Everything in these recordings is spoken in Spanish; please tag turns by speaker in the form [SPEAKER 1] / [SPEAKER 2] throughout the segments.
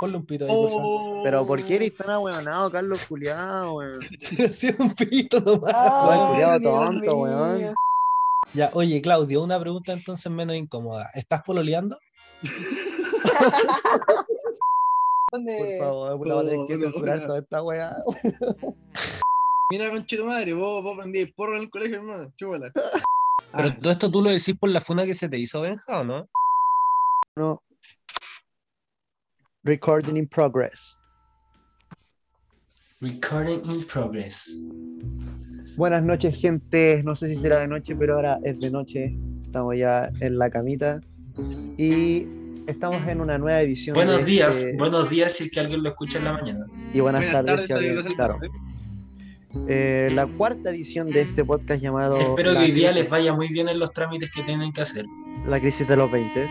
[SPEAKER 1] Ponle un pito ahí, por favor.
[SPEAKER 2] Oh.
[SPEAKER 3] Pero ¿por qué eres tan ahueonado, Carlos Juliado, weón?
[SPEAKER 1] Así un pito nomás.
[SPEAKER 3] Ay,
[SPEAKER 2] Ay,
[SPEAKER 3] culiao
[SPEAKER 2] Dios
[SPEAKER 3] tonto,
[SPEAKER 2] mío.
[SPEAKER 3] weón.
[SPEAKER 1] Ya, oye, Claudio, una pregunta entonces menos incómoda. ¿Estás pololeando?
[SPEAKER 2] ¿Dónde?
[SPEAKER 3] Por favor, puta, voy a tener que
[SPEAKER 4] no,
[SPEAKER 3] censurar
[SPEAKER 4] no.
[SPEAKER 3] toda esta weá.
[SPEAKER 4] Oh, Mira, conchito madre, vos, vos vendías porro en el colegio, hermano. Chúbala.
[SPEAKER 1] Pero
[SPEAKER 4] Ah,
[SPEAKER 1] todo esto tú lo decís por la funa que se te hizo, Benja, ¿o no?
[SPEAKER 3] No. Recording in progress.
[SPEAKER 1] Recording in progress.
[SPEAKER 3] Buenas noches, gente. No sé si será de noche, pero ahora es de noche. Estamos ya en la camita. Y estamos en una nueva edición. de
[SPEAKER 1] Buenos días,
[SPEAKER 3] este-
[SPEAKER 1] buenos días si es que alguien lo escucha en la mañana.
[SPEAKER 3] Y buenas,
[SPEAKER 4] buenas
[SPEAKER 3] tardes, si
[SPEAKER 4] tardes, Gabriel.
[SPEAKER 3] alguien- claro. Eh, la cuarta edición de este podcast llamado.
[SPEAKER 1] Espero
[SPEAKER 3] La
[SPEAKER 1] que hoy día
[SPEAKER 3] Crisis-
[SPEAKER 1] les vaya muy bien en los trámites que tienen que hacer.
[SPEAKER 3] La crisis de los 20.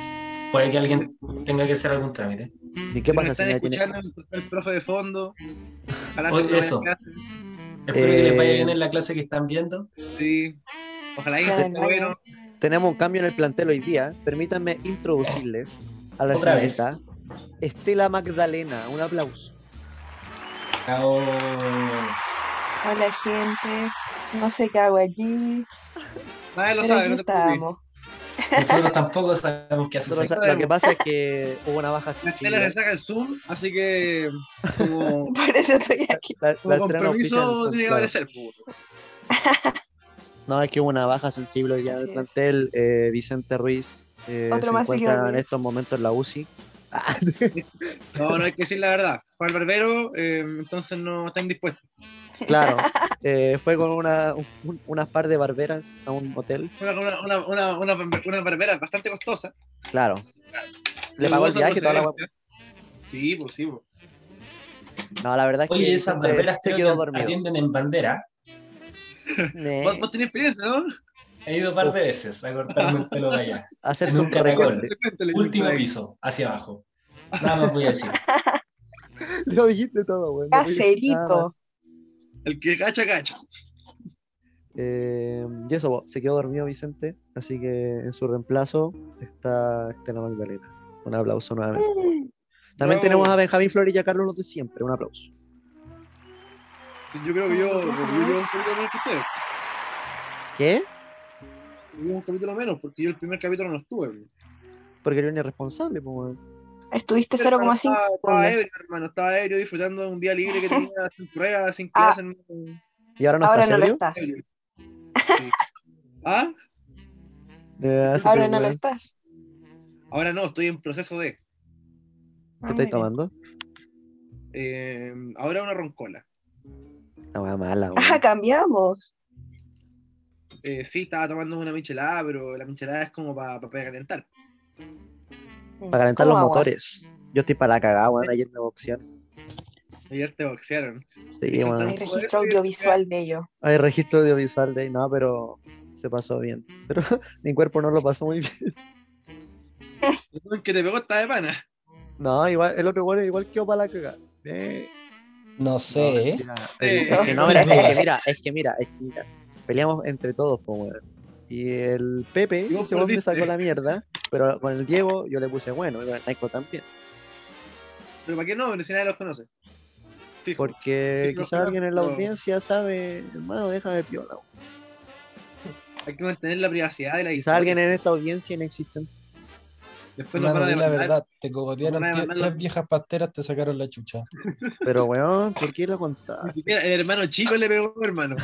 [SPEAKER 1] Puede que alguien tenga que hacer algún trámite.
[SPEAKER 3] ¿Y qué
[SPEAKER 4] si nos
[SPEAKER 3] pasa,
[SPEAKER 4] están
[SPEAKER 3] señora? Tiene-
[SPEAKER 4] escuchando el, el profe de fondo. Ojalá
[SPEAKER 1] Oye,
[SPEAKER 4] se nos
[SPEAKER 1] eso.
[SPEAKER 4] vaya bien.
[SPEAKER 1] Espero que les vaya
[SPEAKER 3] Eh,
[SPEAKER 1] bien en la clase que están viendo.
[SPEAKER 4] Sí. Ojalá ahí
[SPEAKER 2] Ya,
[SPEAKER 4] esté
[SPEAKER 2] hermano.
[SPEAKER 4] bueno.
[SPEAKER 3] Tenemos un cambio en el plantel hoy día. Permítanme introducirles a la
[SPEAKER 1] Otra vez.
[SPEAKER 3] señorita Estela Magdalena. Un aplauso.
[SPEAKER 1] Chao.
[SPEAKER 2] Hola, gente. No sé qué hago allí.
[SPEAKER 4] Nadie lo
[SPEAKER 2] pero
[SPEAKER 4] sabe,
[SPEAKER 2] aquí
[SPEAKER 4] no te preocupes.
[SPEAKER 2] estamos.
[SPEAKER 1] Nosotros tampoco sabemos qué hacer.
[SPEAKER 3] Nosotros- lo que pasa es que hubo una baja
[SPEAKER 4] La Estela
[SPEAKER 3] sensibilidad.
[SPEAKER 4] se saca el Zoom, así que como,
[SPEAKER 2] Por eso estoy aquí.
[SPEAKER 3] La,
[SPEAKER 4] como
[SPEAKER 3] la estrena
[SPEAKER 4] compromiso
[SPEAKER 3] oficial,
[SPEAKER 4] tiene que
[SPEAKER 3] claro.
[SPEAKER 4] aparecer. pues.
[SPEAKER 3] No, es que hubo una baja sensible hoy día
[SPEAKER 2] Así
[SPEAKER 3] del
[SPEAKER 2] es.
[SPEAKER 3] plantel. eh, Vicente Ruiz eh,
[SPEAKER 2] Otro
[SPEAKER 3] se
[SPEAKER 2] más
[SPEAKER 3] encuentra
[SPEAKER 2] seguidor
[SPEAKER 3] en
[SPEAKER 2] mío.
[SPEAKER 3] estos momentos en la UCI.
[SPEAKER 4] No, no hay que decir la verdad. Fue al barbero, eh, entonces no está indispuesto.
[SPEAKER 3] Claro, eh, fue con una, un- unas par de barberas a un hotel.
[SPEAKER 4] Una, una, una, una, una, barbe- una barbera bastante costosa.
[SPEAKER 3] Claro. Le
[SPEAKER 4] Luego
[SPEAKER 3] pagó el
[SPEAKER 4] esa
[SPEAKER 3] viaje y toda la
[SPEAKER 4] procedencia. Sí, pues sí. Pues.
[SPEAKER 3] hue- No, la verdad es que
[SPEAKER 1] Oye, esas
[SPEAKER 3] Vicente
[SPEAKER 1] barberas
[SPEAKER 3] se
[SPEAKER 1] creo
[SPEAKER 3] quedó
[SPEAKER 1] que
[SPEAKER 3] dormido.
[SPEAKER 1] atienden en bandera.
[SPEAKER 3] Ne,
[SPEAKER 4] Vos, vos tenés experiencia, ¿no?
[SPEAKER 1] He ido un par de veces a cortarme el pelo para allá.
[SPEAKER 3] Hacerte
[SPEAKER 1] en un
[SPEAKER 3] un
[SPEAKER 1] caracol.
[SPEAKER 3] recorte.
[SPEAKER 4] Cuéntale,
[SPEAKER 1] Último
[SPEAKER 4] cuéntale.
[SPEAKER 1] piso, hacia abajo. Nada más voy a decir.
[SPEAKER 3] Lo dijiste todo, güey. no dijiste nada
[SPEAKER 2] Caserito.
[SPEAKER 3] más.
[SPEAKER 4] El que cacha, cacha.
[SPEAKER 3] Eh, y eso, bo, se quedó dormido Vicente, así que en su reemplazo está Estela Magdalena. Un aplauso nuevamente. También
[SPEAKER 4] Bravo.
[SPEAKER 3] tenemos a Benjamín Flores y a Carlos los de siempre. Un aplauso.
[SPEAKER 4] Yo creo que yo yo llevo un capítulo menos que ustedes.
[SPEAKER 3] ¿Qué?
[SPEAKER 4] Yo llevo un capítulo menos, porque yo el primer capítulo no estuve. pues.
[SPEAKER 3] Porque era un irresponsable, pues, po, weón.
[SPEAKER 2] Estuviste
[SPEAKER 4] Pero
[SPEAKER 2] 0,5.
[SPEAKER 4] Estaba,
[SPEAKER 2] con
[SPEAKER 4] estaba ebrio, hermano. Estaba ebrio disfrutando de un día libre que tenía sin pruebas, sin
[SPEAKER 2] Ah.
[SPEAKER 4] clases. hermano.
[SPEAKER 3] Y ahora no
[SPEAKER 2] Ahora
[SPEAKER 3] está
[SPEAKER 2] no lo
[SPEAKER 3] serio.
[SPEAKER 2] estás.
[SPEAKER 4] Ebrio. Sí. ¿Ah?
[SPEAKER 3] Eh, así
[SPEAKER 2] Ahora
[SPEAKER 3] que,
[SPEAKER 2] no lo
[SPEAKER 3] weón,
[SPEAKER 2] estás.
[SPEAKER 4] Ahora no, estoy en proceso de.
[SPEAKER 3] ¿Qué estoy tomando?
[SPEAKER 4] eh, ahora una roncola.
[SPEAKER 3] La weá mala, weón.
[SPEAKER 2] Ah, cambiamos.
[SPEAKER 4] Eh, sí, estaba tomando una michelada, pero la michelada es como para calentar.
[SPEAKER 3] Para calentar
[SPEAKER 2] Como
[SPEAKER 3] los
[SPEAKER 2] agua.
[SPEAKER 3] motores. Yo estoy para la cagada, weón. Ayer me boxearon.
[SPEAKER 4] Ayer te boxearon.
[SPEAKER 3] Sí,
[SPEAKER 4] Disfrutando.
[SPEAKER 2] Hay
[SPEAKER 3] weón.
[SPEAKER 2] registro audiovisual de ello.
[SPEAKER 3] Hay registro audiovisual de ahí, no, pero se pasó bien. Pero mi cuerpo no lo pasó muy bien.
[SPEAKER 4] El que te pegó está de pana.
[SPEAKER 3] No, igual, el otro weón igual quedó para la cagada. Eh.
[SPEAKER 1] No sé, ¿eh?
[SPEAKER 3] No, el-
[SPEAKER 4] Sí.
[SPEAKER 3] Es que no, mira, es que mira, es que mira, es que mira. Peleamos entre todos, po, weón. Y el Pepe,
[SPEAKER 4] Y vos
[SPEAKER 3] ese weón me
[SPEAKER 4] perdiste.
[SPEAKER 3] sacó la mierda, pero con el Diego yo le puse bueno, y con el Naiko también.
[SPEAKER 4] Pero ¿para qué no? Si nadie los conoce. Fijo.
[SPEAKER 3] Porque
[SPEAKER 4] Sí, los
[SPEAKER 3] quizás alguien en la
[SPEAKER 4] conozco.
[SPEAKER 3] audiencia sabe, hermano, deja de piola. weón.
[SPEAKER 4] Hay que mantener la privacidad de la
[SPEAKER 3] Quizás alguien en esta audiencia inexistente.
[SPEAKER 4] Después nos
[SPEAKER 1] Hermano,
[SPEAKER 4] van a
[SPEAKER 1] di la
[SPEAKER 4] demandar.
[SPEAKER 1] verdad, te cogotearon
[SPEAKER 4] Nos van a
[SPEAKER 1] tie-
[SPEAKER 4] demandar
[SPEAKER 1] tres
[SPEAKER 4] los-
[SPEAKER 1] viejas pasteras, te sacaron la chucha.
[SPEAKER 3] Pero weón, ¿por qué lo contás?
[SPEAKER 4] Ni siquiera El hermano chico le pegó, hermano.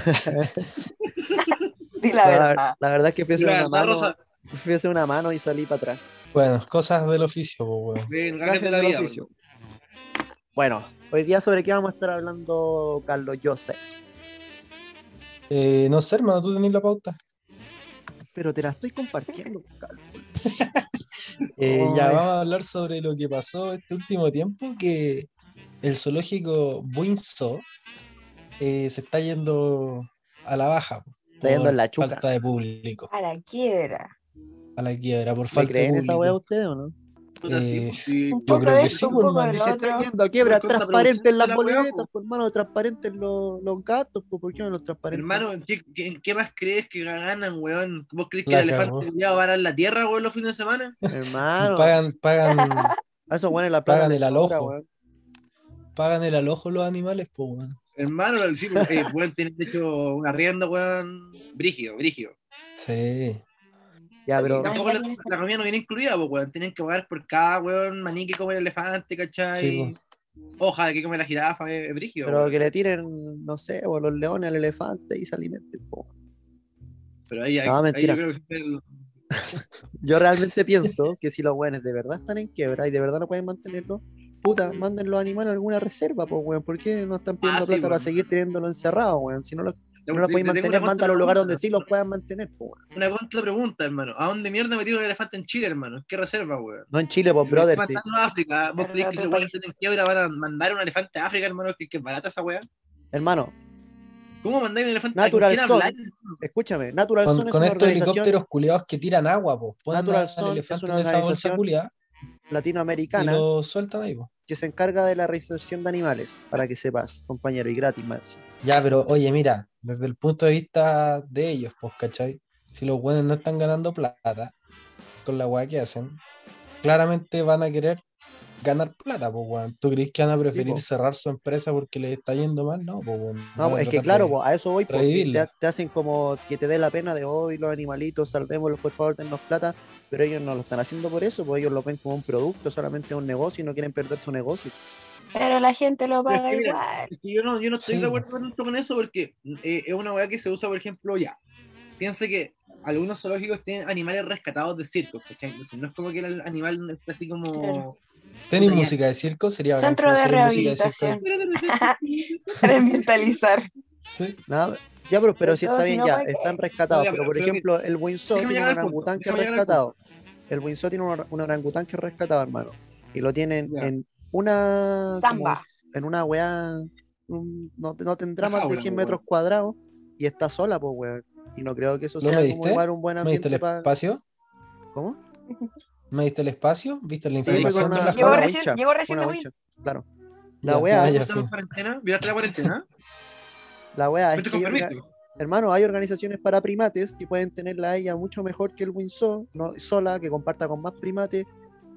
[SPEAKER 2] Di la verdad.
[SPEAKER 3] la verdad es que fui a hacer
[SPEAKER 4] La
[SPEAKER 3] una
[SPEAKER 4] verdad,
[SPEAKER 3] mano,
[SPEAKER 4] Rosa.
[SPEAKER 3] fui a hacer una mano y salí para atrás.
[SPEAKER 1] Bueno, cosas del oficio, pues, weón.
[SPEAKER 4] Ven,
[SPEAKER 3] Gajes
[SPEAKER 4] gajes de la
[SPEAKER 3] del
[SPEAKER 4] vida.
[SPEAKER 3] oficio. Bueno, hoy día sobre qué vamos a estar hablando, Carlos, yo sé.
[SPEAKER 1] Eh, no sé, hermano, tú tenés la pauta.
[SPEAKER 3] Pero te la estoy compartiendo, Carlos.
[SPEAKER 1] Eh, ya
[SPEAKER 3] Ay.
[SPEAKER 1] vamos a hablar sobre lo que pasó este último tiempo, que el zoológico Buinzo eh, se está yendo a la baja. po,
[SPEAKER 3] Está yendo
[SPEAKER 1] por
[SPEAKER 3] en la chuca.
[SPEAKER 1] Falta de público,
[SPEAKER 2] A la quiebra.
[SPEAKER 1] a la quiebra, por
[SPEAKER 3] ¿Le
[SPEAKER 1] falta de
[SPEAKER 3] creen esa wea a
[SPEAKER 1] público.
[SPEAKER 3] ustedes o no?
[SPEAKER 4] Puta, sí,
[SPEAKER 1] Eh,
[SPEAKER 4] sí.
[SPEAKER 2] Un
[SPEAKER 1] Yo
[SPEAKER 2] poco
[SPEAKER 1] creo
[SPEAKER 2] de
[SPEAKER 1] que sí,
[SPEAKER 2] esto, un
[SPEAKER 1] pues,
[SPEAKER 2] poco
[SPEAKER 1] hermano.
[SPEAKER 2] del
[SPEAKER 3] Se está
[SPEAKER 2] otro.
[SPEAKER 3] yendo a quiebra,
[SPEAKER 4] Fue contraproducente
[SPEAKER 3] transparentes las
[SPEAKER 4] la wea,
[SPEAKER 3] boletas,
[SPEAKER 4] po.
[SPEAKER 3] por hermano, transparentes los, los gatos, po, ¿por qué no los transparentes?
[SPEAKER 4] Hermano, ¿en qué, qué- en qué más crees que ganan, weón? ¿Vos crees que
[SPEAKER 1] La
[SPEAKER 4] el
[SPEAKER 1] cagó.
[SPEAKER 4] elefante culiao va a dar la tierra, weón, los fines de semana?
[SPEAKER 3] hermano,
[SPEAKER 1] Pagan, pagan,
[SPEAKER 3] a esos weones la plata
[SPEAKER 1] pagan
[SPEAKER 3] les
[SPEAKER 1] el
[SPEAKER 3] sobra,
[SPEAKER 1] alojo.
[SPEAKER 3] weón.
[SPEAKER 1] pagan el alojo los animales, pues, weón.
[SPEAKER 4] Hermano, el sí, eh, weón, tienen de hecho una rienda, weón, brígido, brígido.
[SPEAKER 1] Sí.
[SPEAKER 3] Ya, pero.
[SPEAKER 4] Y Tampoco la, la comida no viene incluida, pues, weón. Tienen que pagar por cada, weón, maní que come el elefante, ¿cachai?
[SPEAKER 1] Sí, po.
[SPEAKER 4] Hoja de que come la jirafa, es, es brígido.
[SPEAKER 3] pues. Pero
[SPEAKER 4] weón.
[SPEAKER 3] que le tiren, no sé, o los leones al elefante y se alimenten. po.
[SPEAKER 4] Pero ahí, ahí,
[SPEAKER 3] No,
[SPEAKER 4] ahí
[SPEAKER 3] mentira.
[SPEAKER 4] yo creo que es el-
[SPEAKER 3] Yo realmente pienso que si los weones de verdad están en quiebra y de verdad no pueden mantenerlo, puta, manden los animales a alguna reserva, pues weón. ¿Por qué no están pidiendo
[SPEAKER 4] Ah, sí,
[SPEAKER 3] plata para
[SPEAKER 4] weón.
[SPEAKER 3] seguir teniéndolo encerrado, weón? Si no lo, si no lo
[SPEAKER 4] Te-
[SPEAKER 3] pueden
[SPEAKER 4] te tengo una
[SPEAKER 3] mantener, mándalo a un
[SPEAKER 4] contrapregunta,
[SPEAKER 3] lugar donde sí los puedan mantener, po, weón.
[SPEAKER 4] Una contrapregunta, hermano. ¿A dónde mierda metieron el elefante en Chile, hermano? ¿En qué reserva, weón?
[SPEAKER 3] No en Chile, pues,
[SPEAKER 4] Si
[SPEAKER 3] brother,
[SPEAKER 4] están
[SPEAKER 3] sí.
[SPEAKER 4] matando a África, ¿vos
[SPEAKER 2] Pero
[SPEAKER 4] crees
[SPEAKER 2] en
[SPEAKER 4] que
[SPEAKER 2] otro
[SPEAKER 4] se van a
[SPEAKER 2] país.
[SPEAKER 4] hacer en quiebra, van a mandar un elefante a África, hermano? Que, que es barata esa weá.
[SPEAKER 3] Hermano,
[SPEAKER 4] ¿Cómo mandáis un elefante
[SPEAKER 3] Natural
[SPEAKER 4] ¿Con quién
[SPEAKER 3] Zone.
[SPEAKER 4] habláis?
[SPEAKER 3] escúchame, Natural
[SPEAKER 1] Con,
[SPEAKER 3] Zone es
[SPEAKER 1] con
[SPEAKER 3] una
[SPEAKER 1] estos
[SPEAKER 3] organización
[SPEAKER 1] helicópteros culeados que tiran agua, pues. Ponen
[SPEAKER 3] Natural
[SPEAKER 1] al
[SPEAKER 3] Zone es
[SPEAKER 1] elefante
[SPEAKER 3] una
[SPEAKER 1] en esa bolsa
[SPEAKER 3] organización
[SPEAKER 1] culeada y
[SPEAKER 3] latinoamericana
[SPEAKER 1] lo sueltan ahí, po.
[SPEAKER 3] que se encarga de la recepción de animales, para que sepas, compañero, y gratis, más.
[SPEAKER 1] Ya, pero oye, mira, desde el punto de vista de ellos, pues, ¿cachai? Si los buenos no están ganando plata con la weá que hacen, claramente van a querer ganar plata, pues, weón. ¿Tú crees que van a preferir
[SPEAKER 3] po.
[SPEAKER 1] cerrar su empresa porque les está yendo mal? No, pues, weón. Van
[SPEAKER 3] No,
[SPEAKER 1] a
[SPEAKER 3] es que
[SPEAKER 1] tratar
[SPEAKER 3] claro,
[SPEAKER 1] de-
[SPEAKER 3] po, a eso voy, porque
[SPEAKER 1] revivirlo.
[SPEAKER 3] te, te hacen como que te dé la pena de hoy los animalitos, salvémoslos, por favor, dennos plata, pero ellos no lo están haciendo por eso, porque ellos lo ven como un producto, solamente un negocio y no quieren perder su negocio.
[SPEAKER 2] Pero la gente lo
[SPEAKER 4] Pero es
[SPEAKER 2] paga
[SPEAKER 4] que mira,
[SPEAKER 2] igual.
[SPEAKER 4] es que yo no, yo no estoy
[SPEAKER 1] Sí,
[SPEAKER 4] de
[SPEAKER 1] po.
[SPEAKER 4] acuerdo tanto con eso porque eh, es una weá que se usa, por ejemplo, ya. Piensa que algunos zoológicos tienen animales rescatados de circo, ¿cachai? Entonces, no es como que el animal está así como.
[SPEAKER 1] ¿Tenéis
[SPEAKER 4] Puta, ya.
[SPEAKER 1] música de circo? Sería bacán
[SPEAKER 2] Centro de
[SPEAKER 1] conocer música circo.
[SPEAKER 2] rehabilitación para ambientalizar.
[SPEAKER 1] Sí.
[SPEAKER 3] Nada, ya, pero, pero
[SPEAKER 2] Pero
[SPEAKER 3] si
[SPEAKER 2] todo,
[SPEAKER 3] está
[SPEAKER 2] si
[SPEAKER 3] bien,
[SPEAKER 2] no,
[SPEAKER 3] ya,
[SPEAKER 2] ¿para qué?
[SPEAKER 3] están rescatados,
[SPEAKER 4] Ya,
[SPEAKER 3] pero
[SPEAKER 4] pero-
[SPEAKER 3] por
[SPEAKER 4] pero
[SPEAKER 3] ejemplo, el Winsor
[SPEAKER 4] déjame
[SPEAKER 3] tiene
[SPEAKER 4] llegar
[SPEAKER 3] un
[SPEAKER 4] al punto,
[SPEAKER 3] orangután que es
[SPEAKER 4] déjame llegar al
[SPEAKER 3] rescatado. El Winsor tiene un, or- un orangután que es rescatado, hermano, y lo tienen
[SPEAKER 4] Ya.
[SPEAKER 3] en una... como
[SPEAKER 2] Zamba.
[SPEAKER 3] en una weá, un- no, no tendrá
[SPEAKER 4] Una
[SPEAKER 3] más de
[SPEAKER 4] jaula,
[SPEAKER 3] 100
[SPEAKER 4] pues,
[SPEAKER 3] metros cuadrados y está sola, pues weón. Y no creo que eso
[SPEAKER 1] ¿No
[SPEAKER 3] sea
[SPEAKER 1] me
[SPEAKER 3] como
[SPEAKER 1] diste?
[SPEAKER 3] igual un buen
[SPEAKER 1] ¿Me diste el
[SPEAKER 3] ambiente para.
[SPEAKER 1] espacio?
[SPEAKER 3] ¿Cómo?
[SPEAKER 1] ¿Me diste el espacio? ¿Viste la
[SPEAKER 4] Sí, fue
[SPEAKER 1] información
[SPEAKER 4] con
[SPEAKER 1] de
[SPEAKER 4] una-
[SPEAKER 1] la
[SPEAKER 2] Llegó
[SPEAKER 1] jaula?
[SPEAKER 3] una
[SPEAKER 2] recién,
[SPEAKER 3] wincha,
[SPEAKER 2] llegó recién
[SPEAKER 3] Una
[SPEAKER 2] de
[SPEAKER 3] wincha, claro. La
[SPEAKER 1] Ya,
[SPEAKER 3] weá,
[SPEAKER 1] ya, ya.
[SPEAKER 4] ¿Estamos en cuarentena? ¿Viraste la cuarentena?
[SPEAKER 3] la weá es
[SPEAKER 4] Vete
[SPEAKER 3] que
[SPEAKER 4] con
[SPEAKER 3] hay orga-
[SPEAKER 4] permiso.
[SPEAKER 3] hermano, hay organizaciones para primates que pueden tenerla a ella mucho mejor que el Winsor, no, sola, que comparta con más primates.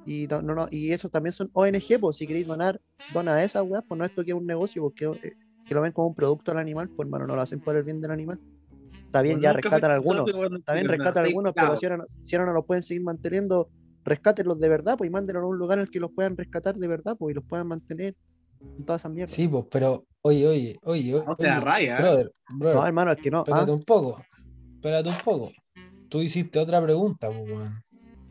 [SPEAKER 3] Y, no, no, no, y esos también son ONG, pues si queréis donar, dona a esas weas, pues no esto que es un negocio, porque eh, que lo ven como un producto al animal, pues hermano, no lo hacen por el bien del animal. Está bien,
[SPEAKER 4] Bueno, Pues nunca
[SPEAKER 3] ya
[SPEAKER 4] fui
[SPEAKER 3] rescatan
[SPEAKER 4] tan
[SPEAKER 3] algunos,
[SPEAKER 4] solo, weón,
[SPEAKER 3] También
[SPEAKER 4] pero nada,
[SPEAKER 3] rescatan
[SPEAKER 4] estoy
[SPEAKER 3] algunos, pero
[SPEAKER 4] cagado.
[SPEAKER 3] si ahora, no- si ahora no los pueden seguir manteniendo, rescátenlos de verdad, pues y mándenlos a un lugar en el que los puedan rescatar de verdad, pues y los puedan mantener en todas esas mierdas.
[SPEAKER 1] Sí, pues, pero oye, oye, oye, oye.
[SPEAKER 4] No te da raya, ¿eh?
[SPEAKER 1] brother, brother,
[SPEAKER 3] No, hermano, es que no. ¿ah?
[SPEAKER 1] espérate un poco. Espérate un poco. Tú hiciste otra pregunta, pues, weón.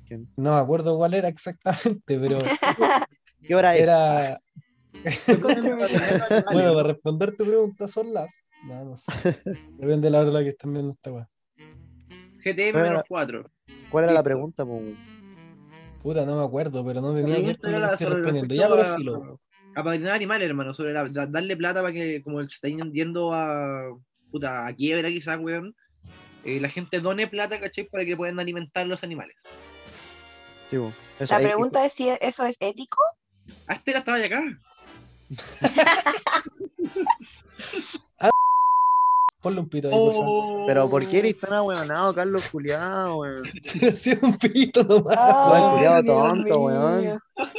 [SPEAKER 3] ¿Quién?
[SPEAKER 1] No me acuerdo cuál era exactamente, pero
[SPEAKER 3] Ah, ¿Qué hora es?
[SPEAKER 1] era.
[SPEAKER 4] Vale.
[SPEAKER 1] Bueno, para responder tu pregunta son las. No, no sé. Depende de la hora a la que están viendo esta weón.
[SPEAKER 4] GTM
[SPEAKER 3] Bueno,
[SPEAKER 4] menos 4.
[SPEAKER 3] ¿Cuál era la
[SPEAKER 4] listo.
[SPEAKER 3] pregunta? po, weón?
[SPEAKER 1] Puta, no me acuerdo, pero no tenía que ver con lo que estoy respondiendo. Ya, pero filo.
[SPEAKER 4] a Apadrinar animales, hermano, sobre la, da- darle plata para que, como se está yendo a, puta, a quiebra quizás, weón, eh, la gente done plata, ¿cachai? Para que puedan alimentar los animales.
[SPEAKER 3] Sí, po, eso,
[SPEAKER 2] La
[SPEAKER 3] ahí-
[SPEAKER 2] pregunta es si eso es ético.
[SPEAKER 4] Hasta la Ah, estaba ya acá.
[SPEAKER 1] Ponle un pito ahí, por favor.
[SPEAKER 4] Oh.
[SPEAKER 3] pues, Pero ¿por qué eres tan ahueonado, Carlos Culiado, weón?
[SPEAKER 4] Oh.
[SPEAKER 1] Así un pito nomás.
[SPEAKER 3] Ay, culiao
[SPEAKER 2] Dios
[SPEAKER 3] tonto,
[SPEAKER 2] mío.
[SPEAKER 3] weón.
[SPEAKER 4] Ah,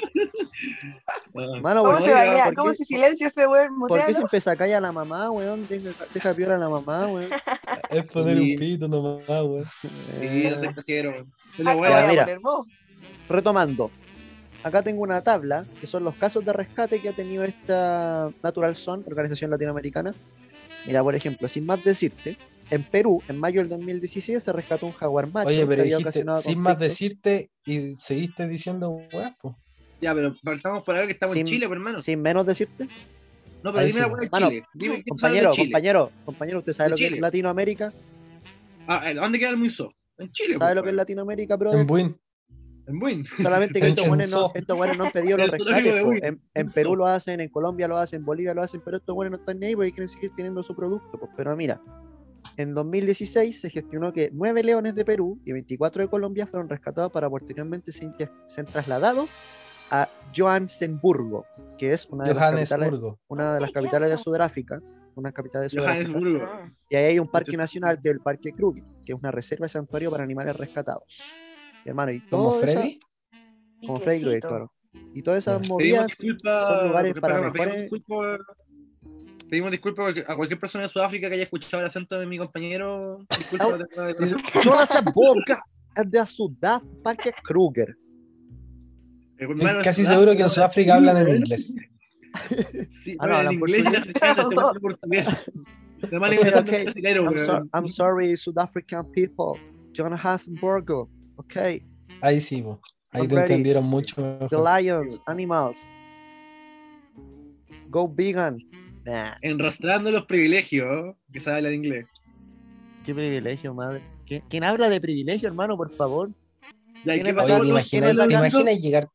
[SPEAKER 3] Hermano,
[SPEAKER 2] ¿Cómo
[SPEAKER 3] weón,
[SPEAKER 2] se baila?
[SPEAKER 3] ¿por qué-
[SPEAKER 2] ¿Cómo se silencia ese weón
[SPEAKER 3] ¿Por qué
[SPEAKER 2] muteado?
[SPEAKER 3] siempre sacáis a la mamá, weón? Deja, deja piola a la mamá, weón.
[SPEAKER 1] Es poner
[SPEAKER 4] Sí.
[SPEAKER 1] un pito nomás, weón.
[SPEAKER 4] Sí,
[SPEAKER 3] Eh,
[SPEAKER 4] no se cogieron.
[SPEAKER 2] Ah,
[SPEAKER 4] Pero
[SPEAKER 2] te
[SPEAKER 4] bueno,
[SPEAKER 3] Ya,
[SPEAKER 2] voy a
[SPEAKER 3] mira.
[SPEAKER 2] poner vos.
[SPEAKER 3] Retomando, acá tengo una tabla que son los casos de rescate que ha tenido esta Natural Zone, organización latinoamericana. Mira, por ejemplo, sin más decirte, en Perú, en mayo del 2017, se rescató un jaguar macho.
[SPEAKER 1] Oye,
[SPEAKER 3] que
[SPEAKER 1] pero
[SPEAKER 3] había
[SPEAKER 1] dijiste,
[SPEAKER 3] ocasionado
[SPEAKER 1] sin más
[SPEAKER 3] conflictos.
[SPEAKER 1] decirte, y seguiste diciendo weas, po.
[SPEAKER 4] ya, pero partamos por algo que estamos en
[SPEAKER 3] Sin-
[SPEAKER 4] Chile, pues, hermano.
[SPEAKER 3] Sin menos decirte.
[SPEAKER 4] No, pero
[SPEAKER 1] Ahí
[SPEAKER 4] dime
[SPEAKER 1] sí.
[SPEAKER 4] la weá de
[SPEAKER 3] Hermano,
[SPEAKER 4] Chile. Dime qué
[SPEAKER 3] Compañero,
[SPEAKER 4] sabes de Chile.
[SPEAKER 3] compañero, compañero, ¿usted sabe
[SPEAKER 4] De
[SPEAKER 3] lo que es
[SPEAKER 4] Chile.
[SPEAKER 3] Latinoamérica?
[SPEAKER 4] Ah, eh, ¿Dónde queda el Muizo? En Chile.
[SPEAKER 3] ¿Sabe
[SPEAKER 4] pues,
[SPEAKER 3] lo que es
[SPEAKER 4] weón.
[SPEAKER 3] Latinoamérica,
[SPEAKER 1] En
[SPEAKER 3] brother?
[SPEAKER 1] buen.
[SPEAKER 4] En Buin.
[SPEAKER 3] Solamente que
[SPEAKER 1] En
[SPEAKER 3] estos buenos no,
[SPEAKER 1] Kenzo.
[SPEAKER 3] estos güeyes no han pedido los
[SPEAKER 4] El zoológico
[SPEAKER 3] rescates.
[SPEAKER 4] de
[SPEAKER 3] po.
[SPEAKER 4] Wii.
[SPEAKER 3] En, en
[SPEAKER 4] Kenzo.
[SPEAKER 3] Perú lo hacen, en Colombia lo hacen, en Bolivia lo hacen, pero estos buenos no están ni ahí porque quieren seguir teniendo su producto. po. Pero mira, en 2016 se gestionó que 9 leones de Perú y 24 de Colombia fueron rescatados para posteriormente ser, ser trasladados a Johannesburgo, que es una de, las capitales,
[SPEAKER 1] Johannesburgo.
[SPEAKER 3] una de las capitales de Sudáfrica. Una capital de Sudáfrica.
[SPEAKER 4] Johannesburgo.
[SPEAKER 2] Ah,
[SPEAKER 3] Y ahí hay un parque nacional que es el Parque Kruger, que es una reserva y santuario para animales rescatados. Hermano, y
[SPEAKER 1] ¿Como
[SPEAKER 3] todo eso-
[SPEAKER 1] Freddy?
[SPEAKER 3] como Freddy Krueger,
[SPEAKER 2] piquecito.
[SPEAKER 3] claro. Y todas esas
[SPEAKER 1] Ya.
[SPEAKER 3] movidas
[SPEAKER 4] disculpas.
[SPEAKER 3] son lugares
[SPEAKER 4] porque,
[SPEAKER 3] para
[SPEAKER 4] espérame,
[SPEAKER 3] mejores-
[SPEAKER 4] Pedimos disculpas, pedimos disculpas a cualquier- a cualquier persona de Sudáfrica que haya escuchado el acento de mi compañero. Disculpas. de- de-
[SPEAKER 3] Dice, Toda esa boca es de Sudáfrica Kruger.
[SPEAKER 4] de- eh, hermano,
[SPEAKER 1] Casi
[SPEAKER 4] Sudáfrica-
[SPEAKER 1] seguro que en Sudáfrica hablan en inglés.
[SPEAKER 4] Sí,
[SPEAKER 3] Ah,
[SPEAKER 4] bueno,
[SPEAKER 3] no,
[SPEAKER 4] en
[SPEAKER 3] hablan
[SPEAKER 4] inglés y en africano, este weón es portugués. Este man es
[SPEAKER 3] Ok,
[SPEAKER 4] un
[SPEAKER 3] ok.
[SPEAKER 4] brasileño,
[SPEAKER 3] I'm,
[SPEAKER 4] weón.
[SPEAKER 3] so- I'm sorry, South African people. John Hasenberger. Ok.
[SPEAKER 1] Ahí sí, po. Ahí te
[SPEAKER 3] Already.
[SPEAKER 1] entendieron mucho. mejor.
[SPEAKER 3] The lions, animals. Go vegan. Nah,
[SPEAKER 4] Enrostrando los privilegios que sabe hablar inglés.
[SPEAKER 3] qué privilegio, madre. ¿Qui- ¿Quién habla de privilegio, hermano, por favor?
[SPEAKER 4] Ya, ¿y
[SPEAKER 3] Tiene
[SPEAKER 4] qué
[SPEAKER 3] razón,
[SPEAKER 4] pasó
[SPEAKER 1] Oye, ¿te
[SPEAKER 4] con los
[SPEAKER 1] imaginas,
[SPEAKER 4] chinos
[SPEAKER 1] te
[SPEAKER 4] hablando?
[SPEAKER 1] imaginas llegar?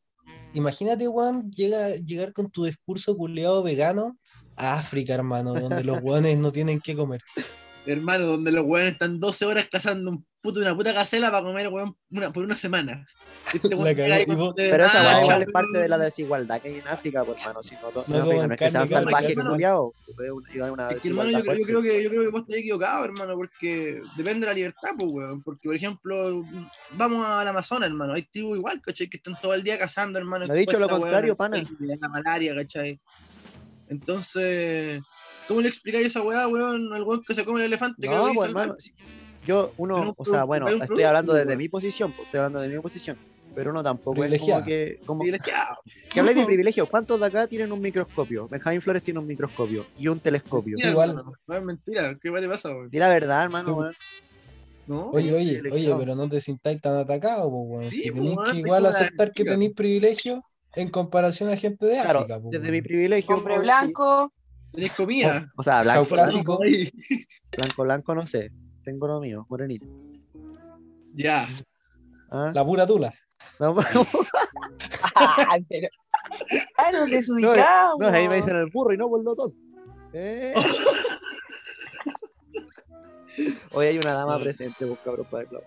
[SPEAKER 1] Imagínate, weón, llega, llegar con tu discurso culeado vegano a África, hermano, donde los weones no tienen que comer.
[SPEAKER 4] Hermano, donde los weones están 12 horas cazando un puto, una puta gacela para comer weón una, por una semana. Este
[SPEAKER 1] La
[SPEAKER 4] weón llega ahí
[SPEAKER 1] cagó, y
[SPEAKER 4] con ah,
[SPEAKER 1] vos-
[SPEAKER 4] de
[SPEAKER 3] Pero esa
[SPEAKER 4] macha,
[SPEAKER 3] weá igual
[SPEAKER 1] no.
[SPEAKER 3] es parte de la desigualdad que hay en África, por hermano. Si no, no,
[SPEAKER 1] No
[SPEAKER 3] en África
[SPEAKER 1] comen
[SPEAKER 3] no es que
[SPEAKER 1] carne,
[SPEAKER 3] sean
[SPEAKER 1] comen
[SPEAKER 3] salvajes,
[SPEAKER 4] carne.
[SPEAKER 3] culiados. Es una- una
[SPEAKER 4] Es que, hermano, yo,
[SPEAKER 3] desigualdad
[SPEAKER 4] creo- yo
[SPEAKER 3] fuerte.
[SPEAKER 4] creo que, yo creo que vos estás equivocado, hermano, porque depende de la libertad, pues, weón. Porque, por ejemplo, vamos al Amazonas, hermano. Hay tribus igual, ¿cachai? Que están todo el día cazando, hermano.
[SPEAKER 3] Me ha dicho lo
[SPEAKER 4] expuestas,
[SPEAKER 3] contrario,
[SPEAKER 4] weón,
[SPEAKER 3] pana.
[SPEAKER 4] y le da La malaria, ¿cachai? Entonces, ¿cómo le explicáis esa weá, weón, al weón que se come el elefante?
[SPEAKER 3] No,
[SPEAKER 4] que
[SPEAKER 3] pues, hermano, si- yo, uno,
[SPEAKER 4] Pero un
[SPEAKER 3] o sea,
[SPEAKER 4] producto,
[SPEAKER 3] bueno,
[SPEAKER 4] pero un
[SPEAKER 3] estoy
[SPEAKER 4] producto,
[SPEAKER 3] hablando desde
[SPEAKER 4] weón.
[SPEAKER 3] mi posición, pues, estoy hablando de mi posición, pero uno tampoco es como
[SPEAKER 1] Privilegiado.
[SPEAKER 3] que... Como, que
[SPEAKER 4] Que
[SPEAKER 3] habláis de privilegios, ¿cuántos de acá tienen un microscopio? Benjamín Flores tiene un microscopio y un telescopio.
[SPEAKER 4] Mentira,
[SPEAKER 1] Igual.
[SPEAKER 4] hermano. No, es mentira. ¿Qué weá te pasa, weón?
[SPEAKER 3] Di la verdad, hermano, weón.
[SPEAKER 4] No.
[SPEAKER 1] Oye, oye, oye,
[SPEAKER 3] privilegiado.
[SPEAKER 1] pero no te sintáis tan atacado, po, weón.
[SPEAKER 4] Sí,
[SPEAKER 1] Si
[SPEAKER 4] po,
[SPEAKER 1] tenéis
[SPEAKER 4] weón,
[SPEAKER 1] que
[SPEAKER 4] soy
[SPEAKER 1] igual
[SPEAKER 4] como la
[SPEAKER 1] aceptar que
[SPEAKER 4] chica.
[SPEAKER 1] tenéis privilegio en comparación a gente de
[SPEAKER 3] Claro,
[SPEAKER 1] África, po,
[SPEAKER 3] desde
[SPEAKER 1] pues, weón.
[SPEAKER 3] mi privilegio.
[SPEAKER 2] Hombre
[SPEAKER 3] weón, sí.
[SPEAKER 2] blanco,
[SPEAKER 4] Tenés comida.
[SPEAKER 3] O sea, blanco,
[SPEAKER 1] Caucásico.
[SPEAKER 3] blanco,
[SPEAKER 1] Clásico.
[SPEAKER 4] Ay,
[SPEAKER 3] blanco, blanco, no sé. Tengo lo mío, morenito.
[SPEAKER 4] Ya.
[SPEAKER 3] ¿Ah?
[SPEAKER 1] La pura tula.
[SPEAKER 3] No,
[SPEAKER 2] Ah, pero. Ah, los desubicamos.
[SPEAKER 3] no, ahí me dicen el burro y no por lo tonto. Eh. Hoy hay una dama presente, vos, cabrón, para el clavo.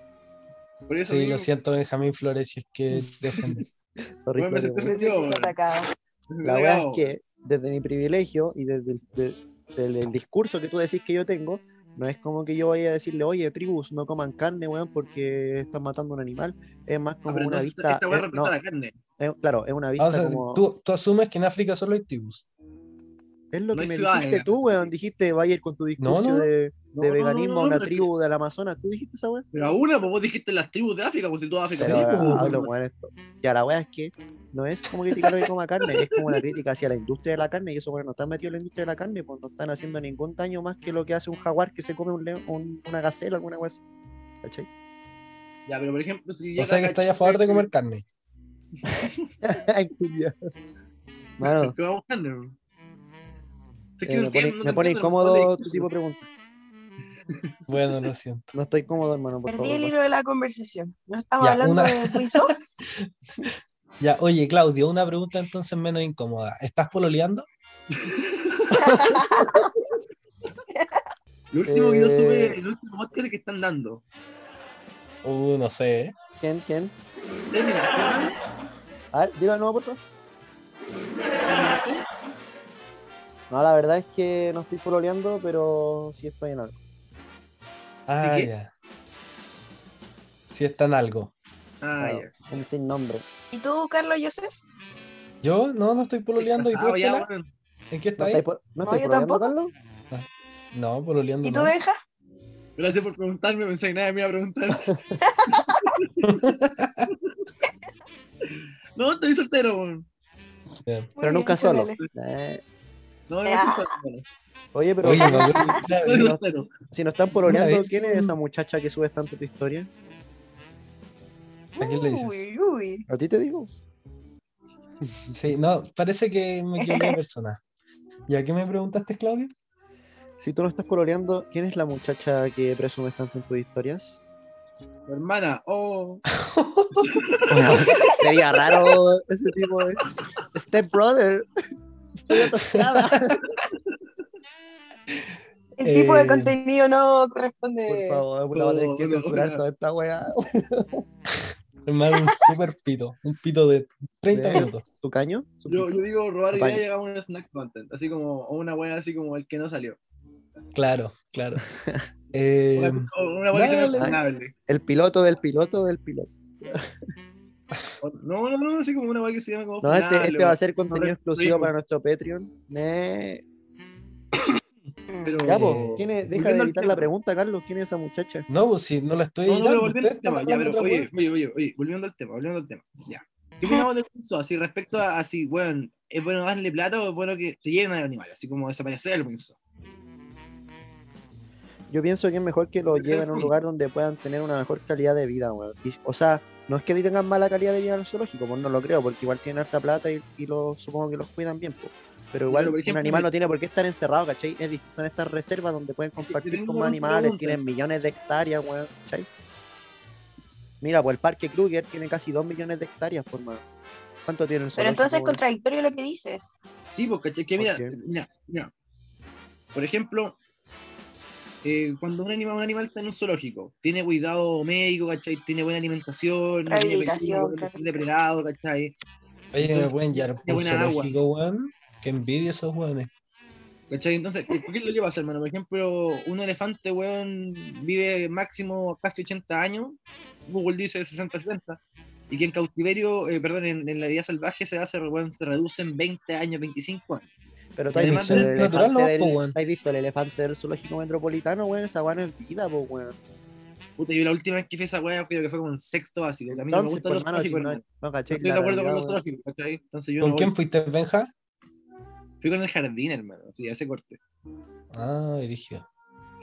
[SPEAKER 4] Por eso
[SPEAKER 1] Sí,
[SPEAKER 4] digo,
[SPEAKER 1] lo siento, Benjamín Flores, si es que dejen-
[SPEAKER 3] Sorry,
[SPEAKER 4] Bueno, me senté
[SPEAKER 3] Claudio, weón.
[SPEAKER 2] Me siento
[SPEAKER 4] weón.
[SPEAKER 2] atacado.
[SPEAKER 3] La verdad
[SPEAKER 4] cagao.
[SPEAKER 3] es que desde mi privilegio y desde el, de- desde el discurso que tú decís que yo tengo, no es como que yo vaya a decirle, oye, tribus, no coman carne, weón, porque están matando a un animal. Es más
[SPEAKER 4] Ah,
[SPEAKER 3] como
[SPEAKER 4] pero
[SPEAKER 3] una
[SPEAKER 4] entonces
[SPEAKER 3] vista.
[SPEAKER 4] esta weá
[SPEAKER 3] eh,
[SPEAKER 4] representa
[SPEAKER 3] no,
[SPEAKER 4] la carne.
[SPEAKER 3] es- claro, es una vista
[SPEAKER 1] Ah, o sea,
[SPEAKER 3] como.
[SPEAKER 1] tú, tú asumes que en África solo hay tribus.
[SPEAKER 3] es lo
[SPEAKER 4] no
[SPEAKER 3] que
[SPEAKER 4] hay
[SPEAKER 3] me
[SPEAKER 4] ciudades,
[SPEAKER 3] dijiste
[SPEAKER 4] ya.
[SPEAKER 3] tú, weón. Dijiste, vaya a ir con tu discurso
[SPEAKER 1] no, no.
[SPEAKER 3] de, de
[SPEAKER 4] No, no, no,
[SPEAKER 3] veganismo
[SPEAKER 4] no,
[SPEAKER 3] a una
[SPEAKER 4] pero es
[SPEAKER 3] tribu del Amazonas. ¿Tú dijiste esa weón?
[SPEAKER 4] que- Pero a una, pues vos dijiste las tribus de África, pues si toda África.
[SPEAKER 1] Sí,
[SPEAKER 3] Pero
[SPEAKER 1] pues,
[SPEAKER 4] pues,
[SPEAKER 3] ah, hablo,
[SPEAKER 4] hermano.
[SPEAKER 3] weón, esto. Ya la weá es que no es como criticar que coma carne, es como una crítica hacia la industria de la carne, y eso, bueno, no están metidos en la industria de la carne, pues no están haciendo ningún daño más que lo que hace un jaguar que se come un león- un- una gacela, alguna weá así. ¿Cachai?
[SPEAKER 4] pues. Ya, pero por ejemplo, si
[SPEAKER 1] O sea que estáis a favor de comer carne.
[SPEAKER 3] Ay, culiao. Mano,
[SPEAKER 4] Que vamos carne, bro. Es que
[SPEAKER 3] eh,
[SPEAKER 4] no
[SPEAKER 3] me pone,
[SPEAKER 4] entiendo, no
[SPEAKER 3] me
[SPEAKER 4] te
[SPEAKER 3] pone
[SPEAKER 4] entiendo, no
[SPEAKER 3] incómodo
[SPEAKER 4] vale.
[SPEAKER 3] tu tipo de pregunta.
[SPEAKER 1] Bueno, lo siento.
[SPEAKER 3] No estoy cómodo, hermano, por
[SPEAKER 2] Perdí
[SPEAKER 3] favor.
[SPEAKER 2] el
[SPEAKER 3] no.
[SPEAKER 2] hilo de la conversación. No estamos
[SPEAKER 1] Ya,
[SPEAKER 2] hablando
[SPEAKER 1] una-
[SPEAKER 2] de Winsor.
[SPEAKER 1] Ya, oye, Claudio, una pregunta entonces menos incómoda. ¿Estás pololeando?
[SPEAKER 4] Lo último que yo supe,
[SPEAKER 3] Eh.
[SPEAKER 4] el último podcast que están dando.
[SPEAKER 1] Uh, no sé, ¿eh?
[SPEAKER 3] ¿Quién? ¿Quién?
[SPEAKER 4] ¿Terminaste?
[SPEAKER 3] A ver, dilo de nuevo, por favor.
[SPEAKER 4] ¿Terminaste?
[SPEAKER 3] No, la verdad es que no estoy pololeando, pero sí estoy en algo.
[SPEAKER 1] Ah,
[SPEAKER 4] que-
[SPEAKER 1] ya. Si está en algo.
[SPEAKER 4] Ah,
[SPEAKER 3] Claro,
[SPEAKER 4] ya.
[SPEAKER 3] un sin nombre.
[SPEAKER 2] ¿Y tú, Carlos Joseph?
[SPEAKER 1] Yo no, no estoy pololeando. ¿Y tú,
[SPEAKER 4] Ah, ya,
[SPEAKER 1] Estela?
[SPEAKER 4] bueno.
[SPEAKER 1] ¿En qué
[SPEAKER 3] ¿No
[SPEAKER 1] estás?
[SPEAKER 3] estoy, po- no
[SPEAKER 2] No,
[SPEAKER 3] estoy
[SPEAKER 2] yo
[SPEAKER 3] pololeando,
[SPEAKER 2] tampoco.
[SPEAKER 3] Carlos?
[SPEAKER 1] No, pololeando
[SPEAKER 2] ¿Y tú,
[SPEAKER 1] no.
[SPEAKER 2] Benja?
[SPEAKER 4] Gracias por preguntarme, pensé que nadie me iba a preguntar. no, estoy soltero, weón.
[SPEAKER 2] Muy
[SPEAKER 3] Pero
[SPEAKER 2] bien,
[SPEAKER 3] nunca solo.
[SPEAKER 2] ponele.
[SPEAKER 3] Eh,
[SPEAKER 4] No, no
[SPEAKER 2] Ah.
[SPEAKER 4] estoy soltero.
[SPEAKER 3] oye, pero
[SPEAKER 1] Oye, me acuerdo una
[SPEAKER 4] Estoy
[SPEAKER 1] vez-
[SPEAKER 4] soltero.
[SPEAKER 3] si no están
[SPEAKER 1] Una
[SPEAKER 3] pololeando,
[SPEAKER 1] vez-
[SPEAKER 3] ¿quién es esa muchacha que subes tanto tu historia?
[SPEAKER 1] ¿A quién le dices?
[SPEAKER 2] Uy, uy.
[SPEAKER 3] A ti te digo.
[SPEAKER 1] Sí, no, parece que me equivoqué de persona. ¿Ya qué me preguntaste, Claudio?
[SPEAKER 3] Si tú no estás pololeando, ¿quién es la muchacha que presumes tanto en tus historias?
[SPEAKER 4] Mi hermana, oh.
[SPEAKER 3] Sería raro ese tipo de. Step brother. Estoy atascada.
[SPEAKER 2] El tipo de
[SPEAKER 1] Eh,
[SPEAKER 2] contenido no
[SPEAKER 3] Por
[SPEAKER 2] corresponde.
[SPEAKER 3] favor, puta, voy a tener que
[SPEAKER 4] no, no,
[SPEAKER 3] censurar
[SPEAKER 4] no.
[SPEAKER 3] toda esta weá.
[SPEAKER 1] Hermano, un super pito. Un pito de 30
[SPEAKER 3] Sí.
[SPEAKER 1] minutos.
[SPEAKER 3] ¿Su caño? ¿Su
[SPEAKER 4] Yo, yo digo robar
[SPEAKER 3] Apaña.
[SPEAKER 4] idea y hagamos un snack content. Así como, o una wea así como el que no salió.
[SPEAKER 1] Claro, claro. Eh,
[SPEAKER 3] Eh,
[SPEAKER 4] Una- una wea que no
[SPEAKER 1] dale.
[SPEAKER 4] es funable.
[SPEAKER 3] El piloto del piloto del piloto.
[SPEAKER 4] O- No, no, no, así como una weá que se llama como.
[SPEAKER 3] No, este,
[SPEAKER 4] Funable,
[SPEAKER 3] este va a
[SPEAKER 4] weón.
[SPEAKER 3] ser contenido
[SPEAKER 4] re-
[SPEAKER 3] exclusivo
[SPEAKER 4] re-
[SPEAKER 3] para nuestro Patreon. Ne.
[SPEAKER 4] Pero-
[SPEAKER 3] Ya,
[SPEAKER 1] po.
[SPEAKER 3] pues, ¿quién es- deja de
[SPEAKER 4] Eh, volviendo al
[SPEAKER 3] editar
[SPEAKER 4] tema.
[SPEAKER 3] la pregunta, Carlos. ¿Quién es esa muchacha?
[SPEAKER 1] No, pues si no la estoy
[SPEAKER 4] No, no, pero
[SPEAKER 1] editando.
[SPEAKER 4] volviendo
[SPEAKER 1] ustedes
[SPEAKER 3] este
[SPEAKER 4] al tema,
[SPEAKER 1] están
[SPEAKER 4] ya,
[SPEAKER 1] hablando
[SPEAKER 4] pero
[SPEAKER 1] otra
[SPEAKER 4] oye,
[SPEAKER 1] weá.
[SPEAKER 4] oye, oye, oye, volviendo al tema, volviendo al tema, ya. ¿Qué opinamos del Winsor? Así respecto a, así, bueno, ¿es bueno darle plata o es bueno que se lleven al animal? Así como desaparecer el Winsor.
[SPEAKER 3] Yo pienso que es mejor que lo
[SPEAKER 4] Tercer
[SPEAKER 3] lleven a un
[SPEAKER 4] mundo.
[SPEAKER 3] lugar donde puedan tener una mejor calidad de vida, weón. Y- O sea, no es que le tengan mala calidad de vida en el zoológico, pues no lo creo, porque igual tienen harta plata y, y lo, supongo que los cuidan bien, pues. Pero igual
[SPEAKER 4] pero, por ejemplo,
[SPEAKER 3] un animal
[SPEAKER 4] yo-
[SPEAKER 3] no tiene por qué estar encerrado, ¿cachai? Es distinto en estas reservas donde pueden compartir
[SPEAKER 4] tengo
[SPEAKER 3] con
[SPEAKER 4] una
[SPEAKER 3] más animales,
[SPEAKER 4] pregunta.
[SPEAKER 3] tienen millones de hectáreas, weón, ¿cachai? Mira, pues el parque Kruger tiene casi 2 millones de hectáreas, por mano. ¿Cuánto tiene el
[SPEAKER 2] Pero
[SPEAKER 3] zoológico?
[SPEAKER 2] entonces es
[SPEAKER 3] weón?
[SPEAKER 2] contradictorio lo que dices.
[SPEAKER 4] Sí, porque ¿cachai? que
[SPEAKER 3] ¿Por
[SPEAKER 4] mira,
[SPEAKER 3] qué?
[SPEAKER 4] mira, mira. Por ejemplo, eh, cuando un animal, un animal está en un zoológico, tiene cuidado médico, ¿cachai? Tiene buena alimentación, no tiene
[SPEAKER 2] Rehabilitación,
[SPEAKER 4] peligro, no
[SPEAKER 2] claro.
[SPEAKER 4] está depredado, ¿cachai?
[SPEAKER 1] Oye, me
[SPEAKER 4] Entonces,
[SPEAKER 1] pueden llevar
[SPEAKER 4] qué
[SPEAKER 1] por
[SPEAKER 4] buena agua.
[SPEAKER 1] zoológico, weón. Que envidia esos weones.
[SPEAKER 4] ¿Cachai? Entonces, ¿qué qué es lo que pasa, hermano? Por ejemplo, un elefante, weón, vive máximo casi 80 años. Google dice 60, 70. Y que en cautiverio, eh, perdón, en, en la vida salvaje se hace, weón, se reducen 20 años, 25 años.
[SPEAKER 3] Pero tú has
[SPEAKER 4] El
[SPEAKER 3] visto el
[SPEAKER 4] elefante
[SPEAKER 1] natural
[SPEAKER 3] elefante,
[SPEAKER 1] nomás,
[SPEAKER 3] del,
[SPEAKER 1] po, weón.
[SPEAKER 3] ¿tú has visto el elefante del zoológico metropolitano, weón. Esa weón es vida, po, weón.
[SPEAKER 4] Puta, yo la última vez que fui a esa weá, creo que fue como en sexto básico. A mí no me
[SPEAKER 3] Entonces,
[SPEAKER 4] gustan
[SPEAKER 3] por
[SPEAKER 4] los
[SPEAKER 3] pues, hermano, si
[SPEAKER 4] zoológicos,
[SPEAKER 3] no,
[SPEAKER 4] hermano.
[SPEAKER 3] no
[SPEAKER 4] No
[SPEAKER 3] caché.
[SPEAKER 4] estoy
[SPEAKER 3] la
[SPEAKER 4] de acuerdo con los
[SPEAKER 3] realidad, weón.
[SPEAKER 4] zoológicos, ¿cachai? Entonces yo
[SPEAKER 1] ¿Con
[SPEAKER 4] no
[SPEAKER 1] quién
[SPEAKER 4] voy.
[SPEAKER 1] fuiste, Benja?
[SPEAKER 4] fui con el jardín, hermano, sí, a ese corte.
[SPEAKER 1] Ah, dirigido.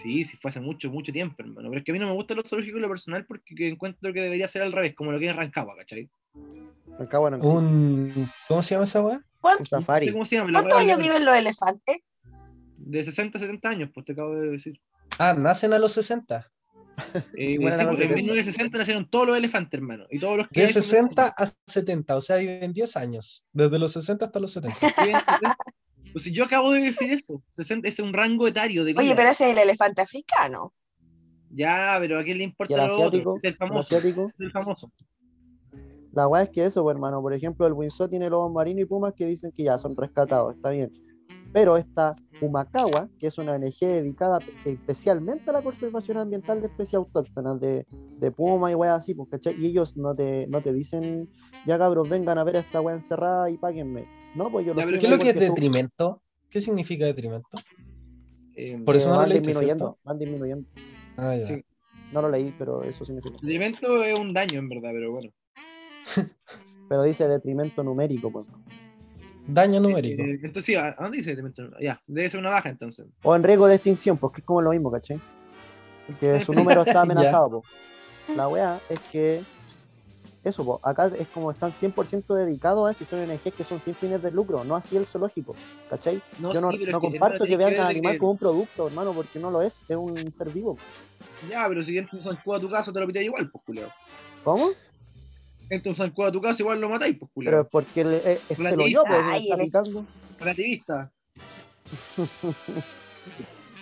[SPEAKER 4] Sí, sí, fue hace mucho, mucho tiempo, hermano. Pero es que a mí no me gustan los zoológicos en lo personal porque que encuentro que debería ser al revés, como lo que es Rancagua, ¿cachai?
[SPEAKER 3] Rancagua no existe,
[SPEAKER 1] Un. ¿Cómo se llama esa weá?
[SPEAKER 2] ¿Cuán-
[SPEAKER 3] un
[SPEAKER 4] No sé
[SPEAKER 3] safari.
[SPEAKER 4] cómo se llama, la
[SPEAKER 2] ¿Cuántos
[SPEAKER 4] weá
[SPEAKER 2] años
[SPEAKER 4] ya-
[SPEAKER 2] viven los elefantes?
[SPEAKER 4] De 60 a 70 años, pues te acabo de decir.
[SPEAKER 1] Ah, nacen a los 60.
[SPEAKER 4] Eh,
[SPEAKER 3] Bueno,
[SPEAKER 4] sí,
[SPEAKER 3] no
[SPEAKER 4] pues,
[SPEAKER 3] sé.
[SPEAKER 4] en 1960 nacieron todos los elefantes, hermano. Y todos los que.
[SPEAKER 1] De 60 a 70, o sea, viven 10 años. Desde los 60 hasta los 70.
[SPEAKER 4] viven 60. Pues si yo acabo de decir eso, 60 es un rango etario de vida.
[SPEAKER 2] Oye, pero ese es el elefante africano.
[SPEAKER 4] Ya, pero ¿a quién le
[SPEAKER 3] ¿Y el
[SPEAKER 4] importa lo otro?
[SPEAKER 3] asiático?
[SPEAKER 4] Es el
[SPEAKER 3] Un
[SPEAKER 4] famoso.
[SPEAKER 3] asiático.
[SPEAKER 4] Es el famoso.
[SPEAKER 3] La weá es que eso, pues, hermano. Por ejemplo, el Winsor tiene lobos marinos y pumas que dicen que ya son rescatados, está bien. Pero esta Pumacagua, que es una ONG dedicada especialmente a la conservación ambiental de especies autóctonas, de, de puma y weas así, pues, ¿cachai? Y ellos no te, no te dicen, ya cabros, vengan a ver a esta wea encerrada y páguenme. No, pues yo
[SPEAKER 4] Ya,
[SPEAKER 3] los
[SPEAKER 4] pero
[SPEAKER 1] ¿Qué es
[SPEAKER 3] tengo
[SPEAKER 1] lo que es
[SPEAKER 3] porque son-
[SPEAKER 1] detrimento? ¿Qué significa detrimento?
[SPEAKER 4] Eh,
[SPEAKER 1] Por eso no lo
[SPEAKER 3] van
[SPEAKER 1] leíste,
[SPEAKER 3] disminuyendo,
[SPEAKER 1] ¿cierto?
[SPEAKER 3] van disminuyendo.
[SPEAKER 1] Ah, ya.
[SPEAKER 4] Sí.
[SPEAKER 3] No lo leí, pero eso significa.
[SPEAKER 4] El elemento es un daño, en verdad, pero bueno.
[SPEAKER 3] Pero dice detrimento numérico, pues.
[SPEAKER 1] Daño numérico.
[SPEAKER 4] Eh, entonces, sí, ¿a a dónde dice elemento? Ya, debe ser una baja, entonces.
[SPEAKER 3] O en riesgo de extinción, pues que es como lo mismo, ¿cachai? Que su número está amenazado, pues. La weá es que. Eso, pues. Acá es como están 100% dedicados a eso. Son ONGs que son sin fines de lucro, no así el zoológico, ¿cachai? Yo
[SPEAKER 4] sí,
[SPEAKER 3] no,
[SPEAKER 4] pero
[SPEAKER 3] no
[SPEAKER 4] es que,
[SPEAKER 3] comparto
[SPEAKER 4] hermano,
[SPEAKER 3] que
[SPEAKER 4] tenés
[SPEAKER 3] vean
[SPEAKER 4] ver
[SPEAKER 3] al
[SPEAKER 4] de
[SPEAKER 3] animal
[SPEAKER 4] que-
[SPEAKER 3] como un producto, hermano, porque no lo es. Es un ser vivo.
[SPEAKER 4] Ya, pero si entra un zancudo a tu casa, te lo pitáis igual, pues, culeo.
[SPEAKER 3] ¿Cómo?
[SPEAKER 4] Entra un zancudo a tu casa, igual lo matáis, pues,
[SPEAKER 3] Pero es
[SPEAKER 4] culeo.
[SPEAKER 3] porque le- es, es que lo yo, pues. le
[SPEAKER 2] Ay,
[SPEAKER 3] está
[SPEAKER 2] el-
[SPEAKER 3] picando.
[SPEAKER 4] Relativista.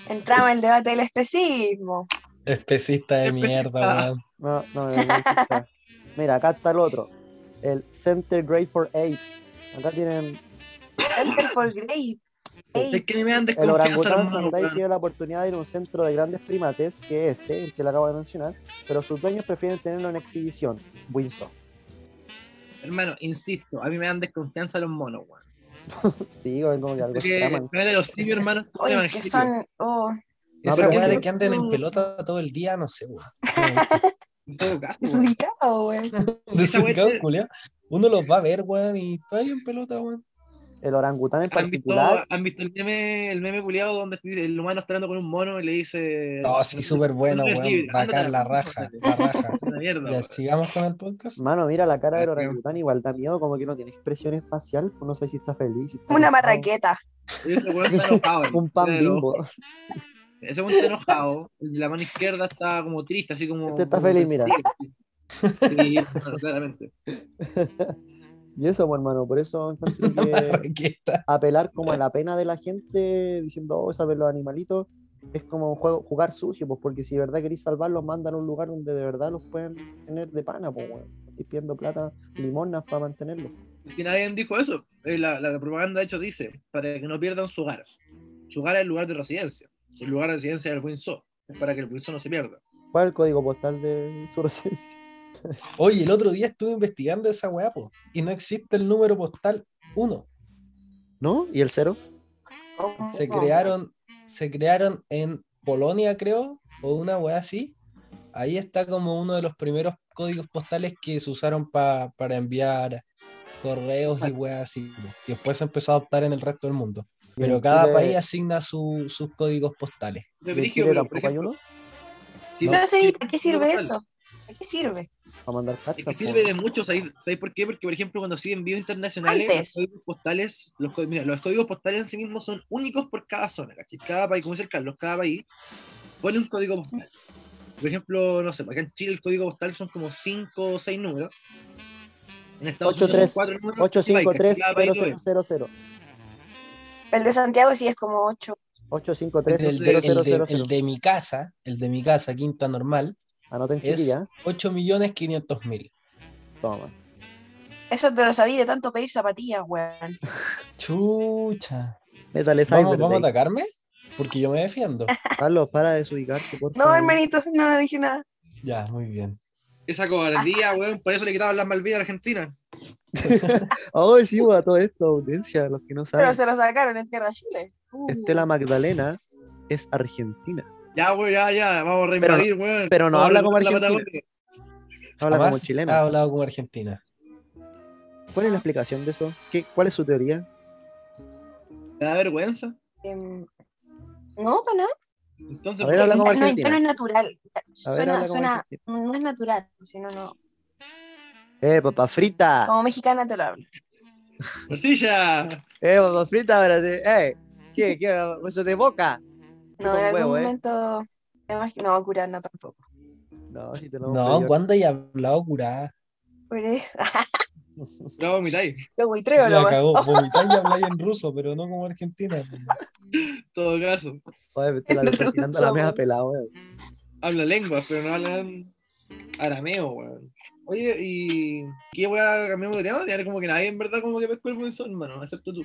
[SPEAKER 2] Entraba en el debate del especismo.
[SPEAKER 1] Especista de
[SPEAKER 4] Especista.
[SPEAKER 1] mierda, weón.
[SPEAKER 3] No, no, no, no, no, no. Mira, acá está el otro. El Center Grade for Apes. Acá tienen
[SPEAKER 2] Enter for Great.
[SPEAKER 4] Es que a mí me dan
[SPEAKER 3] el
[SPEAKER 4] desconfianza,
[SPEAKER 3] orangután
[SPEAKER 4] hermano,
[SPEAKER 3] Sandai
[SPEAKER 4] weón.
[SPEAKER 3] tiene la oportunidad de ir a un centro de grandes primates, que es este, el que le acabo de mencionar, pero sus dueños prefieren tenerlo en exhibición. Winsor.
[SPEAKER 4] Hermano, insisto, a mí me dan desconfianza los monos, weón.
[SPEAKER 3] Sí, güey, como que algo se
[SPEAKER 4] Porque el
[SPEAKER 3] traman.
[SPEAKER 4] planeta de los simios, hermano, es un
[SPEAKER 2] Oye, que
[SPEAKER 4] evangelio.
[SPEAKER 2] son. oh,
[SPEAKER 1] No,
[SPEAKER 3] No,
[SPEAKER 1] Esa
[SPEAKER 3] pero
[SPEAKER 1] weá
[SPEAKER 3] yo-
[SPEAKER 1] de que anden en pelota todo el día, no sé, weón.
[SPEAKER 4] En todo caso, weón.
[SPEAKER 2] desubicado, güey.
[SPEAKER 1] Desubicado,
[SPEAKER 4] weá-
[SPEAKER 1] culiao. Uno los va a ver, weón, y está ahí en pelota, weón.
[SPEAKER 3] El orangután en
[SPEAKER 4] ¿Han visto,
[SPEAKER 3] particular.
[SPEAKER 4] han visto el meme, el meme culiado donde el humano está hablando con un mono y le dice.
[SPEAKER 1] No, sí, súper bueno,
[SPEAKER 4] no eres
[SPEAKER 1] weón.
[SPEAKER 4] libre, ándate
[SPEAKER 1] Bacán
[SPEAKER 4] a
[SPEAKER 1] la
[SPEAKER 4] la
[SPEAKER 1] raja,
[SPEAKER 4] puta,
[SPEAKER 1] la raja.
[SPEAKER 4] Una mierda,
[SPEAKER 1] Ya,
[SPEAKER 4] weón.
[SPEAKER 1] sigamos con el podcast.
[SPEAKER 3] Mano, mira la cara del
[SPEAKER 4] Ay, qué-
[SPEAKER 3] orangután, igual da miedo, como que no tiene expresión facial. No sé si está feliz. si está
[SPEAKER 2] Una
[SPEAKER 3] enojado.
[SPEAKER 2] marraqueta.
[SPEAKER 4] Ese weón está enojado.
[SPEAKER 3] Un pan
[SPEAKER 4] tiene los-
[SPEAKER 3] bimbo.
[SPEAKER 4] Ese weón está enojado. La mano izquierda está como triste, así como.
[SPEAKER 3] Este está
[SPEAKER 4] como
[SPEAKER 3] feliz, mira.
[SPEAKER 4] pensativa. Sí, bueno, claramente.
[SPEAKER 3] Y eso, pues, hermano, por eso encuentro que.
[SPEAKER 1] Raqueta.
[SPEAKER 3] apelar como a la pena de la gente diciendo, oh, saben los animalitos, es como un juego, jugar sucio, pues porque si de verdad queréis salvarlos, mandan a un lugar donde de verdad los pueden tener de pana, pues weón. Estáis pidiendo plata, limonas para mantenerlos.
[SPEAKER 4] Y nadie dijo eso. Eh, la, la propaganda, de hecho, dice: para que no pierdan su hogar. Su hogar es el lugar de residencia. Su lugar de residencia es el buen zoo. Es para que el buen zoo no se pierda.
[SPEAKER 3] ¿Cuál es el código postal de su residencia?
[SPEAKER 1] Oye, el otro día estuve investigando esa weá, po, y no existe el número postal 1.
[SPEAKER 3] ¿No? ¿Y el cero?
[SPEAKER 2] Oh.
[SPEAKER 1] Se crearon, se crearon en Polonia, creo, o una weá así. Ahí está como uno de los primeros códigos postales que se usaron pa- para enviar correos y weá así. po. Y después se empezó a adoptar en el resto del mundo. Pero cada país asigna su- sus códigos postales.
[SPEAKER 4] De
[SPEAKER 3] ¿En
[SPEAKER 4] brígido,
[SPEAKER 3] Chile
[SPEAKER 4] pero, por
[SPEAKER 3] tampoco hay
[SPEAKER 4] ejemplo,
[SPEAKER 3] uno?
[SPEAKER 4] si-
[SPEAKER 2] No sé ni para qué
[SPEAKER 4] si-
[SPEAKER 2] sirve
[SPEAKER 4] si-
[SPEAKER 2] eso. ¿Para qué sirve?
[SPEAKER 3] ¿A mandar
[SPEAKER 4] Es
[SPEAKER 3] cartas? pues.
[SPEAKER 4] que
[SPEAKER 3] po.
[SPEAKER 4] sirve de mucho, ¿sabéis, sabéis por qué? Porque, por ejemplo, cuando sí envíos internacionales,
[SPEAKER 2] Antes.
[SPEAKER 4] los códigos postales, los, co- mira, los códigos postales en sí mismos son únicos por cada zona, ¿cachai? Cada país, como dice el Carlos, cada país pone un código postal. Por ejemplo, no sé, acá en Chile el código postal son como 5 o 6 números. En Estados
[SPEAKER 3] Ocho,
[SPEAKER 4] Unidos
[SPEAKER 3] tres,
[SPEAKER 4] son 4 números. ¿cachai? Cada país lo ve.
[SPEAKER 3] 853-0000.
[SPEAKER 2] El de Santiago sí es como 8.
[SPEAKER 1] El de, el de- el
[SPEAKER 3] 853-0000.
[SPEAKER 1] de mi casa, el de mi casa, quinta normal,
[SPEAKER 3] Anoten
[SPEAKER 1] es
[SPEAKER 3] chiquilla. ¿eh?
[SPEAKER 1] 8.500.000.
[SPEAKER 3] Toma.
[SPEAKER 2] Eso te lo sabía de tanto pedir zapatillas, weón.
[SPEAKER 1] Chucha.
[SPEAKER 3] Métale
[SPEAKER 1] ¿Vamos, vamos a
[SPEAKER 3] Cyber Day.
[SPEAKER 1] atacarme? Porque yo me defiendo.
[SPEAKER 3] Carlos, para de desubicarte, por
[SPEAKER 2] No,
[SPEAKER 3] favor.
[SPEAKER 2] hermanito, no dije nada.
[SPEAKER 1] Ya, muy bien.
[SPEAKER 4] Esa cobardía,
[SPEAKER 3] Ah.
[SPEAKER 4] weón, por eso le quitaron las Malvinas a Argentina.
[SPEAKER 3] Oh, sí, bueno, a todo esto, audiencia, los que no
[SPEAKER 2] Pero
[SPEAKER 3] saben.
[SPEAKER 2] se lo sacaron en Tierra Chile. Uh.
[SPEAKER 3] Estela Magdalena es argentina.
[SPEAKER 4] Ya, weón, ya, ya, vamos a reinvadir, weón.
[SPEAKER 3] pero no
[SPEAKER 4] Vamos a
[SPEAKER 3] habla como
[SPEAKER 4] recuperar la
[SPEAKER 3] argentino.
[SPEAKER 4] Patagonia.
[SPEAKER 3] Habla
[SPEAKER 1] Jamás
[SPEAKER 3] como
[SPEAKER 1] Ha
[SPEAKER 3] chilena.
[SPEAKER 1] hablado como argentina.
[SPEAKER 3] ¿Cuál es la explicación de eso? ¿Qué, ¿Cuál es su teoría?
[SPEAKER 4] ¿Te da vergüenza?
[SPEAKER 2] Em, no, para nada.
[SPEAKER 4] Entonces,
[SPEAKER 3] A ver, habla
[SPEAKER 4] ¿por qué?
[SPEAKER 3] como
[SPEAKER 2] No,
[SPEAKER 3] argentina.
[SPEAKER 2] no es natural.
[SPEAKER 3] A ver,
[SPEAKER 2] Suena,
[SPEAKER 3] habla como
[SPEAKER 2] suena-
[SPEAKER 3] argentina.
[SPEAKER 2] no es natural. Si no, no.
[SPEAKER 3] ¡Eh, papá frita!
[SPEAKER 2] Como mexicana te lo hablo.
[SPEAKER 4] Morcilla.
[SPEAKER 3] ¡Eh, papá frita! ahora te- ¡Eh! ¿Qué? ¿Qué? ¿Eso de boca?
[SPEAKER 2] No,
[SPEAKER 3] Con
[SPEAKER 2] en algún
[SPEAKER 3] huevo, ¿eh?
[SPEAKER 2] momento. además que- No, curar no tampoco.
[SPEAKER 3] No, si te lo vamos a
[SPEAKER 1] No,
[SPEAKER 3] pedir.
[SPEAKER 1] ¿cuándo he hablado curada?
[SPEAKER 2] Por eso. ah,
[SPEAKER 4] Bravo, Milay.
[SPEAKER 2] Lo buitreo,
[SPEAKER 1] La
[SPEAKER 2] lo
[SPEAKER 1] cagó. Vomitáis y habláis en ruso, pero no como argentina.
[SPEAKER 4] En todo caso.
[SPEAKER 3] Oye, me está la
[SPEAKER 2] El
[SPEAKER 3] está tirando la
[SPEAKER 2] ruso,
[SPEAKER 3] meja
[SPEAKER 2] weón.
[SPEAKER 3] pelada, weón.
[SPEAKER 4] Habla lenguas, pero no hablan arameo, weón. Oye, ¿y qué weá cambiamos de tema? Ya como que nadie en verdad como que pescó el Winsor, hermano. Excepto tú.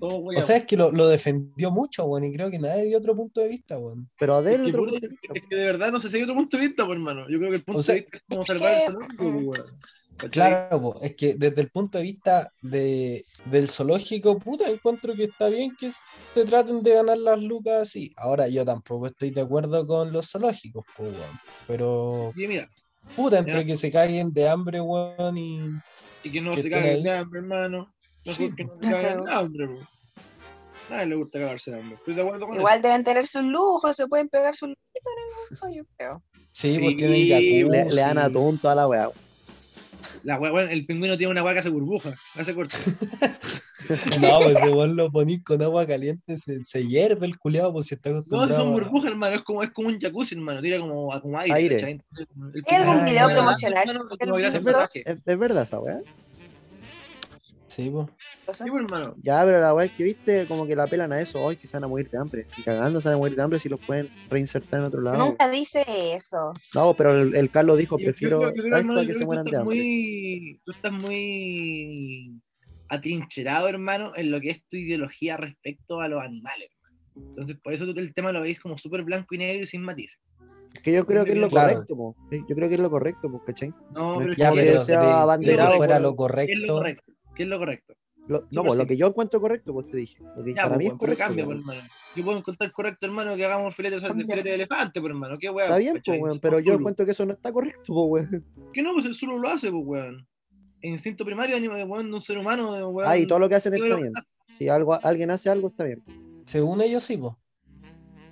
[SPEAKER 4] Todo
[SPEAKER 1] O sea, es que lo, lo defendió mucho, weón, y creo que nadie dio otro punto de vista, weón.
[SPEAKER 3] Pero a
[SPEAKER 4] es
[SPEAKER 3] ver,
[SPEAKER 4] que,
[SPEAKER 3] otro
[SPEAKER 4] puta, es que de verdad no sé si hay otro punto de vista, pues, hermano. Yo creo que el punto
[SPEAKER 1] O sea,
[SPEAKER 4] de vista es como
[SPEAKER 2] es
[SPEAKER 4] salvar
[SPEAKER 2] que-
[SPEAKER 4] el zoológico, pues, weón. ¿Cachai?
[SPEAKER 1] Claro, po, es que desde el punto de vista de, del zoológico, puta, encuentro que está bien que se traten de ganar las lucas así. Ahora, yo tampoco estoy de acuerdo con los zoológicos, po, weón. Pero,
[SPEAKER 4] Y mira,
[SPEAKER 1] puta, entre que se caguen de hambre, weón, y.
[SPEAKER 4] y que no
[SPEAKER 1] Que
[SPEAKER 4] se
[SPEAKER 1] estén
[SPEAKER 4] caguen de
[SPEAKER 1] ahí.
[SPEAKER 4] hambre, hermano. No
[SPEAKER 1] Sí,
[SPEAKER 4] sé que no se
[SPEAKER 2] Ajá.
[SPEAKER 4] caguen de hambre, weón. Nadie le gusta cagarse de hambre. Estoy de acuerdo con
[SPEAKER 2] Igual deben tener sus lujos, se pueden pegar sus lujitos en el mundo, yo creo.
[SPEAKER 1] Sí,
[SPEAKER 4] Sí,
[SPEAKER 1] pues tienen
[SPEAKER 4] le-
[SPEAKER 3] le,
[SPEAKER 1] jacuzzi.
[SPEAKER 3] le dan atún toda la weá.
[SPEAKER 4] eso. La weá, weón, el pingüino tiene una weá que hace burbuja. Hace corte.
[SPEAKER 1] No, pues ese weón lo ponís con agua caliente, se, se hierve el culeado, pues si está
[SPEAKER 4] No,
[SPEAKER 1] acostumbrado.
[SPEAKER 4] si son
[SPEAKER 1] a-
[SPEAKER 4] burbujas, hermano. Es como, es como un jacuzzi, hermano. Tira como, como aire.
[SPEAKER 3] Aire.
[SPEAKER 4] ¿cachai? Entonces, el-
[SPEAKER 2] ¿Hay algún
[SPEAKER 1] Ah,
[SPEAKER 2] video
[SPEAKER 1] ya.
[SPEAKER 2] promocional?
[SPEAKER 4] Hermano,
[SPEAKER 2] ¿El
[SPEAKER 4] como que le hacen
[SPEAKER 2] Windsor?
[SPEAKER 4] masaje.
[SPEAKER 3] ¿Es, es verdad esa weá?
[SPEAKER 1] Sí, pues.
[SPEAKER 4] Sí, pues, hermano.
[SPEAKER 3] Ya, pero la weá que viste, como que la pelan a eso. Hoy que se van a morir de hambre. Y cagando se van a morir de hambre si los pueden reinsertar en otro lado.
[SPEAKER 2] Nunca dice eso.
[SPEAKER 3] No, pero el, el Carlos dijo,
[SPEAKER 4] Yo- yo
[SPEAKER 3] prefiero
[SPEAKER 4] creo- yo creo,
[SPEAKER 3] esto
[SPEAKER 4] hermano,
[SPEAKER 3] a
[SPEAKER 4] yo
[SPEAKER 3] que
[SPEAKER 4] creo
[SPEAKER 3] se mueran
[SPEAKER 4] tú
[SPEAKER 3] de
[SPEAKER 4] estás
[SPEAKER 3] hambre.
[SPEAKER 4] muy- Tú estás muy atrincherado, hermano, en lo que es tu ideología respecto a los animales, hermano. Entonces, por eso tú el tema lo veis como súper blanco y negro y sin matices.
[SPEAKER 3] Es que yo creo que es lo
[SPEAKER 1] Claro.
[SPEAKER 3] correcto, po. Yo creo que es lo correcto, po, ¿cachai?
[SPEAKER 4] No,
[SPEAKER 3] No,
[SPEAKER 4] pero es
[SPEAKER 1] Ya,
[SPEAKER 4] que-
[SPEAKER 3] Como que
[SPEAKER 1] pero de,
[SPEAKER 3] sea
[SPEAKER 1] de
[SPEAKER 3] abanderado
[SPEAKER 1] que fuera
[SPEAKER 3] por-
[SPEAKER 1] lo
[SPEAKER 4] ¿qué es lo
[SPEAKER 1] correcto.
[SPEAKER 4] correcto? ¿Qué es lo correcto?
[SPEAKER 3] Lo- no,
[SPEAKER 4] pero
[SPEAKER 3] pues lo
[SPEAKER 4] sí.
[SPEAKER 3] que yo encuentro correcto, pues te dije. Lo que
[SPEAKER 4] Ya,
[SPEAKER 3] para
[SPEAKER 4] pues,
[SPEAKER 3] mí es
[SPEAKER 4] weón, pero
[SPEAKER 3] correcto.
[SPEAKER 4] cambia, pues,
[SPEAKER 3] weón.
[SPEAKER 4] hermano. Yo puedo encontrar correcto, hermano, que hagamos filete de,
[SPEAKER 2] Cambia.
[SPEAKER 4] filete de elefante, pues, hermano. Qué weón.
[SPEAKER 3] Está bien, pues,
[SPEAKER 4] ¿cachai?
[SPEAKER 3] weón, pero yo
[SPEAKER 4] Solo.
[SPEAKER 3] encuentro que eso no está correcto, pues, weón.
[SPEAKER 4] Que no, pues el solo lo hace, pues, weón. El instinto primario anima de weón, de un ser humano, de weón.
[SPEAKER 3] Ah, y todo lo que hacen
[SPEAKER 4] Yo
[SPEAKER 3] está
[SPEAKER 4] creo-
[SPEAKER 3] bien. Si algo, alguien hace algo, está bien.
[SPEAKER 1] Según ellos, sí, pues.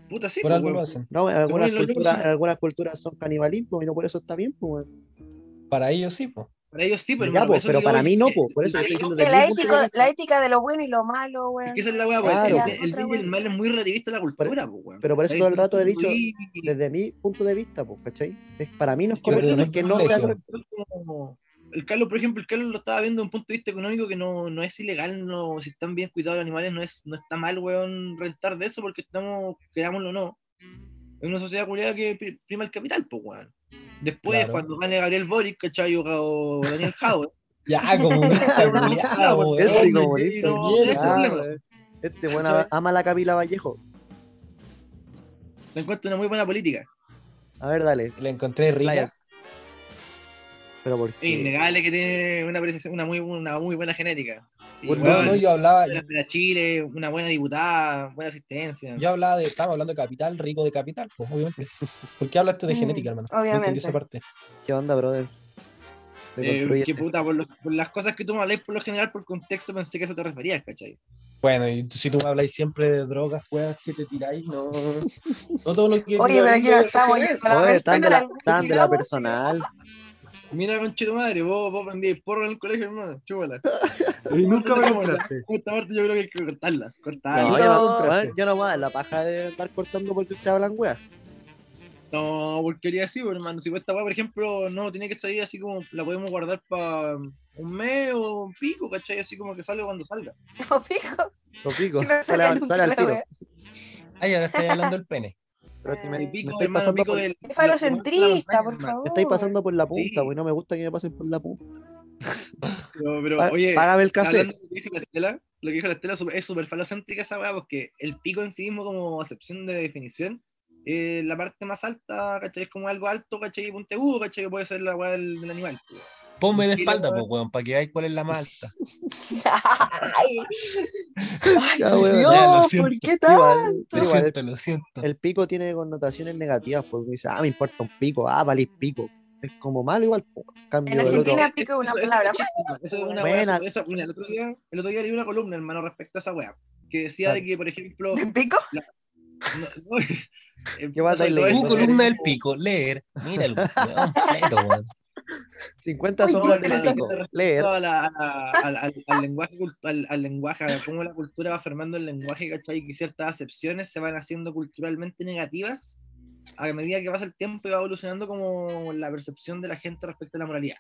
[SPEAKER 4] Puta, sí,
[SPEAKER 1] Por
[SPEAKER 4] pues,
[SPEAKER 1] algo lo
[SPEAKER 4] weón.
[SPEAKER 1] hacen.
[SPEAKER 3] No, en algunas,
[SPEAKER 4] Según los
[SPEAKER 3] culturas,
[SPEAKER 4] locos,
[SPEAKER 3] en algunas culturas son canibalismo y no por eso está bien, pues, weón.
[SPEAKER 1] Para ellos, sí, pues.
[SPEAKER 4] Para ellos sí, pero,
[SPEAKER 3] Ya,
[SPEAKER 4] hermano,
[SPEAKER 3] pues,
[SPEAKER 4] eso es
[SPEAKER 3] pero
[SPEAKER 4] lo que
[SPEAKER 3] para
[SPEAKER 4] voy.
[SPEAKER 3] mí no, pues, por eso
[SPEAKER 4] Es
[SPEAKER 3] estoy diciendo
[SPEAKER 2] Que
[SPEAKER 3] desde
[SPEAKER 2] la,
[SPEAKER 3] mi punto de
[SPEAKER 2] ética,
[SPEAKER 3] vista.
[SPEAKER 2] la ética de lo bueno y lo malo, weón.
[SPEAKER 4] que esa es la weá, pues.
[SPEAKER 3] Claro.
[SPEAKER 4] el- El,
[SPEAKER 2] Otra
[SPEAKER 4] bien y
[SPEAKER 2] weá.
[SPEAKER 4] el mal es muy relativista a la cultura, pues, weón.
[SPEAKER 3] pero por eso
[SPEAKER 4] Ahí
[SPEAKER 3] todo el
[SPEAKER 4] tú-
[SPEAKER 3] rato he
[SPEAKER 4] tú
[SPEAKER 3] dicho-
[SPEAKER 4] podís-
[SPEAKER 3] desde mi punto de vista, pues, ¿cachai? Es- para mí no es
[SPEAKER 4] Yo creo que
[SPEAKER 3] correcto, no es que no sea
[SPEAKER 1] privilegio.
[SPEAKER 3] correcto.
[SPEAKER 4] como- El Carlos, por ejemplo, el Carlos lo estaba viendo desde un punto de vista económico que no, no es ilegal, no, si están bien cuidados los animales, no, es, no está mal, weón, rentar de eso porque estamos, creámoslo o no, en una sociedad culiada que pri- prima el capital, pues, weón. Después,
[SPEAKER 1] Claro.
[SPEAKER 4] cuando gane Gabriel Boric, ¿cachai? O, o Daniel Jadwe.
[SPEAKER 1] Ya, comunista,
[SPEAKER 4] Ah,
[SPEAKER 1] culiao,
[SPEAKER 4] pues,
[SPEAKER 1] weón.
[SPEAKER 3] sí,
[SPEAKER 4] no,
[SPEAKER 3] como bonito,
[SPEAKER 4] no,
[SPEAKER 1] bien,
[SPEAKER 4] no hay
[SPEAKER 1] ah,
[SPEAKER 4] problema.
[SPEAKER 3] Este, bueno, ama la Camila Vallejo.
[SPEAKER 4] Me encuentro una muy buena política.
[SPEAKER 3] A ver, dale.
[SPEAKER 1] La encontré rica.
[SPEAKER 3] Playa. Pero porque.
[SPEAKER 4] Es innegable que tiene una, apreciación- una, muy, una muy buena genética. Y,
[SPEAKER 3] Bueno,
[SPEAKER 1] No,
[SPEAKER 4] weón,
[SPEAKER 1] no, yo hablaba,
[SPEAKER 4] buena para Chile, una buena diputada, buena asistencia.
[SPEAKER 1] yo hablaba de, estábamos hablando de capital, rico de capital, pues, obviamente. ¿Por qué hablaste de
[SPEAKER 2] Mm,
[SPEAKER 1] genética, hermano? No
[SPEAKER 2] obviamente.
[SPEAKER 1] entendí esa parte.
[SPEAKER 3] ¿Qué onda, brother? este
[SPEAKER 4] Eh,
[SPEAKER 3] Deconstrúyete.
[SPEAKER 4] que puta, por, los- por las cosas que tú me habláis por lo general, por contexto, pensé que a eso te referías, ¿cachai?
[SPEAKER 1] Bueno, y tú- si tú me habláis siempre de drogas, weas, que te tiráis, no. No todo lo que.
[SPEAKER 2] Oye, pero aquí no
[SPEAKER 1] no
[SPEAKER 2] estamos
[SPEAKER 1] decir
[SPEAKER 2] yendo
[SPEAKER 1] eso.
[SPEAKER 2] a la
[SPEAKER 3] Oye, tan de la,
[SPEAKER 2] personal,
[SPEAKER 3] tan de la
[SPEAKER 2] digamos.
[SPEAKER 3] personal.
[SPEAKER 4] Mira, conchito madre, vos, vos vendíais porro en el colegio, hermano, chúpala.
[SPEAKER 1] Y nunca me
[SPEAKER 4] Esta
[SPEAKER 1] compraste.
[SPEAKER 4] parte yo creo que hay que cortarla,
[SPEAKER 3] No,
[SPEAKER 4] cortarla.
[SPEAKER 3] yo no,
[SPEAKER 1] compraste.
[SPEAKER 3] weón, yo no voy a dar la paja de andar cortando porque se hablan weas.
[SPEAKER 4] No, porquería así, pues, hermano. Si pues, esta weá, por ejemplo, no tiene que salir así como la podemos guardar para un mes o un pico, ¿cachai? Así como que salga cuando salga.
[SPEAKER 2] No, fijo,
[SPEAKER 3] Los picos,
[SPEAKER 2] que
[SPEAKER 3] sale,
[SPEAKER 2] no salga
[SPEAKER 3] al-
[SPEAKER 2] nunca
[SPEAKER 3] sale al
[SPEAKER 2] la
[SPEAKER 3] tiro.
[SPEAKER 2] wea.
[SPEAKER 1] Ay, ahora estoy hablando del pene.
[SPEAKER 3] Pero es que me,
[SPEAKER 2] Ay,
[SPEAKER 4] Mi
[SPEAKER 3] me
[SPEAKER 4] pico,
[SPEAKER 3] estáis,
[SPEAKER 4] hermano,
[SPEAKER 3] pasando
[SPEAKER 4] pico
[SPEAKER 3] por,
[SPEAKER 4] del.
[SPEAKER 2] Es Fallocentrista, por favor.
[SPEAKER 3] me estáis pasando por la punta,
[SPEAKER 4] Sí.
[SPEAKER 3] güey. No me gusta que me pasen por la punta.
[SPEAKER 4] Pero, pero,
[SPEAKER 3] Pa-
[SPEAKER 4] oye,
[SPEAKER 3] Págame el café.
[SPEAKER 4] hablando de lo que dijo la Estela, lo que dijo la Estela es súper falocéntrica esa weá, porque el pico en sí mismo, como acepción de definición, eh, la parte más alta, ¿cachai? Es como algo alto, ¿cachai? Puntegudo, ¿cachai? Que puede ser la weá del, del animal. pues.
[SPEAKER 1] Ponme de
[SPEAKER 4] Sí,
[SPEAKER 1] espalda,
[SPEAKER 4] weón.
[SPEAKER 1] pues, weón, para que veáis cuál es la malta.
[SPEAKER 2] Ay, Ay,
[SPEAKER 3] Ya, weón.
[SPEAKER 2] Dios,
[SPEAKER 1] Ya, lo
[SPEAKER 2] ¿por
[SPEAKER 1] siento.
[SPEAKER 2] qué tal?
[SPEAKER 3] Igual,
[SPEAKER 1] Lo
[SPEAKER 3] igual,
[SPEAKER 1] siento, lo siento.
[SPEAKER 3] el pico tiene connotaciones negativas porque dice, ah, me importa un pico, ah, valís pico. Es como malo igual. po.
[SPEAKER 2] En
[SPEAKER 3] Cambio el otro.
[SPEAKER 2] Argentina pico es una
[SPEAKER 4] Eso- eso
[SPEAKER 2] palabra.
[SPEAKER 4] es machismo, eso es una
[SPEAKER 3] Buena.
[SPEAKER 4] weá, eso- eso- mira, el otro día, el otro día leí una columna, hermano, respecto a esa weá, que
[SPEAKER 3] Ah.
[SPEAKER 4] decía de que, por ejemplo,
[SPEAKER 2] ¿De pico?
[SPEAKER 4] no- no- eh,
[SPEAKER 3] ¿Qué va a estar
[SPEAKER 4] sobre todo
[SPEAKER 3] leyendo?
[SPEAKER 1] Tu
[SPEAKER 4] esto-
[SPEAKER 1] columna del pico, leer. Mira el weón, fleto, weón.
[SPEAKER 3] 50
[SPEAKER 2] Uy,
[SPEAKER 3] sombras
[SPEAKER 2] qué
[SPEAKER 3] del pico.
[SPEAKER 4] interesante.
[SPEAKER 3] Leer.
[SPEAKER 4] a la- a- al, al- al lenguaje, cult- al, al lenguaje, a ver, cómo la cultura va formando el lenguaje, ¿cachai? Que ciertas acepciones se van haciendo culturalmente negativas a medida que pasa el tiempo y va evolucionando como la percepción de la gente respecto a la moralidad.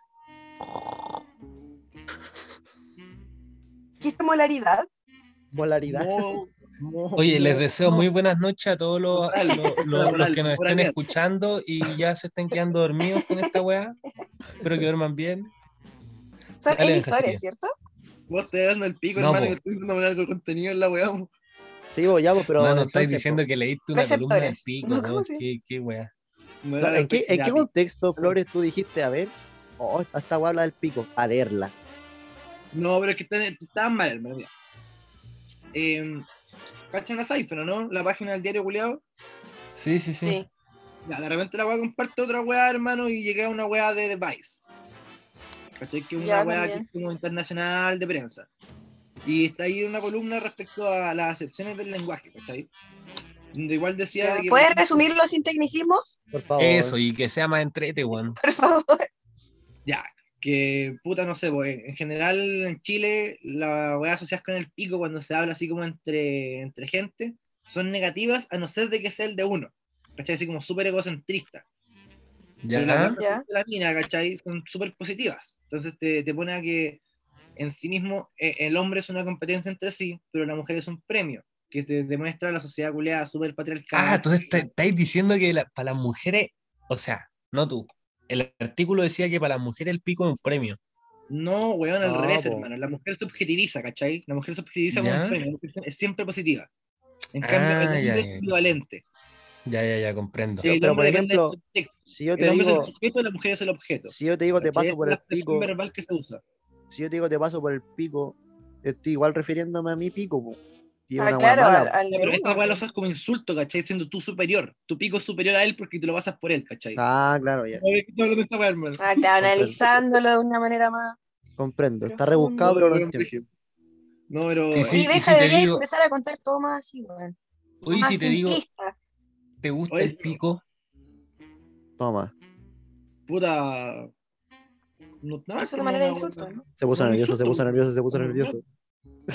[SPEAKER 2] ¿Qué es molaridad?
[SPEAKER 3] Polaridad.
[SPEAKER 4] Mo- mo-
[SPEAKER 1] Oye, les deseo
[SPEAKER 4] mo-
[SPEAKER 1] muy buenas noches a todos los,
[SPEAKER 4] Moral,
[SPEAKER 1] los- los-
[SPEAKER 4] moral,
[SPEAKER 1] los que nos
[SPEAKER 4] moral,
[SPEAKER 1] estén
[SPEAKER 4] bien.
[SPEAKER 1] escuchando y ya se estén quedando dormidos con esta weá. Espero que duerman bien.
[SPEAKER 2] Son
[SPEAKER 1] Dale, Jacilia.
[SPEAKER 2] emisores, ¿cierto?
[SPEAKER 4] Vos te dando el pico,
[SPEAKER 1] No,
[SPEAKER 4] hermano,
[SPEAKER 1] po.
[SPEAKER 4] que estoy dando algo de contenido en la weá. po.
[SPEAKER 3] Sí, bo, ya, bo, pero.
[SPEAKER 1] Mano, estáis
[SPEAKER 3] entonces,
[SPEAKER 1] diciendo
[SPEAKER 3] po,
[SPEAKER 1] que leíste una
[SPEAKER 2] Receptores.
[SPEAKER 1] columna del pico,
[SPEAKER 2] No,
[SPEAKER 1] ¿no?
[SPEAKER 2] ¿cómo se-
[SPEAKER 1] Qué, qué weá.
[SPEAKER 4] No
[SPEAKER 3] claro,
[SPEAKER 4] era
[SPEAKER 3] ¿En qué, en
[SPEAKER 4] la-
[SPEAKER 3] qué contexto, Flores, tú dijiste, a ver, oh, esta weá habla del pico, a leerla?
[SPEAKER 4] No, pero es que está- estaban mal, hermano. mira. Em, ¿Cachan la Cypher, no? La página del diario culiado.
[SPEAKER 1] Sí, sí, sí.
[SPEAKER 2] Sí.
[SPEAKER 4] Ya, de repente la weá comparte otra weá, hermano, y llegué a una weá de Device. ¿Cachai? Que es una
[SPEAKER 2] Ya,
[SPEAKER 4] weá que
[SPEAKER 2] también.
[SPEAKER 4] es como internacional de prensa. Y está ahí una columna respecto a las acepciones del lenguaje, ¿cachai? Donde igual decía. de que, por
[SPEAKER 2] ¿Puedes
[SPEAKER 4] ejemplo,
[SPEAKER 2] resumirlo sin tecnicismos?
[SPEAKER 3] Por favor.
[SPEAKER 1] Eso, y que sea más entrete, weón.
[SPEAKER 2] Por favor.
[SPEAKER 4] Ya, que puta, no sé, pues, en general en Chile la weá asocias con el pico cuando se habla así como entre, entre gente son negativas a no ser de que sea el de uno. ¿Cachai? Así como súper egocentrista.
[SPEAKER 1] Ya,
[SPEAKER 4] Pero las
[SPEAKER 1] ¿ah?
[SPEAKER 4] otras
[SPEAKER 2] Ya.
[SPEAKER 4] cosas de la mina, ¿cachai? Son súper positivas. Entonces te, te pone a que en sí mismo eh, el hombre es una competencia entre sí, pero la mujer es un premio, que se demuestra la sociedad culeada súper patriarcal.
[SPEAKER 1] Ah, entonces está- estáis diciendo que la- para las mujeres, o sea, no tú. El artículo decía que para las mujeres el pico es un premio.
[SPEAKER 4] No, weón, al
[SPEAKER 3] No,
[SPEAKER 4] revés,
[SPEAKER 3] po.
[SPEAKER 4] hermano. La mujer subjetiviza, ¿cachai? La mujer subjetiviza como
[SPEAKER 1] ¿Ya?
[SPEAKER 4] un premio, la mujer es siempre positiva. En
[SPEAKER 1] Ah,
[SPEAKER 4] cambio, el
[SPEAKER 1] ya,
[SPEAKER 4] hombre
[SPEAKER 1] ya, ya.
[SPEAKER 4] es equivalente.
[SPEAKER 1] Ya, ya, ya, comprendo.
[SPEAKER 3] Sí.
[SPEAKER 4] El
[SPEAKER 3] pero,
[SPEAKER 4] hombre
[SPEAKER 3] por
[SPEAKER 4] depende del
[SPEAKER 3] ejemplo,
[SPEAKER 4] contexto.
[SPEAKER 3] Si yo
[SPEAKER 4] El
[SPEAKER 3] te
[SPEAKER 4] hombre
[SPEAKER 3] digo,
[SPEAKER 4] es el sujeto, la mujer es el objeto.
[SPEAKER 3] si yo te digo, te
[SPEAKER 4] ¿cachai?
[SPEAKER 3] paso
[SPEAKER 4] Esa
[SPEAKER 3] por
[SPEAKER 4] es
[SPEAKER 3] el
[SPEAKER 4] la expresión
[SPEAKER 3] pico,
[SPEAKER 4] verbal que se usa.
[SPEAKER 3] si yo te digo, te paso por el pico, estoy igual refiriéndome a mi pico, po. Y es
[SPEAKER 2] Ah,
[SPEAKER 3] una weá
[SPEAKER 2] claro,
[SPEAKER 3] mala,
[SPEAKER 2] al,
[SPEAKER 3] po.
[SPEAKER 2] al
[SPEAKER 4] Ya,
[SPEAKER 2] de
[SPEAKER 4] pero esta
[SPEAKER 2] uno.
[SPEAKER 4] weá lo usas como insulto, ¿cachai? Siendo tú superior. Tu pico es superior a él porque te lo pasas por él, ¿cachai?
[SPEAKER 3] Ah, claro, ya.
[SPEAKER 4] Oye, ¿qué hablo de esta weá, hermano?
[SPEAKER 2] Ah, claro, analizándolo de una manera más.
[SPEAKER 3] Comprendo. Está
[SPEAKER 2] Profundo,
[SPEAKER 3] rebuscado, pero lo
[SPEAKER 4] weón,
[SPEAKER 3] entiendo.
[SPEAKER 4] brígido. No, pero.
[SPEAKER 1] Sí, sí.
[SPEAKER 2] Sí,
[SPEAKER 1] y
[SPEAKER 2] ves,
[SPEAKER 1] si te
[SPEAKER 2] deberías
[SPEAKER 1] digo-
[SPEAKER 2] empezar a contar todo más así, weón.
[SPEAKER 1] Oye,
[SPEAKER 2] Más
[SPEAKER 1] si te digo,
[SPEAKER 2] simplista.
[SPEAKER 1] ¿te gusta
[SPEAKER 4] Oye,
[SPEAKER 1] el
[SPEAKER 4] pero-
[SPEAKER 1] pico?
[SPEAKER 3] Toma.
[SPEAKER 4] Puta. No, no,
[SPEAKER 2] Eso
[SPEAKER 4] no,
[SPEAKER 2] de manera de
[SPEAKER 4] no,
[SPEAKER 2] insulto,
[SPEAKER 4] weón.
[SPEAKER 2] ¿no?
[SPEAKER 3] Se puso
[SPEAKER 4] No, no
[SPEAKER 3] nervioso, se
[SPEAKER 4] insulto,
[SPEAKER 3] puso nervioso, se puso
[SPEAKER 4] No, no.
[SPEAKER 3] nervioso.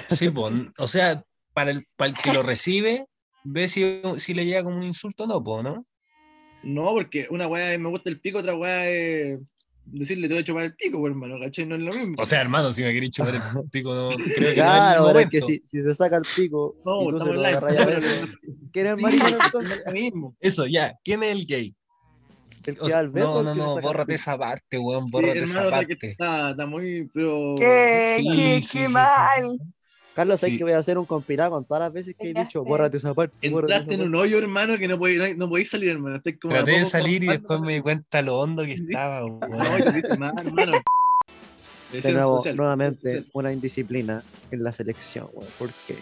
[SPEAKER 1] Sí, po, n- o sea, para el, para el que lo recibe, ve si, si le llega como un insulto o no, po, ¿no?
[SPEAKER 4] No, porque una weá es me gusta el pico, otra weá es decirle te voy a chupar el pico, pues, hermano, ¿cachai? No es lo mismo.
[SPEAKER 1] O sea, hermano, si me queréis chupar el pico, no creo que
[SPEAKER 3] Claro,
[SPEAKER 1] no
[SPEAKER 3] pero
[SPEAKER 1] es
[SPEAKER 3] es
[SPEAKER 1] el
[SPEAKER 3] que
[SPEAKER 1] momento.
[SPEAKER 3] si, si se saca el pico
[SPEAKER 4] No,
[SPEAKER 3] y tú se
[SPEAKER 4] estamos
[SPEAKER 3] lo
[SPEAKER 4] en live.
[SPEAKER 3] agarras a veces, ¿quién es el maricón entonces?
[SPEAKER 4] es lo mismo.
[SPEAKER 1] Eso, ya. ¿Quién es el gay?
[SPEAKER 3] ¿El
[SPEAKER 1] O
[SPEAKER 3] que da
[SPEAKER 1] sea,
[SPEAKER 3] el beso o
[SPEAKER 1] no,
[SPEAKER 3] el
[SPEAKER 1] no, no,
[SPEAKER 3] que se saca el
[SPEAKER 1] bórrate
[SPEAKER 3] pico?
[SPEAKER 1] esa parte, weón,
[SPEAKER 4] Sí,
[SPEAKER 1] bórrate
[SPEAKER 4] hermano,
[SPEAKER 1] esa
[SPEAKER 4] o sea, que
[SPEAKER 1] parte.
[SPEAKER 3] Eh,
[SPEAKER 4] está, está muy. Pero.
[SPEAKER 2] ¡Qué,
[SPEAKER 1] Sí,
[SPEAKER 2] qué,
[SPEAKER 1] sí,
[SPEAKER 2] qué
[SPEAKER 1] sí, sí.
[SPEAKER 2] mal!
[SPEAKER 3] Carlos, sé
[SPEAKER 4] Sí.
[SPEAKER 3] que voy a hacer un compilado con todas las veces que he dicho,
[SPEAKER 2] Entraste.
[SPEAKER 3] bórrate esa parte. bórrate
[SPEAKER 4] Entraste en
[SPEAKER 3] esa
[SPEAKER 4] un hoyo, hermano, que no podéis, no podéis salir, hermano. Estáis como
[SPEAKER 1] Traté
[SPEAKER 4] a
[SPEAKER 1] de
[SPEAKER 4] poco
[SPEAKER 1] salir y
[SPEAKER 4] escapando,
[SPEAKER 1] después me di cuenta lo hondo que
[SPEAKER 4] Sí.
[SPEAKER 1] estaba,
[SPEAKER 4] No,
[SPEAKER 1] weón.
[SPEAKER 4] yo dije, más, hermano.
[SPEAKER 3] De
[SPEAKER 4] Presión
[SPEAKER 3] nuevo,
[SPEAKER 4] social, presión
[SPEAKER 3] nuevamente,
[SPEAKER 4] social.
[SPEAKER 3] una indisciplina en la selección, weón. ¿Por qué?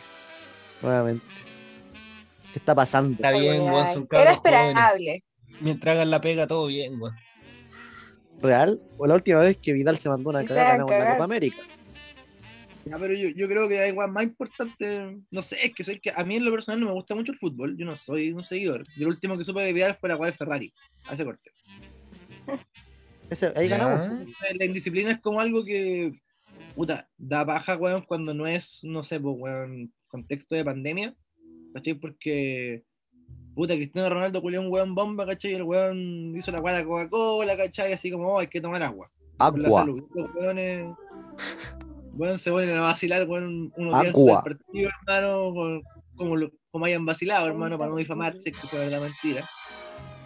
[SPEAKER 3] Nuevamente. ¿Qué está pasando?
[SPEAKER 1] Está bien,
[SPEAKER 2] Ay,
[SPEAKER 1] weón, son
[SPEAKER 2] Era
[SPEAKER 1] cabros jóvenes.
[SPEAKER 2] esperable.
[SPEAKER 1] Mientras hagan la pega, todo bien, weón.
[SPEAKER 3] ¿Real? ¿O la última vez que Vidal se mandó una
[SPEAKER 2] Que
[SPEAKER 3] cagada
[SPEAKER 2] se hagan
[SPEAKER 3] ganamos la
[SPEAKER 2] cagar.
[SPEAKER 3] Copa América?
[SPEAKER 4] Ya, pero yo, yo creo que hay igual más importante. No sé, es que, sé que a mí en lo personal no me gusta mucho el fútbol. Yo no soy un seguidor. Yo lo último que supe de Vidal fue la cual Ferrari. A ese corte.
[SPEAKER 3] Ese- ahí
[SPEAKER 1] Ya.
[SPEAKER 3] ganamos. pues.
[SPEAKER 4] La indisciplina es como algo que. Puta, da baja, weón, cuando no es, no sé, pues, weón, contexto de pandemia. ¿Cachai? Porque. Puta, Cristiano Ronaldo culió un weón bomba, ¿cachai? Y el weón hizo la weá de Coca-Cola, ¿cachai? Así como, oh, hay que tomar agua. por la
[SPEAKER 3] Agua.
[SPEAKER 4] salud. Los weones, weón, se vuelven a vacilar, weón, unos días
[SPEAKER 3] Agua.
[SPEAKER 4] antes del partido, hermano, con- como, lo- como hayan vacilado, hermano, para no difamar, si es que fue la mentira.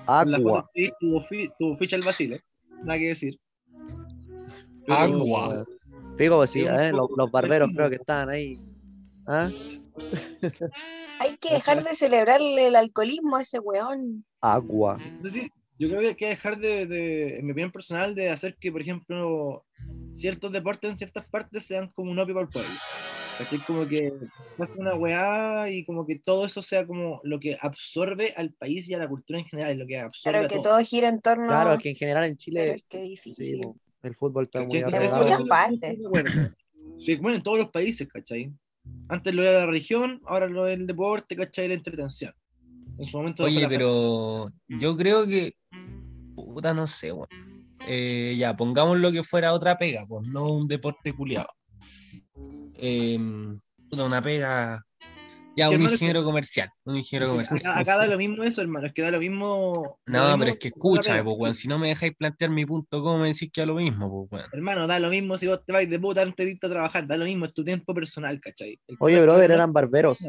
[SPEAKER 4] En La
[SPEAKER 3] Agua.
[SPEAKER 4] foto, sí, tuvo, fi- tuvo ficha el vacile, nada que decir. Pero-
[SPEAKER 1] Agua.
[SPEAKER 3] Figo, pues sí,
[SPEAKER 4] Sí, un
[SPEAKER 3] eh, los,
[SPEAKER 4] poco
[SPEAKER 3] los barberos
[SPEAKER 4] profundo.
[SPEAKER 3] creo que estaban ahí. ¿Ah?
[SPEAKER 2] Hay que dejar de celebrarle el alcoholismo a ese weón.
[SPEAKER 3] Agua.
[SPEAKER 4] Es decir, yo creo que hay que dejar de, de- en mi opinión personal, de hacer que, por ejemplo, ciertos deportes en ciertas partes sean como un opio para el pueblo. Así como que pasa una weá y como que todo eso sea como lo que absorbe al país y a la cultura en general, es lo que absorbe
[SPEAKER 2] Claro
[SPEAKER 4] a
[SPEAKER 2] que
[SPEAKER 4] todo.
[SPEAKER 2] todo gira en torno
[SPEAKER 3] Claro,
[SPEAKER 2] a
[SPEAKER 3] es que en general en
[SPEAKER 2] Pero
[SPEAKER 3] Chile
[SPEAKER 2] es que
[SPEAKER 3] sí,
[SPEAKER 2] difícil.
[SPEAKER 3] po, el fútbol está muy
[SPEAKER 2] que-
[SPEAKER 3] apegado.
[SPEAKER 2] muchas partes.
[SPEAKER 4] Sí, bueno, en todos los países, ¿cachai? Antes lo era la religión, ahora lo es el deporte, ¿cachai? La entretención. En su momento... fue
[SPEAKER 1] Oye,
[SPEAKER 4] la-
[SPEAKER 1] pero yo creo que. Puta, no sé, weón. Eh, ya, pongamos lo que fuera otra pega, pues no un deporte culiado. puta, una pega. Ya,
[SPEAKER 4] Que
[SPEAKER 1] un
[SPEAKER 4] no le-
[SPEAKER 1] ingeniero comercial. Un ingeniero comercial.
[SPEAKER 4] Acá, acá da lo mismo eso, hermano, es que da lo mismo... lo
[SPEAKER 1] No,
[SPEAKER 4] mismo
[SPEAKER 1] pero es que
[SPEAKER 4] que fuera
[SPEAKER 1] escúchame,
[SPEAKER 4] pega.
[SPEAKER 1] pues, weón. Si no me dejáis plantear mi punto, ¿cómo me decís que es lo mismo, pues, weón?
[SPEAKER 4] Hermano, da lo mismo si vos te vais de puta antes de irte a trabajar, da lo mismo, es tu tiempo personal, ¿cachai? El
[SPEAKER 3] Oye,
[SPEAKER 4] contacto
[SPEAKER 3] brother,
[SPEAKER 4] humano-
[SPEAKER 3] eran barberos.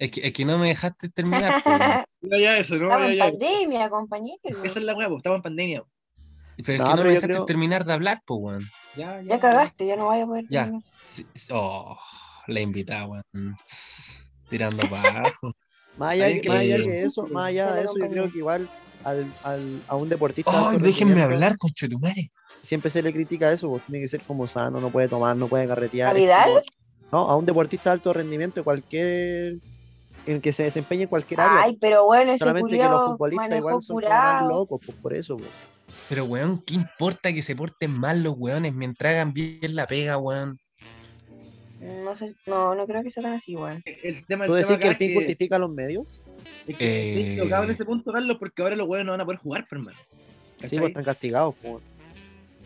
[SPEAKER 1] Es que, es que no me dejaste terminar, pues, weón.
[SPEAKER 4] No, ya eso, no,
[SPEAKER 2] Estamos
[SPEAKER 4] ya,
[SPEAKER 2] en
[SPEAKER 4] ya.
[SPEAKER 2] pandemia, compañero.
[SPEAKER 4] Esa es la weá, pues, estamos en pandemia.
[SPEAKER 1] Pero es
[SPEAKER 3] No,
[SPEAKER 1] que no
[SPEAKER 3] pero
[SPEAKER 1] me
[SPEAKER 3] yo
[SPEAKER 1] dejaste
[SPEAKER 3] creo-
[SPEAKER 1] terminar de hablar, pues, weón.
[SPEAKER 4] Ya,
[SPEAKER 2] Ya cagaste, ya no vaya a poder.
[SPEAKER 1] Ya.
[SPEAKER 2] terminar.
[SPEAKER 1] Sí, sí, Oh, la invitada, weón. Tirando para abajo.
[SPEAKER 3] Más allá,
[SPEAKER 4] Alguien
[SPEAKER 3] que,
[SPEAKER 4] que
[SPEAKER 3] más
[SPEAKER 1] le-
[SPEAKER 3] allá que eso, más allá de
[SPEAKER 2] Dale,
[SPEAKER 3] eso, yo creo
[SPEAKER 2] compañero.
[SPEAKER 3] que igual al, al- a un deportista. de
[SPEAKER 1] ¡Ay,
[SPEAKER 3] alto
[SPEAKER 1] déjenme
[SPEAKER 3] rendimiento
[SPEAKER 1] hablar, conchetumare!
[SPEAKER 3] Siempre se le critica eso, pues, tiene que ser como sano, no puede tomar, no puede carretear.
[SPEAKER 2] ¿A
[SPEAKER 3] es
[SPEAKER 2] Vidal?
[SPEAKER 3] como- no, a un deportista de alto rendimiento, cualquier. En el que se desempeñe en cualquier área.
[SPEAKER 2] Ay, pero bueno, ese
[SPEAKER 3] Solamente que los
[SPEAKER 2] culiao
[SPEAKER 3] futbolistas
[SPEAKER 2] manejó
[SPEAKER 3] igual son como más
[SPEAKER 2] curado.
[SPEAKER 3] locos, pues por eso, pues.
[SPEAKER 1] Pero, weón, ¿qué importa que se porten mal los weones mientras hagan bien la pega, weón?
[SPEAKER 2] No, sé, no, no creo que sea tan así, weón.
[SPEAKER 4] El tema, el
[SPEAKER 3] ¿Tú
[SPEAKER 4] tema
[SPEAKER 3] decís que
[SPEAKER 4] acá
[SPEAKER 3] el
[SPEAKER 4] es
[SPEAKER 3] fin
[SPEAKER 4] que,
[SPEAKER 3] justifica los medios?
[SPEAKER 4] es que
[SPEAKER 1] Eh.
[SPEAKER 4] estoy tocado en este punto, Carlos, porque ahora los weones no van a poder jugar, pues, hermano.
[SPEAKER 3] Sí,
[SPEAKER 4] ¿Cachai?
[SPEAKER 3] pues están castigados, pues.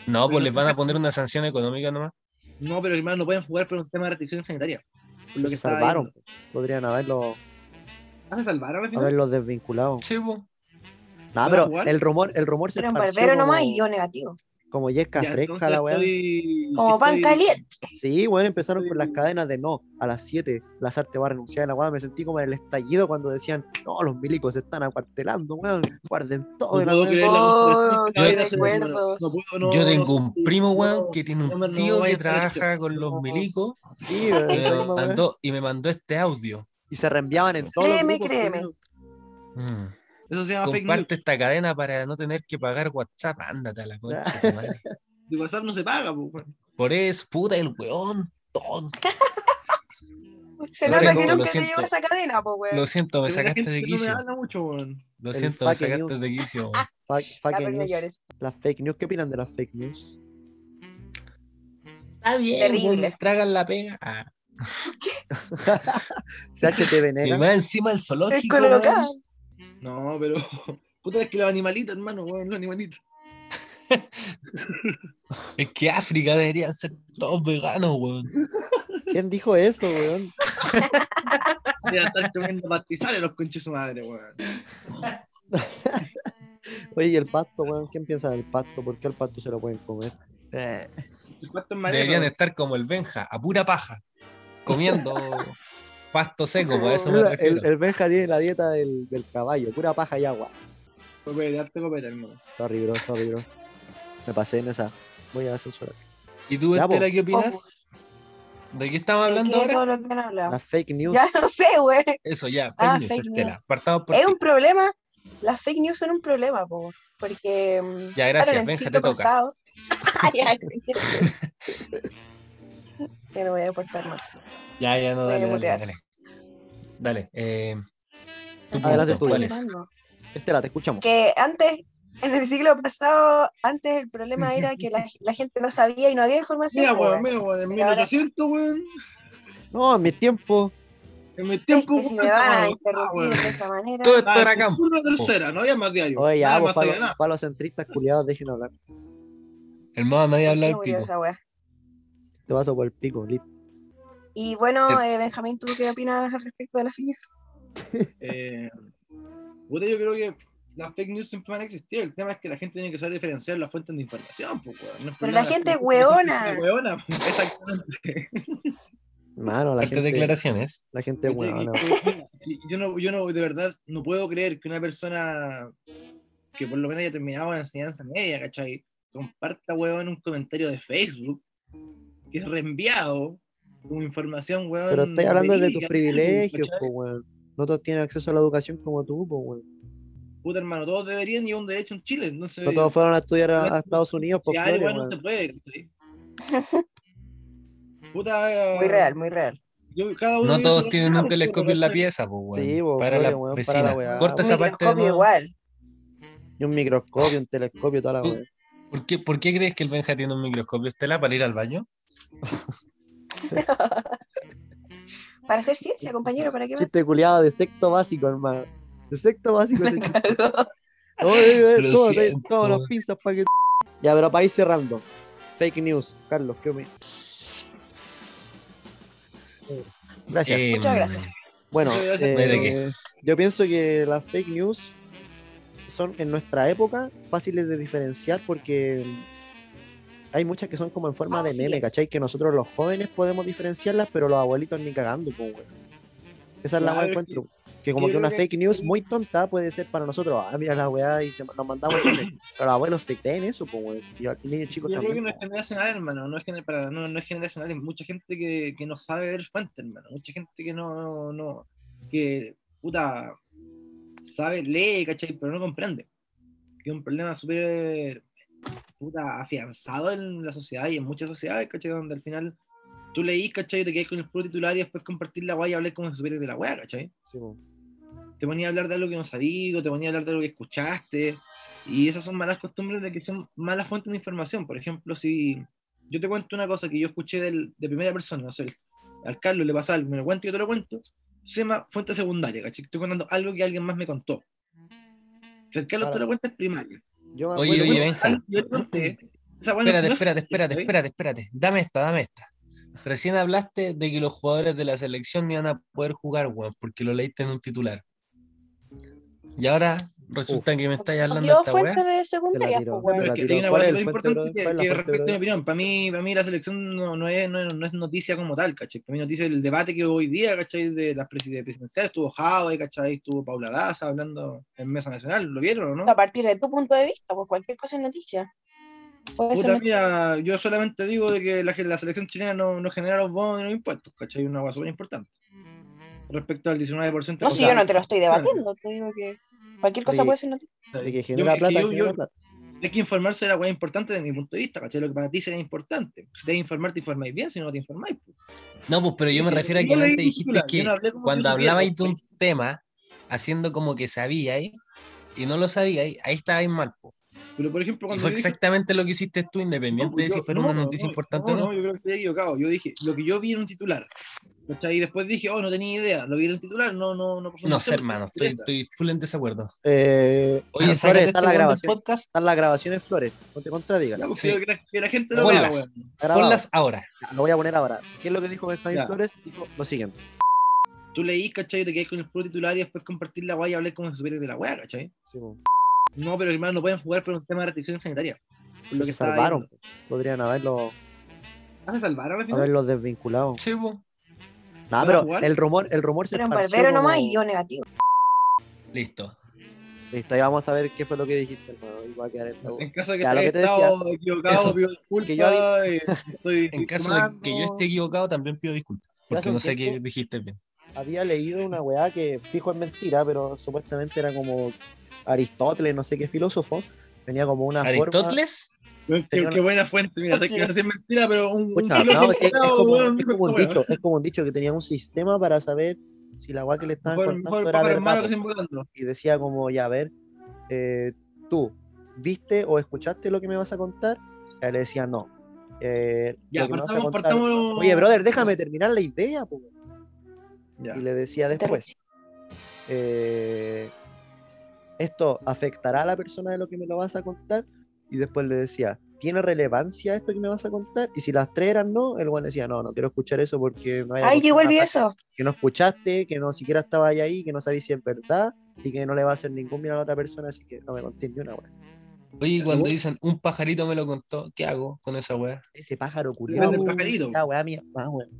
[SPEAKER 1] No, pues
[SPEAKER 4] Pero-
[SPEAKER 1] les van a poner una sanción económica nomás.
[SPEAKER 4] No, pero hermano, no pueden jugar por un tema de restricción sanitaria. Por Lo
[SPEAKER 3] se
[SPEAKER 4] que estaba
[SPEAKER 3] salvaron. pues. Podrían haberlo,
[SPEAKER 4] viendo. Ah, se salvaron al final.
[SPEAKER 3] haberlo desvinculado.
[SPEAKER 1] Sí, pues.
[SPEAKER 3] No,
[SPEAKER 4] ¿Van a
[SPEAKER 3] pero
[SPEAKER 4] jugar?
[SPEAKER 3] el rumor, el rumor se
[SPEAKER 2] Pero un
[SPEAKER 3] esparció
[SPEAKER 2] barbero
[SPEAKER 3] como,
[SPEAKER 2] nomás y yo negativo.
[SPEAKER 3] como yesca
[SPEAKER 4] Ya,
[SPEAKER 3] fresca
[SPEAKER 4] entonces
[SPEAKER 3] la weá.
[SPEAKER 4] estoy-
[SPEAKER 2] Como pan
[SPEAKER 4] estoy-
[SPEAKER 2] caliente.
[SPEAKER 3] Sí, bueno, empezaron con
[SPEAKER 4] estoy-
[SPEAKER 3] las cadenas de no, a las 7 Lazarte va a renunciar a la weá. Me sentí como en el estallido cuando decían, no, los milicos se están acuartelando, weón, guarden todo de
[SPEAKER 4] No
[SPEAKER 3] la
[SPEAKER 4] puedo
[SPEAKER 3] weá".
[SPEAKER 4] creer la
[SPEAKER 2] Oh,
[SPEAKER 4] comparación.
[SPEAKER 1] qué
[SPEAKER 4] No, eso, hermano,
[SPEAKER 2] recuerdos.
[SPEAKER 4] no puedo, no,
[SPEAKER 1] Yo tengo
[SPEAKER 4] no,
[SPEAKER 1] un primo, weón,
[SPEAKER 4] no.
[SPEAKER 1] que tiene
[SPEAKER 4] no, no,
[SPEAKER 1] un tío que
[SPEAKER 4] vaya
[SPEAKER 1] trabaja con los
[SPEAKER 3] No.
[SPEAKER 1] milicos
[SPEAKER 3] Sí,
[SPEAKER 1] y me
[SPEAKER 3] weón, weón.
[SPEAKER 1] mandó, y me mandó este audio.
[SPEAKER 3] y se reenviaban en todos los
[SPEAKER 2] Créeme,
[SPEAKER 3] grupos,
[SPEAKER 2] créeme.
[SPEAKER 3] weón.
[SPEAKER 1] Mm.
[SPEAKER 4] Eso se llama Ah, fake news.
[SPEAKER 1] Comparte esta cadena para no tener que pagar WhatsApp. Ándate a la concha, de tu madre.
[SPEAKER 4] De WhatsApp no se paga, po, weón.
[SPEAKER 1] Por eso, puta, el weón, tonto.
[SPEAKER 2] Se
[SPEAKER 1] Lo
[SPEAKER 2] nota
[SPEAKER 1] siento,
[SPEAKER 2] que
[SPEAKER 1] lo
[SPEAKER 2] nunca te
[SPEAKER 1] siento.
[SPEAKER 2] llegó esa cadena, pues, weón.
[SPEAKER 1] Lo siento, me
[SPEAKER 4] Pero la
[SPEAKER 1] sacaste
[SPEAKER 4] gente
[SPEAKER 1] de
[SPEAKER 4] no me
[SPEAKER 1] quicio.
[SPEAKER 4] habla mucho, weón.
[SPEAKER 1] Lo
[SPEAKER 3] El
[SPEAKER 1] siento, me
[SPEAKER 3] fake
[SPEAKER 1] sacaste
[SPEAKER 3] news.
[SPEAKER 1] de quicio. weón.
[SPEAKER 3] Fuck-
[SPEAKER 2] Ya,
[SPEAKER 3] fucking
[SPEAKER 2] pero no
[SPEAKER 3] news.
[SPEAKER 2] llores.
[SPEAKER 3] Las fake news, ¿qué opinan de las fake news?
[SPEAKER 1] Está bien,
[SPEAKER 2] Terrible.
[SPEAKER 1] weón, les tragan la pega. Ah,
[SPEAKER 3] CHT
[SPEAKER 1] y
[SPEAKER 3] Venera.
[SPEAKER 1] más encima el zoológico.
[SPEAKER 2] Descolocada.
[SPEAKER 1] weón.
[SPEAKER 4] No, pero. Puta, es que los animalitos, hermano, weón, los animalitos.
[SPEAKER 1] Es que África deberían ser todos veganos, weón.
[SPEAKER 3] ¿Quién dijo eso, weón?
[SPEAKER 4] Voy a estar comiendo pastizales los conches su madre, weón.
[SPEAKER 3] Oye, ¿y el pasto, weón? ¿Quién piensa del pasto? ¿Por qué al pasto se lo pueden comer?
[SPEAKER 4] El pasto es
[SPEAKER 1] Deberían
[SPEAKER 4] mareno.
[SPEAKER 1] estar como el Benja, a pura paja, comiendo pasto seco, pues a eso me
[SPEAKER 3] Mira, el,
[SPEAKER 1] refiero.
[SPEAKER 3] el Benja tiene la dieta del, del caballo, pura paja y agua.
[SPEAKER 4] Copete, darte copete, hermano.
[SPEAKER 3] Sorry, bro, sorry, bro. Me pasé en esa. Voy a censurar.
[SPEAKER 1] ¿Y tú,
[SPEAKER 3] Ya,
[SPEAKER 1] Estela,
[SPEAKER 3] po.
[SPEAKER 1] qué opinas? ¿De qué estamos
[SPEAKER 2] ¿De
[SPEAKER 1] hablando
[SPEAKER 2] qué
[SPEAKER 1] ahora?
[SPEAKER 2] todo lo que han hablado?
[SPEAKER 3] Las fake news.
[SPEAKER 2] Ya no sé, güey.
[SPEAKER 1] Eso ya,
[SPEAKER 2] Ah,
[SPEAKER 1] fake news,
[SPEAKER 2] fake
[SPEAKER 1] Estela.
[SPEAKER 2] news.
[SPEAKER 1] Partamos por
[SPEAKER 2] Es
[SPEAKER 1] ti.
[SPEAKER 2] un problema. Las fake news son un problema, po, porque. mm,
[SPEAKER 1] Ya, gracias,
[SPEAKER 2] claro, en el
[SPEAKER 1] Benja, te
[SPEAKER 2] siglo
[SPEAKER 1] toca.
[SPEAKER 2] pasado- Ya, ya, ya no voy a aportar más.
[SPEAKER 1] Ya, ya, no,
[SPEAKER 2] Voy a
[SPEAKER 1] dale, dale,
[SPEAKER 2] mutear.
[SPEAKER 1] dale. Dale, eh, tu
[SPEAKER 3] Adelante
[SPEAKER 1] punto,
[SPEAKER 3] tú,
[SPEAKER 1] ¿cuál
[SPEAKER 3] Iván.
[SPEAKER 1] es?
[SPEAKER 3] Estela, te Este escuchamos.
[SPEAKER 2] que antes, en el siglo pasado, antes el problema era que la, la gente no sabía y no había información.
[SPEAKER 4] Mira,
[SPEAKER 2] po,
[SPEAKER 4] weón,
[SPEAKER 2] pues, weón.
[SPEAKER 4] mira, weón, en
[SPEAKER 2] Pero ahora-
[SPEAKER 4] 1800, weón.
[SPEAKER 3] No, en mi tiempo.
[SPEAKER 4] En Ah, mi
[SPEAKER 2] Es
[SPEAKER 4] tiempo,
[SPEAKER 2] que si me
[SPEAKER 4] weón,
[SPEAKER 2] van a
[SPEAKER 4] weón,
[SPEAKER 2] interrumpir
[SPEAKER 4] weón.
[SPEAKER 2] de esa manera.
[SPEAKER 1] Todo esto
[SPEAKER 4] Ah,
[SPEAKER 1] era campo.
[SPEAKER 4] Una tercera, no había más diario.
[SPEAKER 3] Oye, ya,
[SPEAKER 4] Nada
[SPEAKER 3] vos
[SPEAKER 4] más había
[SPEAKER 3] palo-
[SPEAKER 4] nada.
[SPEAKER 3] falocentristas culiados, dejen hablar.
[SPEAKER 1] Hermano, nadie
[SPEAKER 2] ¿Por
[SPEAKER 1] habla
[SPEAKER 2] qué
[SPEAKER 1] del
[SPEAKER 2] murió
[SPEAKER 1] pico.
[SPEAKER 2] esa weá?
[SPEAKER 3] Te paso por el pico, listo.
[SPEAKER 2] Y bueno, eh, Benjamín, ¿tú qué opinas al respecto de las fake news?
[SPEAKER 4] Eh, puta, yo creo que las fake news siempre van a existir. El tema es que la gente tiene que saber diferenciar las fuentes de información. Pues, weón. No es por
[SPEAKER 2] Pero la
[SPEAKER 4] nada,
[SPEAKER 2] gente es
[SPEAKER 4] es
[SPEAKER 2] hueona.
[SPEAKER 4] hueona. Exactamente.
[SPEAKER 3] Mano, la
[SPEAKER 1] Fuertes
[SPEAKER 3] gente,
[SPEAKER 1] declaraciones.
[SPEAKER 3] la gente es buena.
[SPEAKER 4] Y Yo no, yo no, de verdad, no puedo creer que una persona que por lo menos haya terminado la enseñanza media, ¿cachai? Comparta, weón, un comentario de Facebook que es reenviado como información, weón.
[SPEAKER 3] Pero estoy hablando de tus
[SPEAKER 4] verídica,
[SPEAKER 3] privilegios,
[SPEAKER 4] ¿cachai?
[SPEAKER 3] po, weón. No todos tienen acceso a la educación como tú, po, weón.
[SPEAKER 4] Puta hermano, todos deberían y es un derecho en Chile. No sé.
[SPEAKER 3] No todos fueron a estudiar a, a Estados Unidos por
[SPEAKER 4] Ya,
[SPEAKER 3] flores,
[SPEAKER 4] igual no
[SPEAKER 3] weón.
[SPEAKER 4] se puede. ¿sí? Puta, eh,
[SPEAKER 2] Muy real, muy real.
[SPEAKER 4] yo- cada uno
[SPEAKER 1] No
[SPEAKER 4] vive
[SPEAKER 1] todos
[SPEAKER 4] su
[SPEAKER 1] tienen
[SPEAKER 4] realidad,
[SPEAKER 1] un telescopio en la
[SPEAKER 4] ¿cachai?
[SPEAKER 1] pieza, pues, weón.
[SPEAKER 3] Sí, po,
[SPEAKER 1] para
[SPEAKER 3] oye,
[SPEAKER 1] la
[SPEAKER 3] weón, para
[SPEAKER 1] vecina.
[SPEAKER 3] la weá.
[SPEAKER 1] Corta esa
[SPEAKER 2] Un
[SPEAKER 1] parte de
[SPEAKER 2] microscopio
[SPEAKER 1] nuevo.
[SPEAKER 2] igual.
[SPEAKER 3] Y un microscopio, un telescopio, toda la
[SPEAKER 1] Tú-
[SPEAKER 3] weón.
[SPEAKER 1] ¿Por qué, por qué crees que el Benja tiene un microscopio, Estela, para ir al baño?
[SPEAKER 2] Para hacer ciencia, compañero, ¿para qué más?
[SPEAKER 3] Chiste culiado de sexto básico, hermano. De sexto básico. ese chiste.
[SPEAKER 1] Lo
[SPEAKER 3] Oye, oye, todo,
[SPEAKER 1] siento.
[SPEAKER 3] todos los pinzas para que. Ya, pero para ir cerrando. Fake news, Carlos, ¿qué opinas? Gracias.
[SPEAKER 1] Eh,
[SPEAKER 2] Muchas gracias.
[SPEAKER 3] Bueno,
[SPEAKER 4] Muchas gracias.
[SPEAKER 3] eh,
[SPEAKER 1] No hay de qué.
[SPEAKER 3] yo pienso que las fake news son en nuestra época fáciles de diferenciar porque hay muchas que son como en forma de
[SPEAKER 2] Así
[SPEAKER 3] meme,
[SPEAKER 2] es.
[SPEAKER 3] ¿cachai? Que nosotros los jóvenes podemos diferenciarlas, pero los abuelitos ni cagando, pues, weón. Esa es
[SPEAKER 4] Claro,
[SPEAKER 3] la weá
[SPEAKER 4] es que-
[SPEAKER 3] encuentro. Que
[SPEAKER 4] yo
[SPEAKER 3] como que
[SPEAKER 4] creo
[SPEAKER 3] una
[SPEAKER 4] que-
[SPEAKER 3] fake news muy tonta puede ser para nosotros, ah, mira la weá y se, nos mandamos. el meme. pero los abuelos se creen eso, pues, weón. Y los niños chicos
[SPEAKER 4] Yo creo que
[SPEAKER 3] también. pues,
[SPEAKER 4] no es
[SPEAKER 3] po.
[SPEAKER 4] generacional, hermano. No es, gener- para, no, no es generacional. Hay mucha gente que, que no sabe ver fuente, hermano. Mucha gente que no, no, no- que, puta, sabe, lee, ¿cachai? Pero no comprende. Que es un problema súper, puta, afianzado en la sociedad y en muchas sociedades, ¿cachai? Donde al final tú leís, ¿cachai? Y te quedas con el puro titular y después compartir la guay y hablar como si supieras de la guay, ¿cachai?
[SPEAKER 3] Sí, pues. po.
[SPEAKER 4] te ponía a hablar de algo que no sabías, o te ponía a hablar de algo que escuchaste, y esas son malas costumbres de que son malas fuentes de información. Por ejemplo, si yo te cuento una cosa que yo escuché del- de primera persona, no sé, al Carlos le pasa algo, me lo cuento y yo te lo cuento, se llama fuente secundaria, ¿cachai? Estoy contando algo que alguien más me contó. Si al Carlos
[SPEAKER 3] Ahora-
[SPEAKER 4] te lo cuenta es primario.
[SPEAKER 3] Yo me
[SPEAKER 1] Oye,
[SPEAKER 3] acuerdo-
[SPEAKER 1] oye, Benja.
[SPEAKER 4] Yo te conté, esa weá no-
[SPEAKER 1] Espérate,
[SPEAKER 4] no es-
[SPEAKER 1] espérate, espérate,
[SPEAKER 4] ¿cachai?
[SPEAKER 1] espérate, espérate. Dame esta, dame esta. Recién hablaste de que los jugadores de la selección no iban a poder jugar, weón, porque lo leíste en un titular. Y ahora resulta que me estáis hablando de
[SPEAKER 2] Yo
[SPEAKER 1] esta weá.
[SPEAKER 2] fuente de secundaria,
[SPEAKER 3] tiró.
[SPEAKER 4] Pero
[SPEAKER 2] pues, weón.
[SPEAKER 4] es
[SPEAKER 3] la
[SPEAKER 4] que
[SPEAKER 3] tiró.
[SPEAKER 4] hay una
[SPEAKER 3] ¿Cuál
[SPEAKER 4] hueá
[SPEAKER 3] es
[SPEAKER 4] súper
[SPEAKER 3] el fuente,
[SPEAKER 4] importante
[SPEAKER 3] bro?
[SPEAKER 4] que,
[SPEAKER 3] ¿Cuál es la
[SPEAKER 4] que
[SPEAKER 3] fuente,
[SPEAKER 4] respecta
[SPEAKER 3] bro?
[SPEAKER 4] a mi opinión. Para mí, para mí la selección no, no es, no, es- no es noticia como tal, ¿cachai? Para mí noticia es el debate que hubo hoy día, ¿cachai? De las presidencias presidenciales, estuvo Jade, ¿cachai? Estuvo Paula Daza hablando en Mesa Nacional, ¿lo vieron o no?
[SPEAKER 2] A partir de tu punto de vista, pues cualquier cosa es noticia. Puede ser
[SPEAKER 4] Puta, mira, yo solamente digo de que la, la selección chilena no, no genera los bonos y los impuestos, ¿cachai? Una hueá súper importante. Respecto al 19%
[SPEAKER 2] No,
[SPEAKER 4] de
[SPEAKER 2] si yo no te lo estoy debatiendo, te digo que cualquier cosa
[SPEAKER 3] Oye,
[SPEAKER 2] puede ser noticia.
[SPEAKER 3] De que genera plata, genera plata.
[SPEAKER 4] Hay que informarse de la hueá importante desde mi punto de vista, ¿cachai? Lo que para ti será importante. Si te informarte, te informáis bien, si no te informáis. pues.
[SPEAKER 1] No, pues, pero yo me
[SPEAKER 4] Yo
[SPEAKER 1] refiero a que
[SPEAKER 4] leí
[SPEAKER 1] antes
[SPEAKER 4] el
[SPEAKER 1] dijiste
[SPEAKER 4] titular, yo
[SPEAKER 1] que
[SPEAKER 4] no hablé como
[SPEAKER 1] cuando
[SPEAKER 4] si supiera, pues,
[SPEAKER 1] hablabais de un
[SPEAKER 4] ¿cachai?
[SPEAKER 1] tema, haciendo como que sabíais y no lo sabíais, ahí estabais mal. po.
[SPEAKER 4] Pero por ejemplo,
[SPEAKER 1] Y
[SPEAKER 4] cuando
[SPEAKER 1] fue
[SPEAKER 4] yo dije-
[SPEAKER 1] exactamente lo que hiciste tú,
[SPEAKER 4] No,
[SPEAKER 1] independiente
[SPEAKER 4] pues
[SPEAKER 1] de si
[SPEAKER 4] yo-
[SPEAKER 1] fuera
[SPEAKER 4] no,
[SPEAKER 1] una
[SPEAKER 4] no,
[SPEAKER 1] noticia
[SPEAKER 4] no,
[SPEAKER 1] importante o
[SPEAKER 4] no,
[SPEAKER 1] no.
[SPEAKER 4] no, yo creo que estoy equivocado. Yo dije, lo que yo vi en un titular. ¿cachai? Y después dije, oh, no tenía idea. Lo vi en el titular, no, no, no.
[SPEAKER 1] No sé,
[SPEAKER 4] profundicé,
[SPEAKER 1] hermano, estoy,
[SPEAKER 4] porque-
[SPEAKER 1] estoy full en desacuerdo.
[SPEAKER 3] Eh,
[SPEAKER 1] Oye,
[SPEAKER 3] Flores,
[SPEAKER 1] sácate
[SPEAKER 3] está
[SPEAKER 1] este
[SPEAKER 3] la
[SPEAKER 1] weón del
[SPEAKER 3] grabación.
[SPEAKER 1] podcast,
[SPEAKER 3] Están las grabaciones, Flores. No te contradigas.
[SPEAKER 4] Ya, pues,
[SPEAKER 1] Sí.
[SPEAKER 4] que, la, que la gente lo
[SPEAKER 1] Ponlas.
[SPEAKER 4] vea, weón.
[SPEAKER 3] Grabado.
[SPEAKER 1] ponlas ahora.
[SPEAKER 3] Lo voy a poner ahora. ¿Qué es lo que dijo Benjamín
[SPEAKER 4] Ya.
[SPEAKER 3] Flores? Dijo lo siguiente.
[SPEAKER 4] Tú leís, ¿cachai? Te quedas con el puro titular y después compartir la guay y hablar como si supieras de la guay, ¿cachai? No, pero hermano, no pueden jugar por un tema de restricción sanitaria. Por
[SPEAKER 3] Lo
[SPEAKER 4] lo
[SPEAKER 3] que
[SPEAKER 4] que
[SPEAKER 3] se
[SPEAKER 4] estaba
[SPEAKER 3] salvaron.
[SPEAKER 4] viendo.
[SPEAKER 3] Podrían haberlo,
[SPEAKER 4] Ah, se salvaron al final.
[SPEAKER 3] haberlo desvinculado.
[SPEAKER 1] Sí, po.
[SPEAKER 3] No,
[SPEAKER 4] ¿Van a
[SPEAKER 3] pero
[SPEAKER 4] jugar?
[SPEAKER 3] el rumor, el rumor se
[SPEAKER 2] Pero en
[SPEAKER 3] esparció
[SPEAKER 2] barbero nomás
[SPEAKER 3] como-
[SPEAKER 2] y yo negativo.
[SPEAKER 1] Listo.
[SPEAKER 3] Listo, ahí vamos a ver qué fue lo que dijiste, hermano. Y va a quedar el logo.
[SPEAKER 4] En caso de que
[SPEAKER 3] Ya, lo
[SPEAKER 4] te
[SPEAKER 3] que te
[SPEAKER 4] haya estado equivocado,
[SPEAKER 1] Eso.
[SPEAKER 4] pido disculpas.
[SPEAKER 3] Que yo hab-
[SPEAKER 4] eh, estoy
[SPEAKER 1] En caso de que yo
[SPEAKER 4] firmando.
[SPEAKER 1] esté equivocado, también pido disculpas. Porque
[SPEAKER 3] hace
[SPEAKER 1] no
[SPEAKER 3] un
[SPEAKER 1] sé qué
[SPEAKER 3] tiempo-
[SPEAKER 1] dijiste bien.
[SPEAKER 3] Había leído una weá que fijo es mentira, pero supuestamente era como Aristóteles, no sé qué filósofo. Tenía como una forma.
[SPEAKER 1] ¿Aristóteles?
[SPEAKER 4] Qué,
[SPEAKER 3] Tenía
[SPEAKER 4] qué buena fuente, mira, sé que no es mentira, pero un, un
[SPEAKER 3] Pucha,
[SPEAKER 4] filósofo
[SPEAKER 3] no, es, que es
[SPEAKER 4] bravo,
[SPEAKER 3] como,
[SPEAKER 4] weón,
[SPEAKER 3] es como un
[SPEAKER 4] weón.
[SPEAKER 3] dicho, es como un dicho que tenía un sistema para saber si la weá que le estaban
[SPEAKER 4] Mejor,
[SPEAKER 3] contando
[SPEAKER 4] mejor
[SPEAKER 3] era
[SPEAKER 4] pájaro en
[SPEAKER 3] verdad.
[SPEAKER 4] mano que
[SPEAKER 3] po.
[SPEAKER 4] sin volando.
[SPEAKER 3] y decía como, ya, a ver, eh, tú, ¿viste o escuchaste lo que me vas a contar? Y él le decía, no. eh,
[SPEAKER 4] Ya,
[SPEAKER 3] lo que me vas a
[SPEAKER 4] partamos,
[SPEAKER 3] contar-
[SPEAKER 4] partamos.
[SPEAKER 3] Oye, brother, déjame terminar la idea, po".
[SPEAKER 4] Ya.
[SPEAKER 3] Y le decía después, eh, ¿esto afectará a la persona de lo que me lo vas a contar? Y después le decía, ¿tiene relevancia esto que me vas a contar? Y si las tres eran no, el buen decía, no, no quiero escuchar eso porque me vaya a
[SPEAKER 2] Ay, yo
[SPEAKER 3] contar
[SPEAKER 2] igual vi
[SPEAKER 3] una
[SPEAKER 2] eso.
[SPEAKER 3] que no escuchaste, que no siquiera estaba ahí, que no sabéis si es verdad y que no le va a hacer ningún bien a la otra persona, así que no me contéis ni una weá.
[SPEAKER 1] Oye, y cuando
[SPEAKER 4] ¿Aló?
[SPEAKER 1] dicen un pajarito me lo contó, ¿qué hago con esa weá?
[SPEAKER 3] Ese pájaro culiado.
[SPEAKER 4] Grande pajarito.
[SPEAKER 3] La weá mía, más weón.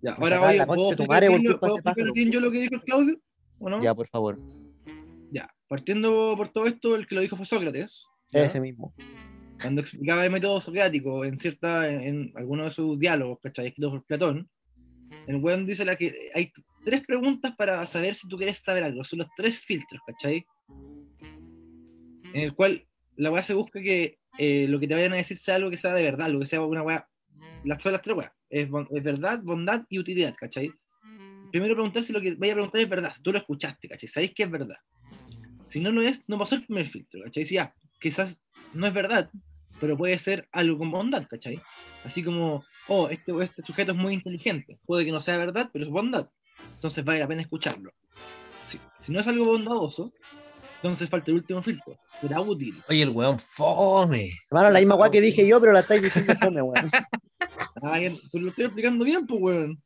[SPEAKER 4] Ya,
[SPEAKER 3] Me
[SPEAKER 4] ahora,
[SPEAKER 3] sacaba
[SPEAKER 4] oye,
[SPEAKER 3] la concha
[SPEAKER 4] ¿puedo
[SPEAKER 3] de tu madre,
[SPEAKER 4] explicar bien lo-
[SPEAKER 3] volteé pa'
[SPEAKER 4] puedo
[SPEAKER 3] este pájaro.
[SPEAKER 4] explicar bien yo lo que dijo el Claudio? ¿O no?
[SPEAKER 3] Ya, por favor.
[SPEAKER 4] Ya, partiendo por todo esto, el que lo dijo fue Sócrates. ¿ya?
[SPEAKER 3] Ese mismo.
[SPEAKER 4] Cuando explicaba el método socrático en cierta en, en alguno de sus diálogos, ¿cachai? Escritos por Platón, el weón dice la que hay tres preguntas para saber si tú quieres saber algo. Son los tres filtros, ¿cachai? En el cual la weá se busca que eh, lo que te vayan a decir sea algo que sea de verdad, lo que sea una weá. Las son las tres weas. Es, bon- es verdad, bondad y utilidad, ¿cachai? Primero preguntar si lo que vaya a preguntar es verdad, si tú lo escuchaste, ¿cachai? Sabéis que es verdad. Si no lo es, no pasó el primer filtro, ¿cachai? Si ya, quizás no es verdad, pero puede ser algo con bondad, ¿cachai? Así como, oh, este, este sujeto es muy inteligente, puede que no sea verdad, pero es bondad, entonces vale la pena escucharlo. Si, si no es algo bondadoso, entonces falta el último filtro, será útil.
[SPEAKER 1] Oye, el weón fome.
[SPEAKER 3] Hermano, la misma weá que dije yo, pero la estáis diciendo fome, weón.
[SPEAKER 4] Ah, bien, pero lo estoy explicando bien, pues, weón.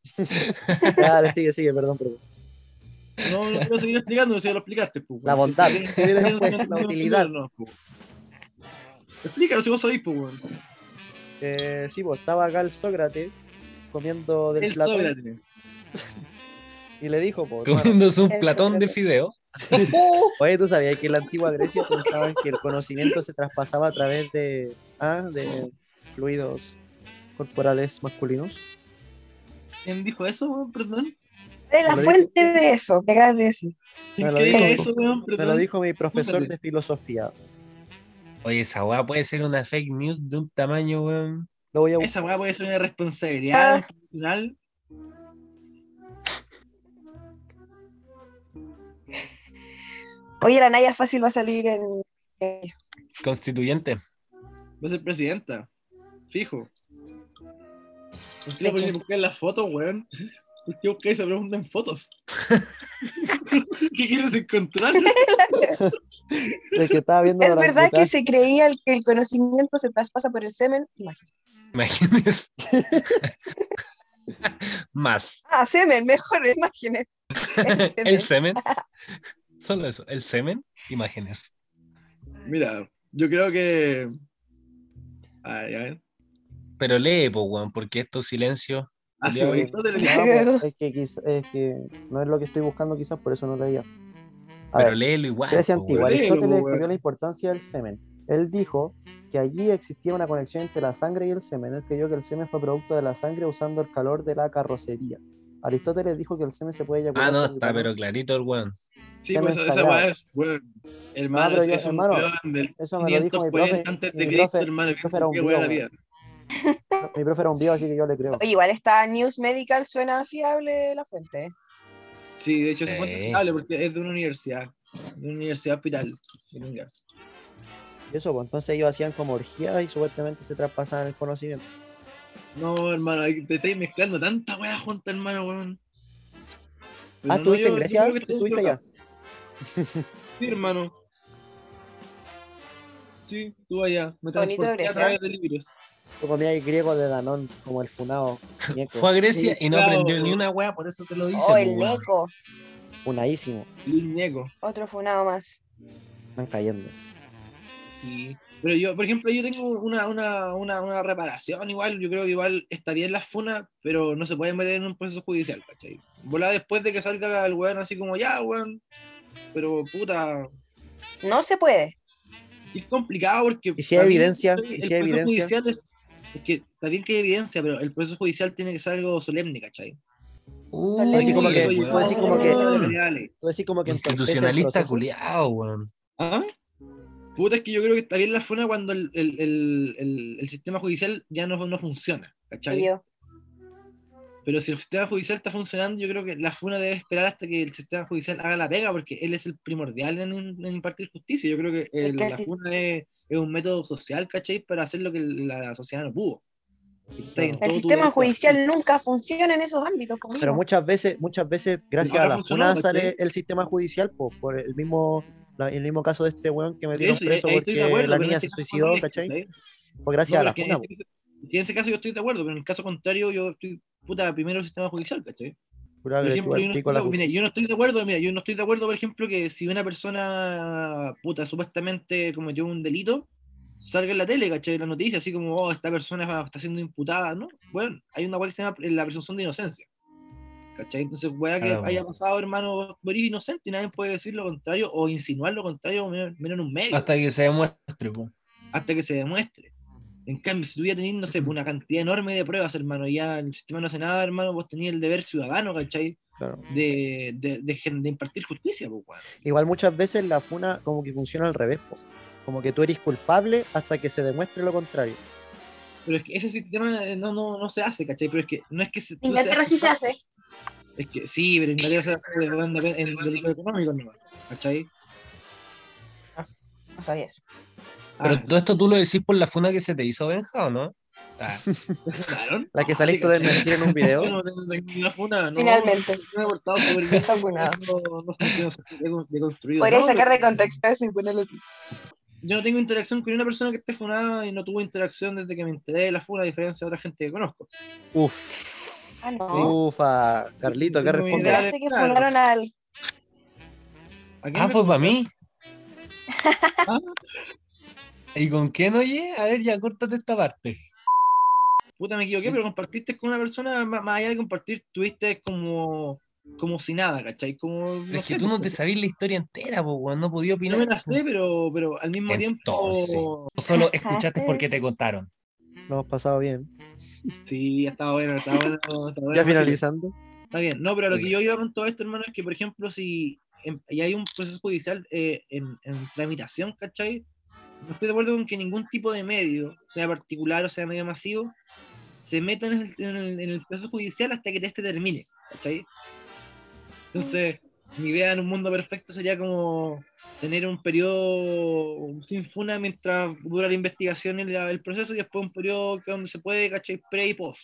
[SPEAKER 3] Dale, sigue, sigue, perdón, pero.
[SPEAKER 4] No, no quiero seguir explicando, si ya lo explicaste, pues. weón.
[SPEAKER 3] La bondad,
[SPEAKER 4] Si-
[SPEAKER 3] que viene después,
[SPEAKER 4] no, no,
[SPEAKER 3] la
[SPEAKER 4] no,
[SPEAKER 3] utilidad.
[SPEAKER 4] no, pues. Explícalo si vos sabés, pues, weón.
[SPEAKER 3] Eh, sí, pues estaba acá el Sócrates comiendo del
[SPEAKER 4] El
[SPEAKER 3] platón
[SPEAKER 4] Sócrates.
[SPEAKER 3] y le dijo, pues, hermano,
[SPEAKER 1] Comiéndose un
[SPEAKER 2] Eso,
[SPEAKER 1] platón de
[SPEAKER 2] eso.
[SPEAKER 1] fideo.
[SPEAKER 3] oye, tú sabías que en la antigua Grecia pensaban que el conocimiento se traspasaba a través de, ah, de fluidos corporales masculinos.
[SPEAKER 4] ¿Quién dijo eso, weón? Perdón.
[SPEAKER 2] Es la
[SPEAKER 3] Lo
[SPEAKER 2] fuente de eso, me acabas de decir.
[SPEAKER 4] ¿Quién
[SPEAKER 3] Me lo
[SPEAKER 4] cree
[SPEAKER 2] dijo-
[SPEAKER 4] eso, weón?
[SPEAKER 3] Me lo
[SPEAKER 4] Perdón.
[SPEAKER 3] dijo mi profesor
[SPEAKER 4] Escúchate.
[SPEAKER 3] de filosofía.
[SPEAKER 1] Oye, esa weá puede ser una fake news de un tamaño, weón.
[SPEAKER 3] Lo voy a buscar.
[SPEAKER 4] Esa weá puede ser una responsabilidad
[SPEAKER 2] Ah.
[SPEAKER 4] personal.
[SPEAKER 2] Oye, la Naya fácil va a salir en. eh,
[SPEAKER 1] Constituyente.
[SPEAKER 4] Va a ser presidenta. Fijo. ¿Por qué
[SPEAKER 2] ¿De
[SPEAKER 4] no podéis
[SPEAKER 2] qué?
[SPEAKER 4] buscar las fotos, weón? ¿Por qué buscáis esa pregunta en fotos? ¿Qué quieres encontrar?
[SPEAKER 3] El que estaba viendo
[SPEAKER 2] Es
[SPEAKER 3] la
[SPEAKER 2] verdad
[SPEAKER 3] oranguta.
[SPEAKER 2] que se creía el- que el conocimiento se traspasa por el semen. Imagínate.
[SPEAKER 1] Imagínense. Más.
[SPEAKER 2] Ah, semen, mejor, imagínate. El
[SPEAKER 1] El
[SPEAKER 2] semen.
[SPEAKER 1] semen. Solo eso. El semen. Imágenes.
[SPEAKER 4] Mira, yo creo que. Ay, a ver.
[SPEAKER 1] Pero lee, po, weón, porque estos silencios.
[SPEAKER 4] Ah, sí,
[SPEAKER 1] Ya,
[SPEAKER 4] weón, no te lo-
[SPEAKER 3] Ya, pues, es, que quiz- es que no es lo que estoy buscando, quizás por eso no leía. A
[SPEAKER 1] Pero
[SPEAKER 3] ver,
[SPEAKER 1] léelo igual.
[SPEAKER 3] Grecia
[SPEAKER 1] po,
[SPEAKER 3] antigua.
[SPEAKER 1] pues, weón.
[SPEAKER 4] Léelo,
[SPEAKER 3] Aristóteles
[SPEAKER 4] weón.
[SPEAKER 3] estudió la importancia del semen. Él dijo que allí existía una conexión entre la sangre y el semen. Él creyó que el semen fue producto de la sangre usando el calor de la carrocería. Aristóteles dijo que el semen se puede eyacular.
[SPEAKER 1] Ah, no,
[SPEAKER 3] por el
[SPEAKER 1] está,
[SPEAKER 3] varón.
[SPEAKER 1] pero clarito el weón.
[SPEAKER 4] Sí,
[SPEAKER 3] Ya me
[SPEAKER 4] pues esa- esa
[SPEAKER 3] sacaron.
[SPEAKER 4] weá es, weón. Hermano,
[SPEAKER 3] No, pero
[SPEAKER 4] es-
[SPEAKER 3] yo-
[SPEAKER 4] es un
[SPEAKER 3] hermano,
[SPEAKER 4] weón del
[SPEAKER 3] Eso me lo dijo mi
[SPEAKER 4] 540
[SPEAKER 3] profe.
[SPEAKER 4] antes de
[SPEAKER 3] Mi
[SPEAKER 4] Cristo,
[SPEAKER 3] profe,
[SPEAKER 4] hermano.
[SPEAKER 3] profe era un
[SPEAKER 4] qué weá la
[SPEAKER 3] bio,
[SPEAKER 4] vida.
[SPEAKER 3] mi profe era un vivo, así que yo le creo.
[SPEAKER 2] Oye, igual esta News Medical suena fiable la fuente. ¿eh?
[SPEAKER 4] Sí, de hecho
[SPEAKER 1] Sí.
[SPEAKER 4] se encuentra estable porque es de una universidad, de una universidad hospital. gringa.
[SPEAKER 3] Y eso, pues, entonces ellos hacían como orgías y supuestamente se traspasaban el conocimiento.
[SPEAKER 4] No, hermano, ahí te estáis mezclando tanta weá junta, hermano, weón. Pero
[SPEAKER 3] ah,
[SPEAKER 4] Pues no,
[SPEAKER 3] ¿estuviste
[SPEAKER 4] yo-
[SPEAKER 3] en
[SPEAKER 4] yo
[SPEAKER 3] Grecia?
[SPEAKER 4] creo que estoy
[SPEAKER 3] ¿Estuviste allá?
[SPEAKER 4] equivocado. Sí, hermano. Sí, tú allá. Me
[SPEAKER 2] Bonito
[SPEAKER 4] transporté a
[SPEAKER 2] Grecia.
[SPEAKER 4] través de libros.
[SPEAKER 3] Yo comía el griego de Danón, como el funado, ñeco,
[SPEAKER 1] Fue a Grecia y no
[SPEAKER 4] Claro,
[SPEAKER 1] aprendió ni
[SPEAKER 4] weón.
[SPEAKER 1] una weá, por eso te lo dice.
[SPEAKER 2] Oh, el
[SPEAKER 1] weón.
[SPEAKER 2] Neco,
[SPEAKER 3] funadísimo.
[SPEAKER 4] Liñego.
[SPEAKER 2] otro funado más.
[SPEAKER 3] Están cayendo.
[SPEAKER 4] Sí. Pero yo, por ejemplo, yo tengo una, una, una, una reparación igual. Yo creo que igual está bien la funa, pero no se puede meter en un proceso judicial, ¿cachai? Volá después de que salga el weón así como, ya, weón, Pero puta,
[SPEAKER 2] No se puede.
[SPEAKER 4] es complicado porque.
[SPEAKER 3] Y si hay
[SPEAKER 4] para mí,
[SPEAKER 3] evidencia,
[SPEAKER 4] el
[SPEAKER 3] y si hay
[SPEAKER 4] proceso
[SPEAKER 3] evidencia.
[SPEAKER 4] judicial Es, es que está bien que hay evidencia, pero el proceso judicial tiene que ser algo solemne, ¿cachai?
[SPEAKER 1] Uy,
[SPEAKER 2] Así como
[SPEAKER 3] que-
[SPEAKER 1] weón.
[SPEAKER 3] así como que-
[SPEAKER 4] Legales.
[SPEAKER 3] Tú decís como que entorpece el
[SPEAKER 1] Institucionalista
[SPEAKER 3] proceso.
[SPEAKER 1] culiado, weón.
[SPEAKER 4] ¿Ah? Puta, es que yo creo que está bien la funa cuando el, el, el, el, el sistema judicial ya no, no funciona, ¿cachai?
[SPEAKER 2] Y yo,
[SPEAKER 4] Pero si el sistema judicial está funcionando, yo creo que la FUNA debe esperar hasta que el sistema judicial haga la pega, porque él es el primordial en, en impartir justicia. Yo creo que el-
[SPEAKER 2] que
[SPEAKER 4] la
[SPEAKER 2] sí.
[SPEAKER 4] FUNA es, es un método social, ¿cachai? Para hacer lo que la sociedad no pudo. Está en
[SPEAKER 3] El
[SPEAKER 4] todo
[SPEAKER 2] el
[SPEAKER 4] tu
[SPEAKER 2] sistema
[SPEAKER 4] derecho.
[SPEAKER 2] judicial nunca funciona en esos ámbitos. pues,
[SPEAKER 3] Pero
[SPEAKER 2] amigo.
[SPEAKER 3] muchas veces, muchas veces, gracias
[SPEAKER 4] ahora
[SPEAKER 3] a la
[SPEAKER 4] funcionó,
[SPEAKER 3] FUNA
[SPEAKER 4] ¿cachai?
[SPEAKER 3] sale el sistema judicial po, por el mismo la- el mismo caso de este weón que metieron
[SPEAKER 4] Eso, y ahí-
[SPEAKER 3] preso
[SPEAKER 4] ahí estoy
[SPEAKER 3] porque
[SPEAKER 4] de acuerdo,
[SPEAKER 3] la
[SPEAKER 4] pero en
[SPEAKER 3] niña
[SPEAKER 4] este
[SPEAKER 3] se
[SPEAKER 4] caso
[SPEAKER 3] suicidó,
[SPEAKER 4] no es,
[SPEAKER 3] ¿cachai?
[SPEAKER 4] ¿cachai?
[SPEAKER 3] Pues gracias a
[SPEAKER 4] No,
[SPEAKER 3] la
[SPEAKER 4] pero
[SPEAKER 3] FUNA.
[SPEAKER 4] que- que en ese este caso yo estoy de acuerdo, pero en el caso contrario yo estoy, puta, primero el sistema judicial, ¿cachai?
[SPEAKER 3] po, pura
[SPEAKER 4] Por
[SPEAKER 3] que le
[SPEAKER 4] ejemplo,
[SPEAKER 3] chupa
[SPEAKER 4] yo
[SPEAKER 3] el
[SPEAKER 4] no,
[SPEAKER 3] pico a la
[SPEAKER 4] estoy- mira,
[SPEAKER 3] justicia.
[SPEAKER 4] yo no estoy de acuerdo, mira, yo no estoy de acuerdo, por ejemplo, que si una persona, puta, supuestamente cometió un delito, salga en la tele, ¿cachai? En las noticias, así como, oh, esta persona va- está siendo imputada, ¿no? Bueno, hay una weá que se llama la presunción de inocencia, ¿cachai? Entonces, weá que
[SPEAKER 1] Claro.
[SPEAKER 4] haya pasado, hermano, morir inocente y nadie puede decir lo contrario o insinuar lo contrario, menos menos en un medio
[SPEAKER 1] Hasta que se demuestre, po.
[SPEAKER 4] hasta que se demuestre. En cambio, si tú ya tenías, no sé, una cantidad enorme de pruebas, hermano, y ya el sistema no hace nada, hermano, vos tenías el deber ciudadano, ¿cachai?
[SPEAKER 3] Claro.
[SPEAKER 4] De, de, de gen- de impartir justicia, pues, weón.
[SPEAKER 3] Igual muchas veces la FUNA como que funciona al revés, po. como que tú eres culpable hasta que se demuestre lo contrario.
[SPEAKER 4] Pero es que ese sistema eh, no, no, no se hace, ¿cachai? Pero es que no es que se. tú
[SPEAKER 2] Inglaterra
[SPEAKER 4] seas
[SPEAKER 2] sí se hace.
[SPEAKER 4] culpable. Es que sí, pero Inglaterra se hace de weón, de- en delitos económicos nomás, ¿cachai?
[SPEAKER 2] No sabía eso.
[SPEAKER 4] Ah,
[SPEAKER 1] Pero todo esto tú lo decís por la funa que se te hizo, Benja, ¿o no? Ah,
[SPEAKER 4] ¿te funaron?
[SPEAKER 3] La que
[SPEAKER 4] Ah,
[SPEAKER 3] saliste de
[SPEAKER 4] ¿cachai?
[SPEAKER 3] mentir en un video.
[SPEAKER 4] Yo no tengo ninguna funa, no.
[SPEAKER 2] Finalmente.
[SPEAKER 4] Yo me he portado súper bien.
[SPEAKER 2] Está funado.
[SPEAKER 4] No, no sé, no sé, de- de construido.
[SPEAKER 2] Podría
[SPEAKER 4] No,
[SPEAKER 2] sacar
[SPEAKER 4] pero-
[SPEAKER 2] de contexto eso y ponerle.
[SPEAKER 4] yo no tengo interacción con una persona que esté funada y no tuve interacción desde que me enteré de la funa, a diferencia de otra gente que conozco.
[SPEAKER 3] Uf,
[SPEAKER 2] Ah, no.
[SPEAKER 3] ufa, Carlito, ¿qué
[SPEAKER 4] Muy
[SPEAKER 3] responde?
[SPEAKER 4] ideal.
[SPEAKER 2] Esperaste que funaron al.
[SPEAKER 4] ¿A quién
[SPEAKER 1] ah,
[SPEAKER 4] me-
[SPEAKER 1] fue para mí.
[SPEAKER 4] Ah.
[SPEAKER 1] ¿Y con quién, oye? A ver, ya córtate esta parte.
[SPEAKER 4] Puta, me equivoqué, pero compartiste con una persona, más, más allá de compartir, tuviste como, como si nada, ¿cachai? Como, no
[SPEAKER 1] Pero es que
[SPEAKER 4] sé,
[SPEAKER 1] tú no te
[SPEAKER 4] pues,
[SPEAKER 1] sabías la historia entera, po, weón, no podía
[SPEAKER 4] No
[SPEAKER 1] opinar.
[SPEAKER 4] me la sé, pero, pero al mismo tiempo...
[SPEAKER 1] Solo escuchaste porque te contaron.
[SPEAKER 3] Lo hemos pasado bien.
[SPEAKER 4] Sí, estaba bueno, estaba bueno. Está bueno
[SPEAKER 3] Ya
[SPEAKER 4] así que
[SPEAKER 3] finalizando.
[SPEAKER 4] Está bien. No, pero a lo
[SPEAKER 1] Muy
[SPEAKER 4] que yo iba con todo esto, hermano, es que, por ejemplo, si en- y hay un proceso judicial eh, en, en tramitación, ¿cachai? No estoy de acuerdo con que ningún tipo de medio, sea particular o sea medio masivo, se meta en el, en el- en el proceso judicial hasta que este termine, ¿cachai? Entonces, mi idea en un mundo perfecto sería como tener un periodo sin funa mientras dura la investigación y la- el proceso y después un periodo que donde se puede, ¿cachai? Pre y post.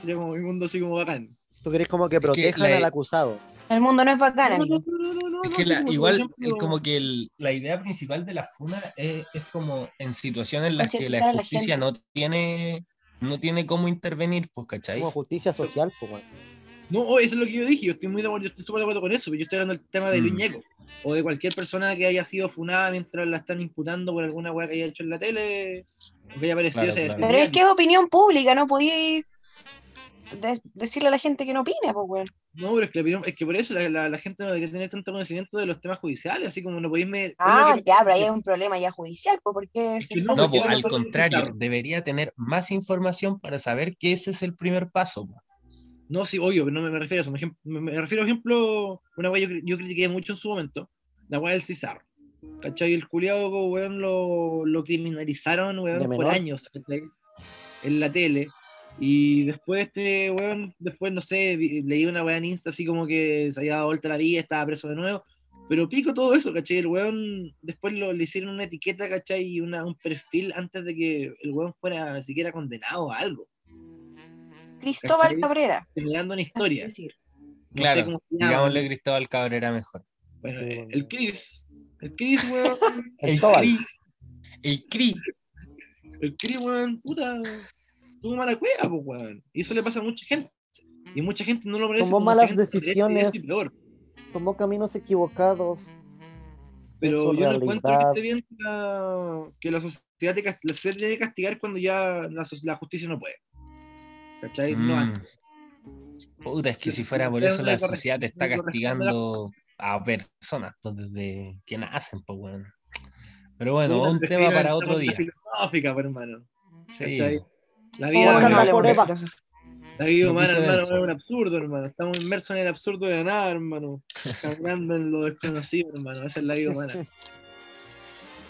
[SPEAKER 4] Sería como un mundo así como bacán.
[SPEAKER 3] Tú querés como que e-
[SPEAKER 1] que
[SPEAKER 3] protejan
[SPEAKER 1] la-
[SPEAKER 3] al acusado.
[SPEAKER 2] El mundo no es bacán,
[SPEAKER 4] No,
[SPEAKER 2] amigo.
[SPEAKER 4] no, no, no, no,
[SPEAKER 1] Es
[SPEAKER 4] no,
[SPEAKER 1] que
[SPEAKER 4] sí,
[SPEAKER 1] la-
[SPEAKER 4] como por
[SPEAKER 1] igual,
[SPEAKER 4] ejemplo,
[SPEAKER 1] el- como que el- la idea principal de la funa es, es como en situaciones en las que
[SPEAKER 2] Concientizar
[SPEAKER 1] la
[SPEAKER 2] a la
[SPEAKER 1] justicia no tiene, no tiene cómo intervenir, pues, ¿cachai?
[SPEAKER 3] Como justicia social, po, weón.
[SPEAKER 4] No, oh, eso es lo que yo dije, yo estoy muy de acuerdo, yo estoy súper de acuerdo con eso, pero yo estoy hablando del tema de Luis
[SPEAKER 1] Mm.
[SPEAKER 4] Ñeco, o de cualquier persona que haya sido funada mientras la están imputando por alguna weá que haya hecho en la tele, o que haya aparecido
[SPEAKER 1] Claro,
[SPEAKER 4] ese
[SPEAKER 1] claro.
[SPEAKER 2] Pero es que es opinión pública, no podía decirle a la gente que no opine, pues, weón.
[SPEAKER 4] No, pero es que, la opinión- es que por eso la, la- la gente no debería tener tanto conocimiento de los temas judiciales, así como no podéis... me- es lo
[SPEAKER 2] Ah,
[SPEAKER 4] que-
[SPEAKER 2] ya, pero ahí hay un problema ya judicial, pues, porque
[SPEAKER 4] Es
[SPEAKER 2] si
[SPEAKER 4] que
[SPEAKER 2] está
[SPEAKER 4] no,
[SPEAKER 1] No,
[SPEAKER 4] porque
[SPEAKER 1] po,
[SPEAKER 4] ahora
[SPEAKER 1] al
[SPEAKER 4] todo es
[SPEAKER 1] contrario,
[SPEAKER 4] digital.
[SPEAKER 1] debería tener más información para saber que ese es el primer paso. po.
[SPEAKER 4] No, sí, obvio, pero no me, me refiero a eso. Me, ejem- me- me refiero, por ejemplo, una weá yo, cri- yo critiqué mucho en su momento, la weá del Cizarro. ¿Cachai? El culiado, weón, lo, lo criminalizaron,
[SPEAKER 3] De
[SPEAKER 4] weón, por
[SPEAKER 3] menor.
[SPEAKER 4] años, ¿cachai? En la tele. Y después, este, weón, después, no sé, vi- leí una weá en Insta así como que se había dado vuelta la vida, estaba preso de nuevo. Pero pico todo eso, ¿cachai? El weón, después lo, le hicieron una etiqueta, ¿cachai? Y una, un perfil antes de que el weón fuera siquiera condenado a algo,
[SPEAKER 2] Cristóbal
[SPEAKER 4] ¿cachai?
[SPEAKER 2] Cabrera.
[SPEAKER 4] generando una
[SPEAKER 2] así
[SPEAKER 4] historia.
[SPEAKER 2] decir.
[SPEAKER 4] No sé
[SPEAKER 1] Claro,
[SPEAKER 4] cómo se llama.
[SPEAKER 1] digámosle a Cristóbal Cabrera mejor.
[SPEAKER 4] Bueno,
[SPEAKER 3] Sí,
[SPEAKER 4] eh,
[SPEAKER 3] bueno.
[SPEAKER 4] el Chris. El Chris, weón.
[SPEAKER 3] El
[SPEAKER 1] El
[SPEAKER 3] Cobal.
[SPEAKER 1] CRI, el CRI,
[SPEAKER 4] El Chris, weón, puta. Tuvo mala cueva, pues, weón. Y eso le pasa a mucha gente. Y mucha gente no lo merece.
[SPEAKER 3] Tomó
[SPEAKER 4] mucha
[SPEAKER 3] malas
[SPEAKER 4] gente lo merece, y
[SPEAKER 3] decisiones.
[SPEAKER 4] eso es peor.
[SPEAKER 3] Tomó caminos equivocados.
[SPEAKER 4] Pero
[SPEAKER 3] su
[SPEAKER 4] yo no encuentro que
[SPEAKER 3] realidad.
[SPEAKER 4] esté bien que la, que la sociedad te cas- la sociedad tiene que castigar cuando ya la, so- la justicia no puede. ¿Cachai? No
[SPEAKER 1] Mm.
[SPEAKER 4] antes.
[SPEAKER 1] Puta, es que si
[SPEAKER 4] Pero
[SPEAKER 1] fuera por
[SPEAKER 4] ustedes
[SPEAKER 1] eso
[SPEAKER 4] no
[SPEAKER 1] la
[SPEAKER 4] le corre-
[SPEAKER 1] sociedad te está
[SPEAKER 4] no le corresponde la-
[SPEAKER 1] castigando a personas pues, desde que nacen, pues, weón. Pero bueno,
[SPEAKER 4] Puta,
[SPEAKER 1] un
[SPEAKER 4] te
[SPEAKER 1] tema
[SPEAKER 4] tiran
[SPEAKER 1] para otro
[SPEAKER 4] preguntas
[SPEAKER 1] día.
[SPEAKER 4] filosóficas, pues, hermano.
[SPEAKER 1] Sí.
[SPEAKER 4] ¿Cachai? La
[SPEAKER 2] Vamos
[SPEAKER 4] vida,
[SPEAKER 2] a
[SPEAKER 4] la,
[SPEAKER 2] darle vuelta.
[SPEAKER 4] vida humana,
[SPEAKER 1] Viceversa.
[SPEAKER 4] hermano, es un absurdo, hermano. Estamos inmersos en el absurdo de la nada, hermano. Caminando en lo desconocido, hermano. Esa es la vida humana.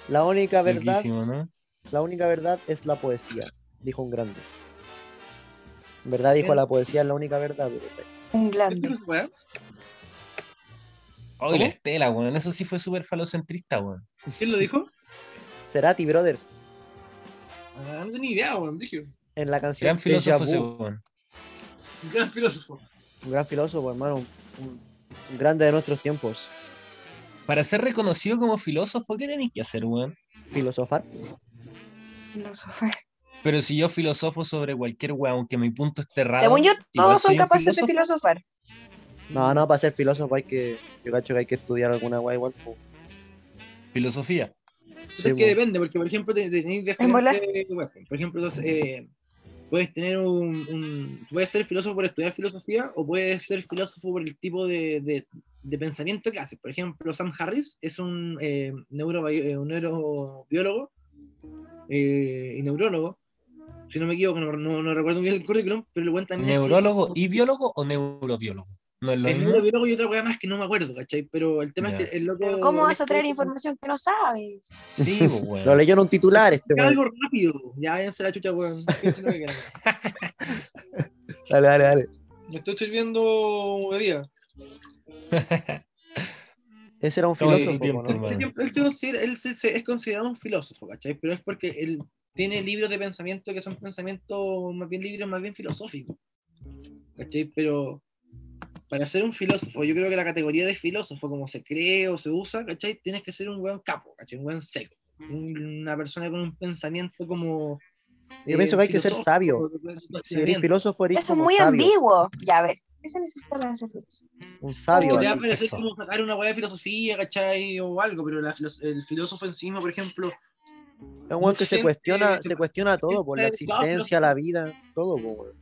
[SPEAKER 3] La única verdad,
[SPEAKER 1] Riquísimo, ¿no?
[SPEAKER 3] la única verdad es la poesía, dijo un grande. En verdad dijo la poesía es la única verdad. pero-
[SPEAKER 2] Un
[SPEAKER 4] ¿Qué
[SPEAKER 2] grande.
[SPEAKER 4] cosa, weón?
[SPEAKER 1] Oye, la estela, weón. Eso sí fue súper falocentrista, weón.
[SPEAKER 4] ¿Quién lo dijo?
[SPEAKER 3] Cerati, brother,
[SPEAKER 4] Ah, no tenía ni idea, weón. Dije,
[SPEAKER 3] en la canción
[SPEAKER 1] Gran
[SPEAKER 3] Déjà
[SPEAKER 1] filósofo
[SPEAKER 3] Vu,
[SPEAKER 1] ese, weón.
[SPEAKER 4] un gran filósofo.
[SPEAKER 3] un gran filósofo, hermano, un, un grande de nuestros tiempos.
[SPEAKER 1] Para ser reconocido como filósofo, ¿qué tenéis que hacer, weón?
[SPEAKER 3] Filosofar.
[SPEAKER 2] Filósofo.
[SPEAKER 1] Pero si yo filosofo sobre cualquier weón, aunque mi punto esté errado.
[SPEAKER 2] Según yo,
[SPEAKER 1] igual
[SPEAKER 2] todos son
[SPEAKER 1] soy un
[SPEAKER 2] capaces de
[SPEAKER 1] filósofo.
[SPEAKER 2] filosofar.
[SPEAKER 3] No, no, para ser filósofo hay que, yo cacho que hay que estudiar alguna guay igual. po.
[SPEAKER 1] Filosofía.
[SPEAKER 4] Pero es
[SPEAKER 3] Sí,
[SPEAKER 4] que
[SPEAKER 3] po.
[SPEAKER 4] depende, porque por ejemplo te- tenéis
[SPEAKER 2] En bola.
[SPEAKER 4] diferentes- bueno, Por ejemplo, los, eh, puedes tener un, un- Puedes ser filósofo por estudiar filosofía o puedes ser filósofo por el tipo de, de- de pensamiento que haces. Por ejemplo, Sam Harris es un, eh, neuro- eh, un neurobiólogo eh, y neurólogo. Si no me equivoco, no, no- no recuerdo bien el currículum, pero lo cuentan.
[SPEAKER 1] ¿Neurólogo y biólogo o neurobiólogo? No es lo
[SPEAKER 4] Es
[SPEAKER 1] mismo.
[SPEAKER 4] neurobiólogo y otra cosa más que no me acuerdo, ¿cachai? Pero el tema
[SPEAKER 1] Ya.
[SPEAKER 4] es que el loco.
[SPEAKER 2] Pero ¿Cómo vas a traer
[SPEAKER 4] es-
[SPEAKER 2] información que no sabes?
[SPEAKER 1] Sí, pues, weón.
[SPEAKER 3] Lo leyeron titular este
[SPEAKER 4] Busca
[SPEAKER 3] weón.
[SPEAKER 4] algo rápido. Ya váyanse a la chucha, weón. Piensen lo que quieran.
[SPEAKER 3] Dale, dale, dale.
[SPEAKER 4] Me estoy sirviendo bebida.
[SPEAKER 3] Ese era un
[SPEAKER 1] Toma tu
[SPEAKER 3] filósofo.
[SPEAKER 1] tiempo,
[SPEAKER 3] po, ¿no?
[SPEAKER 1] hermano.
[SPEAKER 4] Por ejemplo, él, se considera- él se- se- es considerado un filósofo, ¿cachai? Pero es porque él tiene libros de pensamiento que son pensamientos más bien libros más bien filosóficos. ¿Cachai? Pero para ser un filósofo, yo creo que la categoría de filósofo, como se cree o se usa, ¿cachai? Tienes que ser un buen capo, ¿cachai? Un buen seco. Un- Una persona con un pensamiento como. eh,
[SPEAKER 3] Yo pienso que hay que ser
[SPEAKER 4] filosófico,
[SPEAKER 3] sabio.
[SPEAKER 4] con un
[SPEAKER 3] Si eres
[SPEAKER 4] pensamiento.
[SPEAKER 3] filósofo, eres
[SPEAKER 2] Eso es
[SPEAKER 3] como
[SPEAKER 2] muy
[SPEAKER 3] sabio.
[SPEAKER 2] ambiguo. Ya, a ver. ¿Qué se necesita para ser filósofo?
[SPEAKER 3] Un sabio.
[SPEAKER 4] Que te va a
[SPEAKER 3] así.
[SPEAKER 4] parecer
[SPEAKER 1] Eso.
[SPEAKER 4] como sacar una hueá de filosofía, ¿cachai? O algo, pero la filos- el filósofo en sí mismo, por ejemplo,
[SPEAKER 3] Es un weón que se
[SPEAKER 4] gente-
[SPEAKER 3] cuestiona, se cuestiona todo, por la
[SPEAKER 4] gente-
[SPEAKER 3] existencia, la vida, todo, po, weón.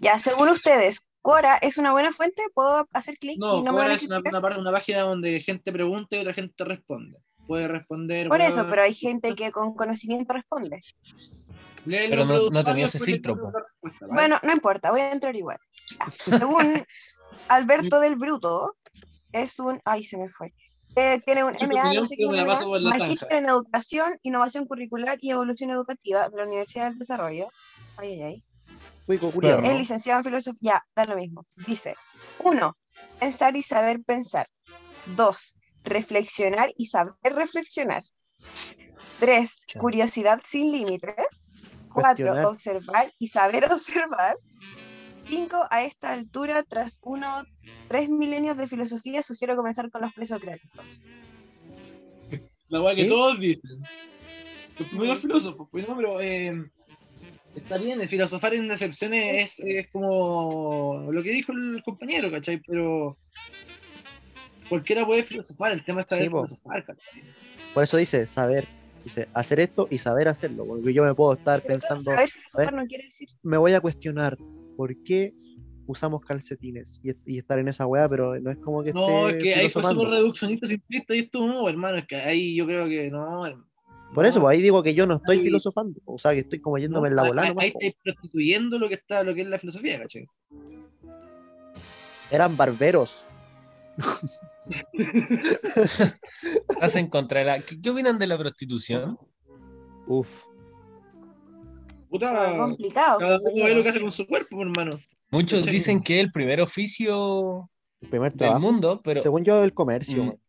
[SPEAKER 2] Ya, según ustedes, Cora es una buena fuente, puedo hacer clic
[SPEAKER 4] no,
[SPEAKER 2] y no me van
[SPEAKER 4] Quora
[SPEAKER 2] a
[SPEAKER 4] es una,
[SPEAKER 2] criticar?
[SPEAKER 4] una parte- una página donde gente pregunta y otra gente responde. Puede responder.
[SPEAKER 2] Por
[SPEAKER 4] weón,
[SPEAKER 2] eso, pero hay gente que con conocimiento responde.
[SPEAKER 4] lee el
[SPEAKER 1] Pero no-
[SPEAKER 4] nombre de
[SPEAKER 1] no tenía
[SPEAKER 4] usuario,
[SPEAKER 1] ese
[SPEAKER 4] después le
[SPEAKER 1] filtro,
[SPEAKER 4] pones
[SPEAKER 1] po.
[SPEAKER 4] pues, la respuesta, ¿vale?
[SPEAKER 2] Bueno, no importa, voy a entrar igual. Ya. Según Alberto del Bruto, es un. Ay, se me fue. Eh, tiene un
[SPEAKER 4] Yo tu
[SPEAKER 2] MA, no
[SPEAKER 4] opinión
[SPEAKER 2] sé
[SPEAKER 4] te
[SPEAKER 2] qué,
[SPEAKER 4] me la
[SPEAKER 2] MA,
[SPEAKER 4] paso por la
[SPEAKER 2] Magíster
[SPEAKER 4] zanja.
[SPEAKER 2] en Educación, Innovación Curricular y Evolución Educativa de la Universidad del Desarrollo. Ay, ay, ay.
[SPEAKER 3] Cuico, culiao.
[SPEAKER 1] Perro.
[SPEAKER 2] Es licenciado en filosofía, da lo mismo. Dice, 1. Pensar y saber pensar. 2. Reflexionar y saber reflexionar. 3.
[SPEAKER 1] Chao.
[SPEAKER 2] Curiosidad sin límites. 4.
[SPEAKER 3] Cuestionar.
[SPEAKER 2] Observar y saber observar. 5. A esta altura, tras uno, tres milenios de filosofía, sugiero comenzar con los presocráticos.
[SPEAKER 4] La hueá que
[SPEAKER 3] ¿Sí?
[SPEAKER 4] todos dicen. Los primeros filósofos, pues no, pero. eh, Está bien, el filosofar en excepciones es, es como lo que dijo el compañero, ¿cachai? Pero cualquiera puede filosofar, el tema está
[SPEAKER 3] Sí,
[SPEAKER 4] de
[SPEAKER 3] po.
[SPEAKER 4] filosofar, ¿cachai?
[SPEAKER 3] Por eso dice saber. Dice hacer esto y saber hacerlo. Porque yo me puedo estar
[SPEAKER 2] Pero
[SPEAKER 3] pensando,
[SPEAKER 2] saber filosofar no quiere decir
[SPEAKER 3] me voy a cuestionar por qué usamos calcetines y, y estar en esa weá, pero no es como que
[SPEAKER 4] No,
[SPEAKER 3] esté
[SPEAKER 4] es que ahí fue
[SPEAKER 3] filosofando.
[SPEAKER 4] súper reduccionista, simplista y esto no, hermano, es que ahí yo creo que no. hermano.
[SPEAKER 3] Por eso,
[SPEAKER 4] No,
[SPEAKER 3] pues, ahí digo que yo no estoy
[SPEAKER 4] Ahí-
[SPEAKER 3] filosofando. O sea, que estoy como
[SPEAKER 4] no,
[SPEAKER 3] yéndome en la
[SPEAKER 4] ahí-
[SPEAKER 3] bola.
[SPEAKER 4] Ahí,
[SPEAKER 3] nomás, po.
[SPEAKER 4] estáis prostituyendo lo que está, lo que es la filosofía, ¿cachai?
[SPEAKER 3] Eran barberos.
[SPEAKER 1] Hacen contra la. ¿Qué, qué opinan de la prostitución?
[SPEAKER 3] Uf.
[SPEAKER 2] algo
[SPEAKER 4] Puta,
[SPEAKER 2] complicado.
[SPEAKER 4] cada uno ve lo que
[SPEAKER 2] compañero.
[SPEAKER 4] hace con su cuerpo, hermano.
[SPEAKER 1] Muchos
[SPEAKER 4] Mucha
[SPEAKER 1] dicen que es el primer oficio
[SPEAKER 3] El primer
[SPEAKER 1] del
[SPEAKER 3] trabajo.
[SPEAKER 1] mundo, pero
[SPEAKER 3] Ah, Según yo, el comercio.
[SPEAKER 1] Mm.
[SPEAKER 3] weón.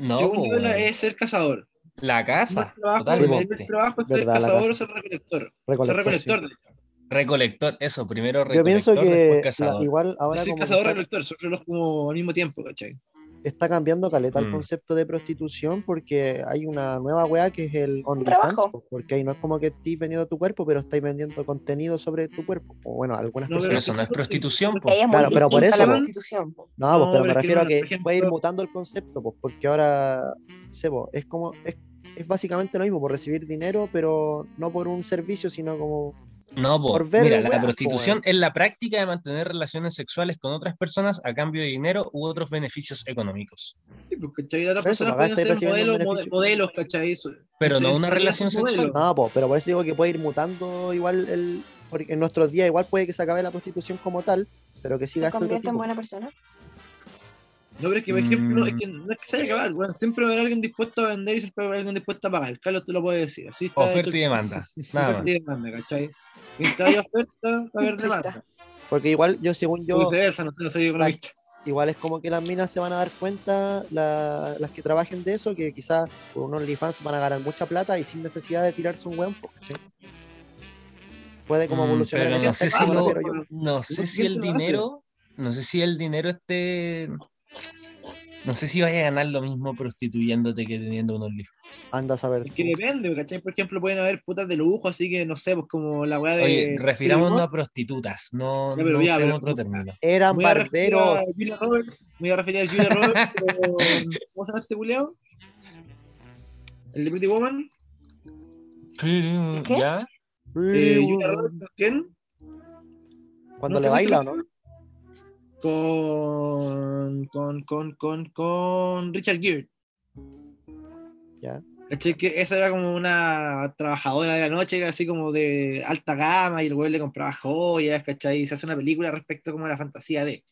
[SPEAKER 1] no,
[SPEAKER 4] Según
[SPEAKER 1] po,
[SPEAKER 4] yo, la-
[SPEAKER 1] weón.
[SPEAKER 4] es ser cazador.
[SPEAKER 1] la casa,
[SPEAKER 4] El trabajo- el primer
[SPEAKER 1] totalmente.
[SPEAKER 4] trabajo es ser
[SPEAKER 3] Verdad, la
[SPEAKER 4] cazador
[SPEAKER 3] caza.
[SPEAKER 4] o ser recolector. Ser
[SPEAKER 3] Recolección, sí.
[SPEAKER 4] recolector, de hecho.
[SPEAKER 1] Recolector, eso, primero
[SPEAKER 3] Yo
[SPEAKER 1] recolector,
[SPEAKER 3] pienso que
[SPEAKER 1] después
[SPEAKER 3] la-
[SPEAKER 1] cazador.
[SPEAKER 3] igual ahora
[SPEAKER 4] Decir
[SPEAKER 3] como que
[SPEAKER 4] cazador
[SPEAKER 3] está-
[SPEAKER 4] recolector, son los como al mismo tiempo, ¿cachai?
[SPEAKER 3] está cambiando caleta el
[SPEAKER 1] Mm.
[SPEAKER 3] concepto de prostitución porque hay una nueva weá que es el OnlyFans,
[SPEAKER 2] Trabajo.
[SPEAKER 3] po, porque ahí no es como que estés vendiendo tu cuerpo, pero estáis vendiendo contenido sobre tu cuerpo. O bueno, algunas
[SPEAKER 4] No,
[SPEAKER 1] Pero
[SPEAKER 3] personas.
[SPEAKER 1] eso no es
[SPEAKER 4] sí,
[SPEAKER 1] prostitución, po.
[SPEAKER 2] Que ahí es muy
[SPEAKER 3] Claro, pero por
[SPEAKER 2] distinta
[SPEAKER 3] eso,
[SPEAKER 2] la
[SPEAKER 4] po.
[SPEAKER 2] constitución. po.
[SPEAKER 3] No,
[SPEAKER 4] No,
[SPEAKER 3] pues, pero me
[SPEAKER 4] pero es que
[SPEAKER 3] refiero a
[SPEAKER 4] no,
[SPEAKER 3] que
[SPEAKER 4] por ejemplo-
[SPEAKER 3] puede ir mutando el concepto, pues, porque ahora, sé, po, es como, es, es básicamente lo mismo, por recibir dinero, pero no por un servicio, sino como
[SPEAKER 1] No, po.
[SPEAKER 3] Por ver
[SPEAKER 1] mira,
[SPEAKER 3] weá,
[SPEAKER 1] la
[SPEAKER 3] po,
[SPEAKER 1] prostitución es la práctica de mantener relaciones sexuales con otras personas a cambio de dinero u otros beneficios económicos.
[SPEAKER 4] Sí, porque ¿cachai? Las otras
[SPEAKER 3] Por eso
[SPEAKER 4] personas
[SPEAKER 3] pagaste
[SPEAKER 4] pueden ser
[SPEAKER 3] recibiendo un
[SPEAKER 4] modelos,
[SPEAKER 3] beneficio.
[SPEAKER 4] modelos, ¿cachai? Eso-
[SPEAKER 1] Pero
[SPEAKER 4] eso
[SPEAKER 1] no
[SPEAKER 4] es-
[SPEAKER 1] una relación
[SPEAKER 4] modelo.
[SPEAKER 1] sexual.
[SPEAKER 3] No, po, pues, pero por eso digo que puede ir mutando igual el. Porque en nuestros días igual puede que se acabe la prostitución como tal, pero que siga
[SPEAKER 2] ¿Te
[SPEAKER 3] este otro
[SPEAKER 2] convierte en
[SPEAKER 3] tipo.
[SPEAKER 2] buena persona?
[SPEAKER 4] No, pero es que, por ejemplo,
[SPEAKER 1] Mm.
[SPEAKER 4] es que no es que se haya acabado. Bueno, siempre va a haber alguien dispuesto a vender y siempre va a haber alguien dispuesto a pagar. Carlos, tú lo puedes decir. Así está hecho
[SPEAKER 1] Oferta y
[SPEAKER 4] el-
[SPEAKER 1] demanda. Nada
[SPEAKER 4] Oferta
[SPEAKER 1] más.
[SPEAKER 4] y demanda, ¿cachai? Mientras haya oferta, va a haber
[SPEAKER 2] Simplista.
[SPEAKER 4] demanda.
[SPEAKER 3] Porque igual yo según
[SPEAKER 4] Yo,
[SPEAKER 3] yo,
[SPEAKER 4] viceversa, no sé, no soy economista.
[SPEAKER 3] igual es como que las minas se van a dar cuenta, la- las que trabajen de eso, que quizás por un OnlyFans van a ganar mucha plata y sin necesidad de tirarse un weón. po, ¿cachai? Puede como
[SPEAKER 1] Mm,
[SPEAKER 3] evolucionar
[SPEAKER 1] pero
[SPEAKER 3] en
[SPEAKER 1] no
[SPEAKER 3] ese
[SPEAKER 1] sé si
[SPEAKER 3] aspecto,
[SPEAKER 1] lo-
[SPEAKER 3] pero yo-
[SPEAKER 1] No sé si el
[SPEAKER 4] siempre lo hace.
[SPEAKER 1] dinero, no sé si el dinero esté. No sé si vaya a ganar lo mismo prostituyéndote que teniendo un OnlyFans.
[SPEAKER 3] Anda a saber.
[SPEAKER 4] Es que depende, ¿cachai? Por ejemplo, pueden haber putas de lujo, así que no sé, pues como la weá de.
[SPEAKER 1] Oye, refirámonos
[SPEAKER 4] ¿no?
[SPEAKER 1] a prostitutas, no,
[SPEAKER 4] Ya, pero
[SPEAKER 1] no
[SPEAKER 4] ya,
[SPEAKER 1] usemos
[SPEAKER 4] pero-
[SPEAKER 1] otro término.
[SPEAKER 3] Eran
[SPEAKER 4] Me voy a referir a
[SPEAKER 3] barberos.
[SPEAKER 4] Julia Roberts. Me voy a referir a Julia Roberts. pero, ¿Cómo se llama este culiao? El de Pretty Woman.
[SPEAKER 2] ¿Qué?
[SPEAKER 1] ¿Ya?
[SPEAKER 4] Eh,
[SPEAKER 3] Sí,
[SPEAKER 4] Julia
[SPEAKER 3] weón.
[SPEAKER 4] Roberts, ¿con quién? ¿no
[SPEAKER 3] Cuando le
[SPEAKER 4] te viste
[SPEAKER 3] baila,
[SPEAKER 4] la-
[SPEAKER 3] ¿no?
[SPEAKER 4] con con con con con Richard Gere.
[SPEAKER 3] Ya.
[SPEAKER 4] ¿Cachai? Que esa era como una trabajadora de la noche, así como de alta gama, y el güey le compraba joyas, ¿cachai? Y se hace una película respecto como a la fantasía de.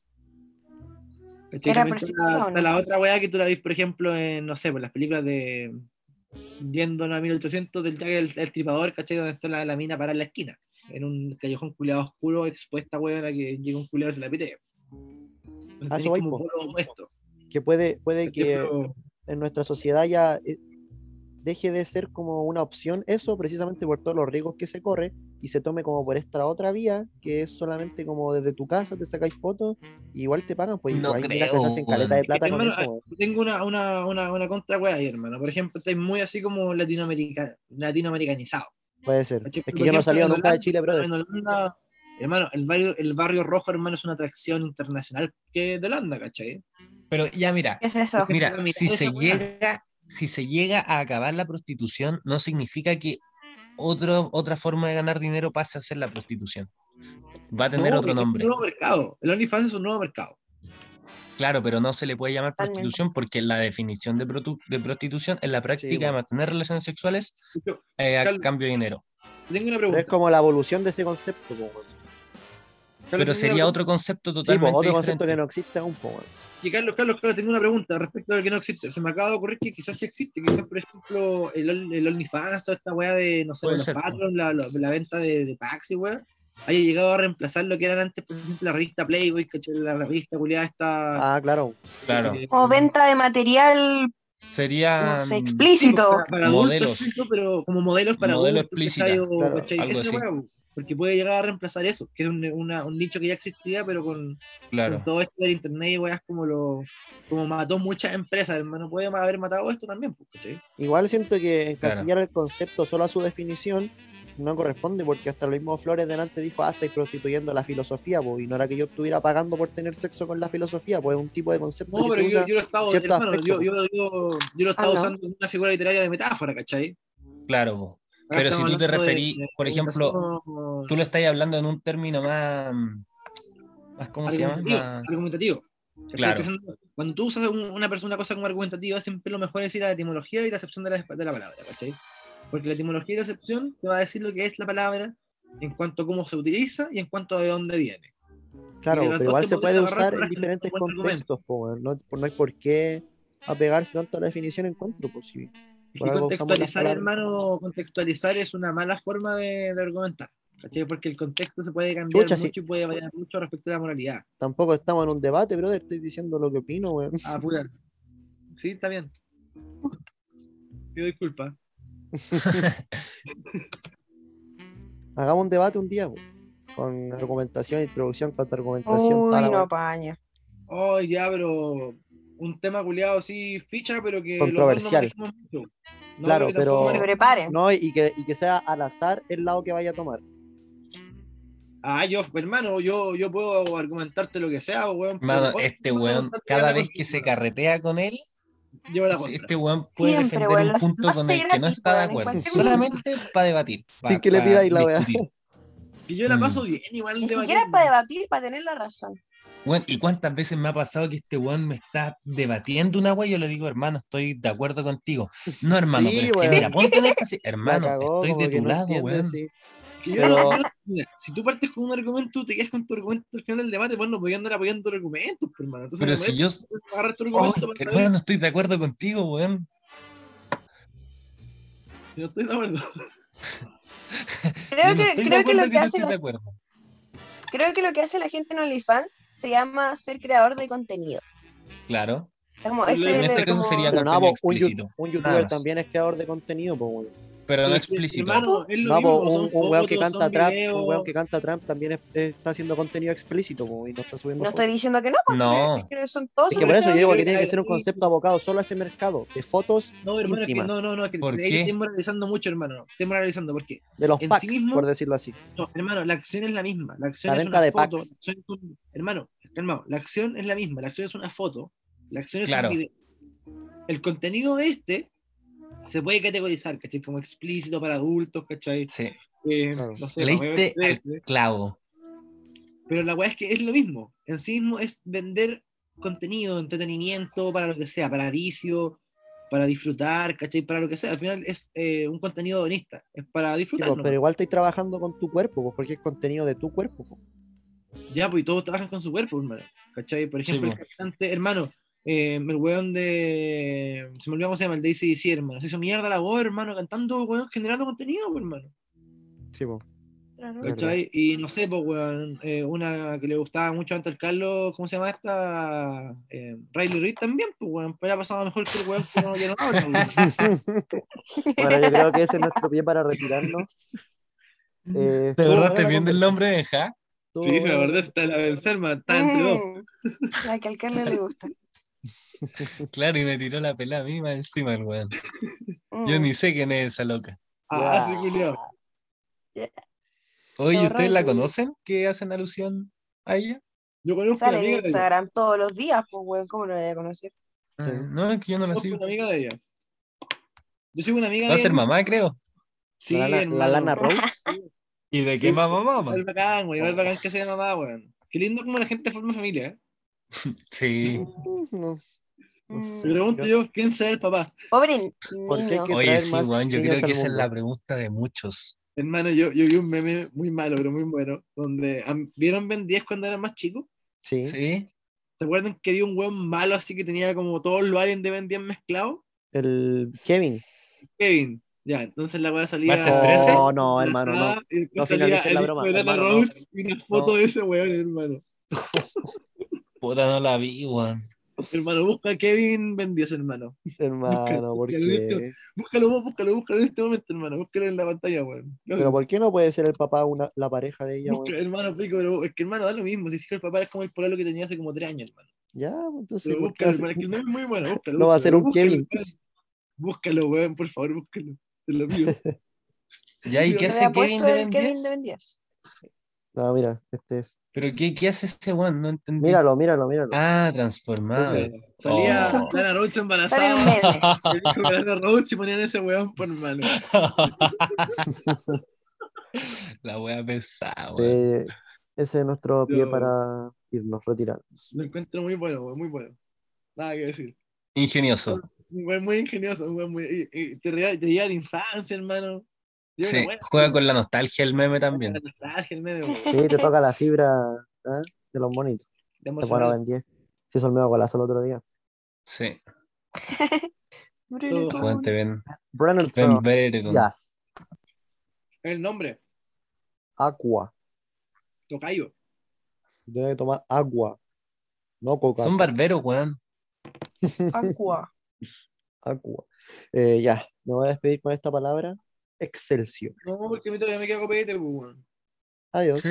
[SPEAKER 4] ¿Cachai?
[SPEAKER 2] ¿Era
[SPEAKER 4] También está
[SPEAKER 2] prostituta
[SPEAKER 4] la,
[SPEAKER 2] o
[SPEAKER 4] está
[SPEAKER 2] no?
[SPEAKER 4] la otra weá que tú la ves, por ejemplo, en, no sé, pues las películas de Yéndonos a 1800 del Jack el, el Tripador, ¿cachai? Donde está la, la mina para en la esquina, en un callejón culeado oscuro, expuesta weá, en la que llega un culeado y se la pitea. Entonces
[SPEAKER 3] A eso
[SPEAKER 4] tenés
[SPEAKER 3] voy,
[SPEAKER 4] como
[SPEAKER 3] po.
[SPEAKER 4] polo opuesto.
[SPEAKER 3] Que puede, puede
[SPEAKER 4] Por
[SPEAKER 3] que
[SPEAKER 4] ejemplo,
[SPEAKER 3] en nuestra sociedad ya eh, deje de ser como una opción eso, precisamente por todos los riesgos que se corre y se tome como por esta otra vía, que es solamente como desde tu casa te sacáis fotos, y igual te pagan, pues
[SPEAKER 1] No
[SPEAKER 3] igual minas que se
[SPEAKER 1] creo,
[SPEAKER 3] hacen caleta
[SPEAKER 1] weón.
[SPEAKER 3] de plata con
[SPEAKER 4] hermano,
[SPEAKER 3] eso. weón.
[SPEAKER 4] tengo una, una, una, una contra weá ahí, hermano. Por ejemplo, estáis muy así como latinoamerica- latinoamericanizados.
[SPEAKER 3] Puede ser.
[SPEAKER 4] ¿cachai?
[SPEAKER 3] Es que
[SPEAKER 4] Por
[SPEAKER 3] yo no he
[SPEAKER 4] ejemplo,
[SPEAKER 3] salido
[SPEAKER 4] en
[SPEAKER 3] nunca de
[SPEAKER 4] Holanda-
[SPEAKER 3] Chile, brother.
[SPEAKER 4] En Holanda, hermano, el barrio, el barrio rojo, hermano, es una atracción internacional que de Holanda, ¿cachai?
[SPEAKER 1] Pero ya mira,
[SPEAKER 2] ¿Qué es eso?
[SPEAKER 4] Porque-
[SPEAKER 1] Mira,
[SPEAKER 4] Mira,
[SPEAKER 1] si
[SPEAKER 4] esa
[SPEAKER 1] se
[SPEAKER 4] weá.
[SPEAKER 1] llega, si se llega a acabar la prostitución, no significa que otro, otra forma de ganar dinero pase a ser la prostitución. Va a tener
[SPEAKER 4] No,
[SPEAKER 1] otro
[SPEAKER 4] porque es
[SPEAKER 1] nombre.
[SPEAKER 4] Un nuevo mercado. El OnlyFans es un nuevo mercado.
[SPEAKER 1] Claro, pero no se le puede llamar
[SPEAKER 2] Totalmente.
[SPEAKER 1] prostitución porque la definición de, protu- de prostitución es la práctica de
[SPEAKER 3] bueno.
[SPEAKER 1] mantener relaciones sexuales
[SPEAKER 4] Yo
[SPEAKER 1] eh, a
[SPEAKER 4] Carlos,
[SPEAKER 1] cambio de dinero.
[SPEAKER 4] tengo una
[SPEAKER 3] Pero
[SPEAKER 4] pregunta.
[SPEAKER 3] es como la evolución de ese concepto, po, weón.
[SPEAKER 1] Pero
[SPEAKER 4] Carlos, tengo una
[SPEAKER 1] sería
[SPEAKER 4] pregunta.
[SPEAKER 1] otro concepto
[SPEAKER 3] Sí, po,
[SPEAKER 1] totalmente
[SPEAKER 3] otro
[SPEAKER 1] diferente.
[SPEAKER 3] concepto que no existe aún, po, weón.
[SPEAKER 4] Y Carlos, Carlos, Carlos, tengo una pregunta respecto a lo que no existe. Se me acaba de ocurrir que quizás sí existe, quizás, por ejemplo, el, Only- el OnlyFans, toda esta weá de, no sé,
[SPEAKER 1] Puede
[SPEAKER 4] los
[SPEAKER 1] ser,
[SPEAKER 4] patrons, la, la- la venta de, de taxi, weá, haya llegado a reemplazar lo que eran antes, por ejemplo, la revista Playboy, ¿cachai? la revista culiada esta.
[SPEAKER 3] Ah, claro.
[SPEAKER 1] Claro,
[SPEAKER 4] eh,
[SPEAKER 2] O venta de material
[SPEAKER 1] sería mm,
[SPEAKER 2] no sé,
[SPEAKER 1] Em,
[SPEAKER 4] sí, pues,
[SPEAKER 2] explícito.
[SPEAKER 4] Para, para adultos,
[SPEAKER 1] Modelos.
[SPEAKER 4] explícito, pero como modelos para
[SPEAKER 1] Modelo
[SPEAKER 4] adultos,
[SPEAKER 1] explícita,
[SPEAKER 4] ¿cachai? O,
[SPEAKER 3] claro,
[SPEAKER 4] ¿cachai?
[SPEAKER 1] algo
[SPEAKER 4] Esa
[SPEAKER 1] así.
[SPEAKER 4] weá, bu, porque puede llegar a reemplazar eso, que es un, una- un nicho que ya existía, pero con,
[SPEAKER 1] claro.
[SPEAKER 4] con todo esto del internet y weas como lo como mató muchas empresas, hermano, puede ma- haber matado esto también, pues, ¿cachai?
[SPEAKER 3] Igual siento que encasillar
[SPEAKER 1] Claro.
[SPEAKER 3] el concepto solo a su definición no corresponde, porque hasta lo mismo Flores delante dijo, ah, estáis prostituyendo la filosofía, po", y no era que yo estuviera pagando por tener sexo con la filosofía, pues es un tipo de concepto
[SPEAKER 4] No,
[SPEAKER 3] que
[SPEAKER 4] pero
[SPEAKER 3] se
[SPEAKER 4] yo,
[SPEAKER 3] usa.
[SPEAKER 4] yo lo estaba,
[SPEAKER 3] ciertos
[SPEAKER 4] hermano, yo,
[SPEAKER 3] aspectos.
[SPEAKER 4] yo, yo- yo lo estaba
[SPEAKER 2] Ah, no.
[SPEAKER 4] usando en una figura literaria de metáfora, ¿cachai?
[SPEAKER 1] Claro, po.
[SPEAKER 4] Ahora
[SPEAKER 1] Pero si
[SPEAKER 4] estamos
[SPEAKER 1] tú te
[SPEAKER 4] hablando de-
[SPEAKER 1] referís,
[SPEAKER 4] de
[SPEAKER 1] por ejemplo,
[SPEAKER 4] argumentación-
[SPEAKER 1] tú lo estás hablando en un término más, más ¿cómo se llama?
[SPEAKER 4] argumentativo,
[SPEAKER 1] Más-
[SPEAKER 4] argumentativo. Estoy
[SPEAKER 1] Claro.
[SPEAKER 4] diciendo, Cuando tú usas un- una, persona, una cosa como argumentativa, siempre lo mejor es ir a la etimología y la acepción de la, de la palabra, ¿cachai? Porque la etimología y la acepción te va a decir lo que es la palabra en cuanto a cómo se utiliza y en cuanto a de dónde viene.
[SPEAKER 3] Claro,
[SPEAKER 4] y de las
[SPEAKER 3] pero
[SPEAKER 4] dos
[SPEAKER 3] igual
[SPEAKER 4] te
[SPEAKER 3] se
[SPEAKER 4] podéis
[SPEAKER 3] puede
[SPEAKER 4] agarrar
[SPEAKER 3] usar
[SPEAKER 4] para
[SPEAKER 3] en
[SPEAKER 4] hacer
[SPEAKER 3] diferentes
[SPEAKER 4] un buen este argumento.
[SPEAKER 3] contextos, po, weón. no, pues no hay por qué apegarse tanto a la definición en contra, pues sí.
[SPEAKER 4] Y
[SPEAKER 3] Por algo usamos las
[SPEAKER 4] contextualizar,
[SPEAKER 3] palabras.
[SPEAKER 4] hermano, contextualizar es una mala forma de, de argumentar, ¿cachai? Porque el contexto se puede cambiar
[SPEAKER 3] Chucha, sí.
[SPEAKER 4] mucho y puede variar mucho respecto a la moralidad.
[SPEAKER 3] Tampoco estamos en un debate, brother, estoy diciendo lo que opino, weón.
[SPEAKER 4] Ah, puta. Sí, está bien. Pido disculpas.
[SPEAKER 3] Hagamos un debate un día, po, con argumentación, introducción,
[SPEAKER 1] pues,
[SPEAKER 3] contraargumentación, toda la
[SPEAKER 2] Uy, no
[SPEAKER 3] weá.
[SPEAKER 2] apaña.
[SPEAKER 4] Oh, ya, pero un tema culiado sí, ficha, pero que
[SPEAKER 3] Controversial.
[SPEAKER 4] los dos no manejemos mucho. No,
[SPEAKER 3] Claro,
[SPEAKER 4] que tampoco-
[SPEAKER 2] Se
[SPEAKER 3] pero-
[SPEAKER 2] preparen.
[SPEAKER 3] No, y que, y que sea al azar el lado que vaya a tomar.
[SPEAKER 4] Ah, yo, hermano, yo, yo puedo argumentarte lo que sea, weón. pero
[SPEAKER 1] Mano,
[SPEAKER 4] hoy,
[SPEAKER 1] este
[SPEAKER 4] hermano,
[SPEAKER 1] weón,
[SPEAKER 4] tanto
[SPEAKER 1] cada
[SPEAKER 4] gana
[SPEAKER 1] vez que se
[SPEAKER 4] contigo,
[SPEAKER 1] carretea con él,
[SPEAKER 4] Llevo la contra.
[SPEAKER 1] este weón puede
[SPEAKER 2] Siempre,
[SPEAKER 1] defender
[SPEAKER 2] weón,
[SPEAKER 1] un
[SPEAKER 2] lo-
[SPEAKER 1] punto
[SPEAKER 2] lo
[SPEAKER 1] con
[SPEAKER 2] hace
[SPEAKER 1] el que no
[SPEAKER 2] gratis,
[SPEAKER 1] está de
[SPEAKER 2] weón, en
[SPEAKER 1] acuerdo.
[SPEAKER 2] cualquier
[SPEAKER 1] Solamente para debatir.
[SPEAKER 3] Sin que le
[SPEAKER 1] para
[SPEAKER 3] pidáis la weá.
[SPEAKER 1] discutir.
[SPEAKER 4] Que yo la
[SPEAKER 1] Mm.
[SPEAKER 4] paso bien, igual.
[SPEAKER 2] Ni
[SPEAKER 4] debatiendo.
[SPEAKER 2] siquiera es para debatir, para tener la razón.
[SPEAKER 1] Weón, ¿y cuántas veces me ha pasado que este weón me está debatiendo una weá? Yo le digo, hermano, estoy de acuerdo contigo. No, hermano,
[SPEAKER 3] Sí,
[SPEAKER 1] pero es que
[SPEAKER 3] weón.
[SPEAKER 1] mira, ponte en esta- sí,
[SPEAKER 3] La
[SPEAKER 1] Hermano,
[SPEAKER 3] cagó, como
[SPEAKER 1] estoy de
[SPEAKER 3] que
[SPEAKER 1] tu
[SPEAKER 3] no
[SPEAKER 1] lado,
[SPEAKER 3] entiende,
[SPEAKER 1] weón.
[SPEAKER 3] sí.
[SPEAKER 4] Que yo-
[SPEAKER 3] Pero-
[SPEAKER 4] Mira, si tú partes con un argumento, te quedas con tu argumento al final del debate, pues no podías andar apoyando tu argumento, pues, hermano. Entonces,
[SPEAKER 1] Pero
[SPEAKER 4] no
[SPEAKER 1] si
[SPEAKER 4] puedes
[SPEAKER 1] yo.
[SPEAKER 4] agarrar tu
[SPEAKER 1] Oh,
[SPEAKER 4] argumento para otra vez,
[SPEAKER 1] hermano, estoy de acuerdo contigo, weón.
[SPEAKER 4] si no estoy de acuerdo.
[SPEAKER 1] Yo
[SPEAKER 2] Creo
[SPEAKER 1] no
[SPEAKER 2] que,
[SPEAKER 1] estoy de
[SPEAKER 2] creo que
[SPEAKER 1] acuerdo
[SPEAKER 2] lo que
[SPEAKER 1] no
[SPEAKER 2] hace
[SPEAKER 1] estés de
[SPEAKER 2] la,
[SPEAKER 1] acuerdo.
[SPEAKER 2] creo que lo que hace la gente en OnlyFans se llama ser creador de contenido.
[SPEAKER 1] Claro.
[SPEAKER 2] Es como,
[SPEAKER 4] En
[SPEAKER 2] ese
[SPEAKER 1] En
[SPEAKER 2] es
[SPEAKER 1] este
[SPEAKER 2] el-
[SPEAKER 1] caso
[SPEAKER 2] como-
[SPEAKER 1] sería
[SPEAKER 3] Pero no,
[SPEAKER 1] contenido
[SPEAKER 3] po, un,
[SPEAKER 1] explícito.
[SPEAKER 3] yu- un youtuber
[SPEAKER 1] más.
[SPEAKER 3] también es creador de contenido, po, weón.
[SPEAKER 1] Pero no
[SPEAKER 4] Es que,
[SPEAKER 1] explícito.
[SPEAKER 4] Hermano, es lo
[SPEAKER 3] No,
[SPEAKER 4] mismo,
[SPEAKER 3] po,
[SPEAKER 4] son
[SPEAKER 3] un, un weón que
[SPEAKER 4] fotos,
[SPEAKER 3] canta
[SPEAKER 4] son
[SPEAKER 3] trap,
[SPEAKER 4] videos.
[SPEAKER 3] un weón que canta trap también es- está haciendo contenido explícito, po, y no está subiendo.
[SPEAKER 2] No
[SPEAKER 3] fotos.
[SPEAKER 2] estoy diciendo que no, pues, porque
[SPEAKER 1] No.
[SPEAKER 2] es que son todos
[SPEAKER 3] Es que
[SPEAKER 2] son
[SPEAKER 3] por eso yo digo que
[SPEAKER 4] Pero
[SPEAKER 3] tiene que
[SPEAKER 4] ahí-
[SPEAKER 3] ser un concepto abocado solo a ese mercado de fotos
[SPEAKER 4] No, hermano, es que
[SPEAKER 3] íntimas.
[SPEAKER 4] no, no, no, es que
[SPEAKER 1] ¿Por
[SPEAKER 4] ahí
[SPEAKER 1] qué?
[SPEAKER 4] estoy moralizando mucho, hermano. no, Estoy moralizando porque,
[SPEAKER 3] de los
[SPEAKER 4] en sí
[SPEAKER 3] packs,
[SPEAKER 4] mismo-
[SPEAKER 3] por decirlo así.
[SPEAKER 4] no, hermano, la acción es la misma. La acción
[SPEAKER 3] La
[SPEAKER 4] es
[SPEAKER 3] venta
[SPEAKER 4] una
[SPEAKER 3] de
[SPEAKER 4] foto.
[SPEAKER 3] packs.
[SPEAKER 4] la acción es un- hermano, calmado, la acción es la misma. La acción es una foto. La acción es
[SPEAKER 1] Claro.
[SPEAKER 4] un video. El contenido de este se puede categorizar, ¿cachai? Como explícito para adultos, ¿cachai?
[SPEAKER 1] Sí.
[SPEAKER 4] Eh,
[SPEAKER 3] Claro.
[SPEAKER 4] no sé, para
[SPEAKER 1] Leíste
[SPEAKER 4] mayores de
[SPEAKER 1] al
[SPEAKER 4] 13,
[SPEAKER 1] clavo.
[SPEAKER 4] pero la weá es que es lo mismo. En sí mismo es vender contenido, entretenimiento, para lo que sea, para vicio, para disfrutar, ¿cachai? Para lo que sea. Al final es eh, un contenido hedonista. Es para
[SPEAKER 3] Sí,
[SPEAKER 4] disfrutar.
[SPEAKER 3] po,
[SPEAKER 4] nomás.
[SPEAKER 3] pero igual estáis trabajando con tu cuerpo, po, porque es contenido de tu cuerpo. pues. po.
[SPEAKER 4] Ya, pues y todos trabajan con su cuerpo, hermano. ¿Cachai? Por
[SPEAKER 1] Sí,
[SPEAKER 4] ejemplo,
[SPEAKER 1] po.
[SPEAKER 4] el cantante, hermano, eh, el weón de. Se me olvidó cómo se llama, el de ACDC, hermano. Se hizo mierda la voz, hermano, cantando, weón, generando contenido, pues, hermano.
[SPEAKER 3] Sí, pues. po. Verdad.
[SPEAKER 4] ¿Cachai? Y no sé, pues, weón, eh, una que le gustaba mucho antes al Carlos, ¿cómo se llama esta? Eh, Riley Reid también, pues, weón, pero ha pasado mejor que el weón que no lleno ahora, weón.
[SPEAKER 3] bueno, yo creo que ese es nuestro pie para retirarnos. Eh,
[SPEAKER 1] ¿Te
[SPEAKER 3] estuvo
[SPEAKER 1] acordaste
[SPEAKER 3] buena la
[SPEAKER 1] bien del
[SPEAKER 3] conversa-
[SPEAKER 1] nombre de Ja?
[SPEAKER 3] estuvo
[SPEAKER 4] Sí, la
[SPEAKER 3] buena-
[SPEAKER 4] verdad está la vencer, man, está entre dos.
[SPEAKER 2] Mm, La que al Carlos le gusta.
[SPEAKER 1] Claro, y me tiró la pelada a mí más encima el weón. Yo
[SPEAKER 2] Mm.
[SPEAKER 1] ni sé quién es esa loca.
[SPEAKER 4] Ah, sí, culiao.
[SPEAKER 1] Oye,
[SPEAKER 2] Qué
[SPEAKER 1] ¿ustedes la
[SPEAKER 2] horrible.
[SPEAKER 1] conocen? ¿Que hacen alusión a ella?
[SPEAKER 4] Yo conozco una
[SPEAKER 2] Sale
[SPEAKER 4] amiga
[SPEAKER 2] en
[SPEAKER 4] de ella.
[SPEAKER 2] Instagram todos los días, pues, weón, ¿cómo no la voy a conocer?
[SPEAKER 1] Ah, No, es que yo no la
[SPEAKER 4] Conozco
[SPEAKER 1] sigo.
[SPEAKER 4] una amiga de ella. Yo soy una amiga
[SPEAKER 1] Va a
[SPEAKER 4] de
[SPEAKER 1] ser
[SPEAKER 4] ella.
[SPEAKER 1] mamá, creo.
[SPEAKER 4] Sí,
[SPEAKER 3] La Lana- la
[SPEAKER 4] hermano.
[SPEAKER 3] Lana Rhoades.
[SPEAKER 1] ¿Y de qué mamá, mamá? Oh.
[SPEAKER 4] Igual bacán, güey. Igual bacán que sea mamá, weón. Qué lindo como la gente forma familia, ¿eh?
[SPEAKER 1] Sí.
[SPEAKER 3] Mm, no. No
[SPEAKER 1] Pues
[SPEAKER 4] Me
[SPEAKER 3] sé.
[SPEAKER 2] Mm,
[SPEAKER 4] pregunto yo, ¿quién será el papá?
[SPEAKER 2] Pobre niño.
[SPEAKER 3] ¿Por qué que
[SPEAKER 1] Oye,
[SPEAKER 3] traer
[SPEAKER 1] sí,
[SPEAKER 3] más
[SPEAKER 1] weón, yo
[SPEAKER 3] niños
[SPEAKER 1] creo que
[SPEAKER 3] al
[SPEAKER 1] esa es la
[SPEAKER 3] mundo?
[SPEAKER 1] pregunta de muchos.
[SPEAKER 4] Hermano, yo, yo vi un meme muy malo, pero muy bueno, donde am- vieron Ben 10 cuando eran más chicos.
[SPEAKER 3] Sí.
[SPEAKER 1] ¿Sí?
[SPEAKER 4] ¿Se acuerdan que vio un weón malo así que tenía como todos los aliens de Ben 10 mezclados?
[SPEAKER 3] El Kevin.
[SPEAKER 4] Kevin. Ya, entonces la weá salía.
[SPEAKER 1] ¿Martes 13?
[SPEAKER 3] No, no, hermano, no.
[SPEAKER 4] Abrazada, y después
[SPEAKER 3] No
[SPEAKER 4] salía
[SPEAKER 3] finalicen la
[SPEAKER 4] el
[SPEAKER 3] broma,
[SPEAKER 4] hijo de Lana
[SPEAKER 3] hermano, no.
[SPEAKER 4] Rhoades y una foto
[SPEAKER 3] No.
[SPEAKER 4] de ese weón, hermano.
[SPEAKER 1] Puta, no la vi, weón.
[SPEAKER 4] Hermano, busca a Kevin Ben 10, hermano.
[SPEAKER 3] Hermano, ¿por
[SPEAKER 4] Nunca lo
[SPEAKER 3] qué?
[SPEAKER 4] Búscalo vos, búscalo, búscalo en este momento, hermano. Búscalo en la pantalla, weón.
[SPEAKER 3] Pero ¿por qué no puede ser el papá una, la pareja de ella?
[SPEAKER 4] Busca-
[SPEAKER 3] weón?
[SPEAKER 4] hermano, pico, pero es que hermano da lo mismo. Si es que el papá es como el pololo que tenía hace como tres años, hermano.
[SPEAKER 3] Ya, entonces.
[SPEAKER 4] Pero
[SPEAKER 3] ¿por qué
[SPEAKER 4] búscalo, hermano,
[SPEAKER 3] hace-
[SPEAKER 4] es que el meme es muy bueno. Búscalo,
[SPEAKER 3] No va a ser
[SPEAKER 4] búscalo,
[SPEAKER 3] un
[SPEAKER 4] búscalo,
[SPEAKER 3] Kevin.
[SPEAKER 4] weón. Búscalo, weón, por favor, búscalo. Te lo pido.
[SPEAKER 1] ¿Ya? ¿Y
[SPEAKER 4] Yo
[SPEAKER 1] qué
[SPEAKER 2] Yo
[SPEAKER 1] hace
[SPEAKER 2] había
[SPEAKER 1] Kevin
[SPEAKER 2] puesto
[SPEAKER 1] de
[SPEAKER 2] el
[SPEAKER 1] Ben
[SPEAKER 2] Kevin
[SPEAKER 1] 10?
[SPEAKER 2] de Ben 10.
[SPEAKER 3] No, mira, este es.
[SPEAKER 1] ¿Pero qué, qué hace ese weón? No entendí.
[SPEAKER 3] Míralo, míralo, míralo.
[SPEAKER 1] Ah, transformado.
[SPEAKER 4] Entonces, Salía
[SPEAKER 1] Oh.
[SPEAKER 4] Lana Roach
[SPEAKER 2] Sale en un
[SPEAKER 4] embarazada.
[SPEAKER 2] meme.
[SPEAKER 4] el hijo de Lana Roach y ponían ese weón por mano.
[SPEAKER 1] la wea pesada, weón.
[SPEAKER 3] Eh, ese es nuestro pie
[SPEAKER 4] Yo-
[SPEAKER 3] para irnos, retirarnos.
[SPEAKER 4] Lo encuentro muy bueno, weón, muy bueno. Nada que decir.
[SPEAKER 1] Ingenioso.
[SPEAKER 4] Un weón muy ingenioso, un weón muy. y- y te, rea- te lleva a la infancia, hermano. Lleva una
[SPEAKER 1] Sí,
[SPEAKER 4] buena-
[SPEAKER 1] juega con la nostalgia el meme también.
[SPEAKER 4] la nostalgia, el meme, weón.
[SPEAKER 3] Sí, te toca la fibra ¿eh? de los bonitos.
[SPEAKER 4] Te
[SPEAKER 3] Te bueno,
[SPEAKER 4] emociona.
[SPEAKER 3] Ben 10. Se hizo el nuevo golazo el otro día.
[SPEAKER 1] Sí,
[SPEAKER 2] Bruno,
[SPEAKER 1] weón, te ven.
[SPEAKER 3] Brenner
[SPEAKER 1] Ven,
[SPEAKER 3] Tron,
[SPEAKER 1] Brereton.
[SPEAKER 3] Jazz,
[SPEAKER 4] El nombre,
[SPEAKER 3] Aqua.
[SPEAKER 4] Tocayo.
[SPEAKER 3] Debe tomar agua. No coca.
[SPEAKER 1] Son barberos, weón.
[SPEAKER 2] Aqua.
[SPEAKER 3] Aqua. Eh, ya, me voy a despedir con esta palabra. Excelsior.
[SPEAKER 4] No, porque a mí todavía me queda copete, pues, weón.
[SPEAKER 3] Adiós.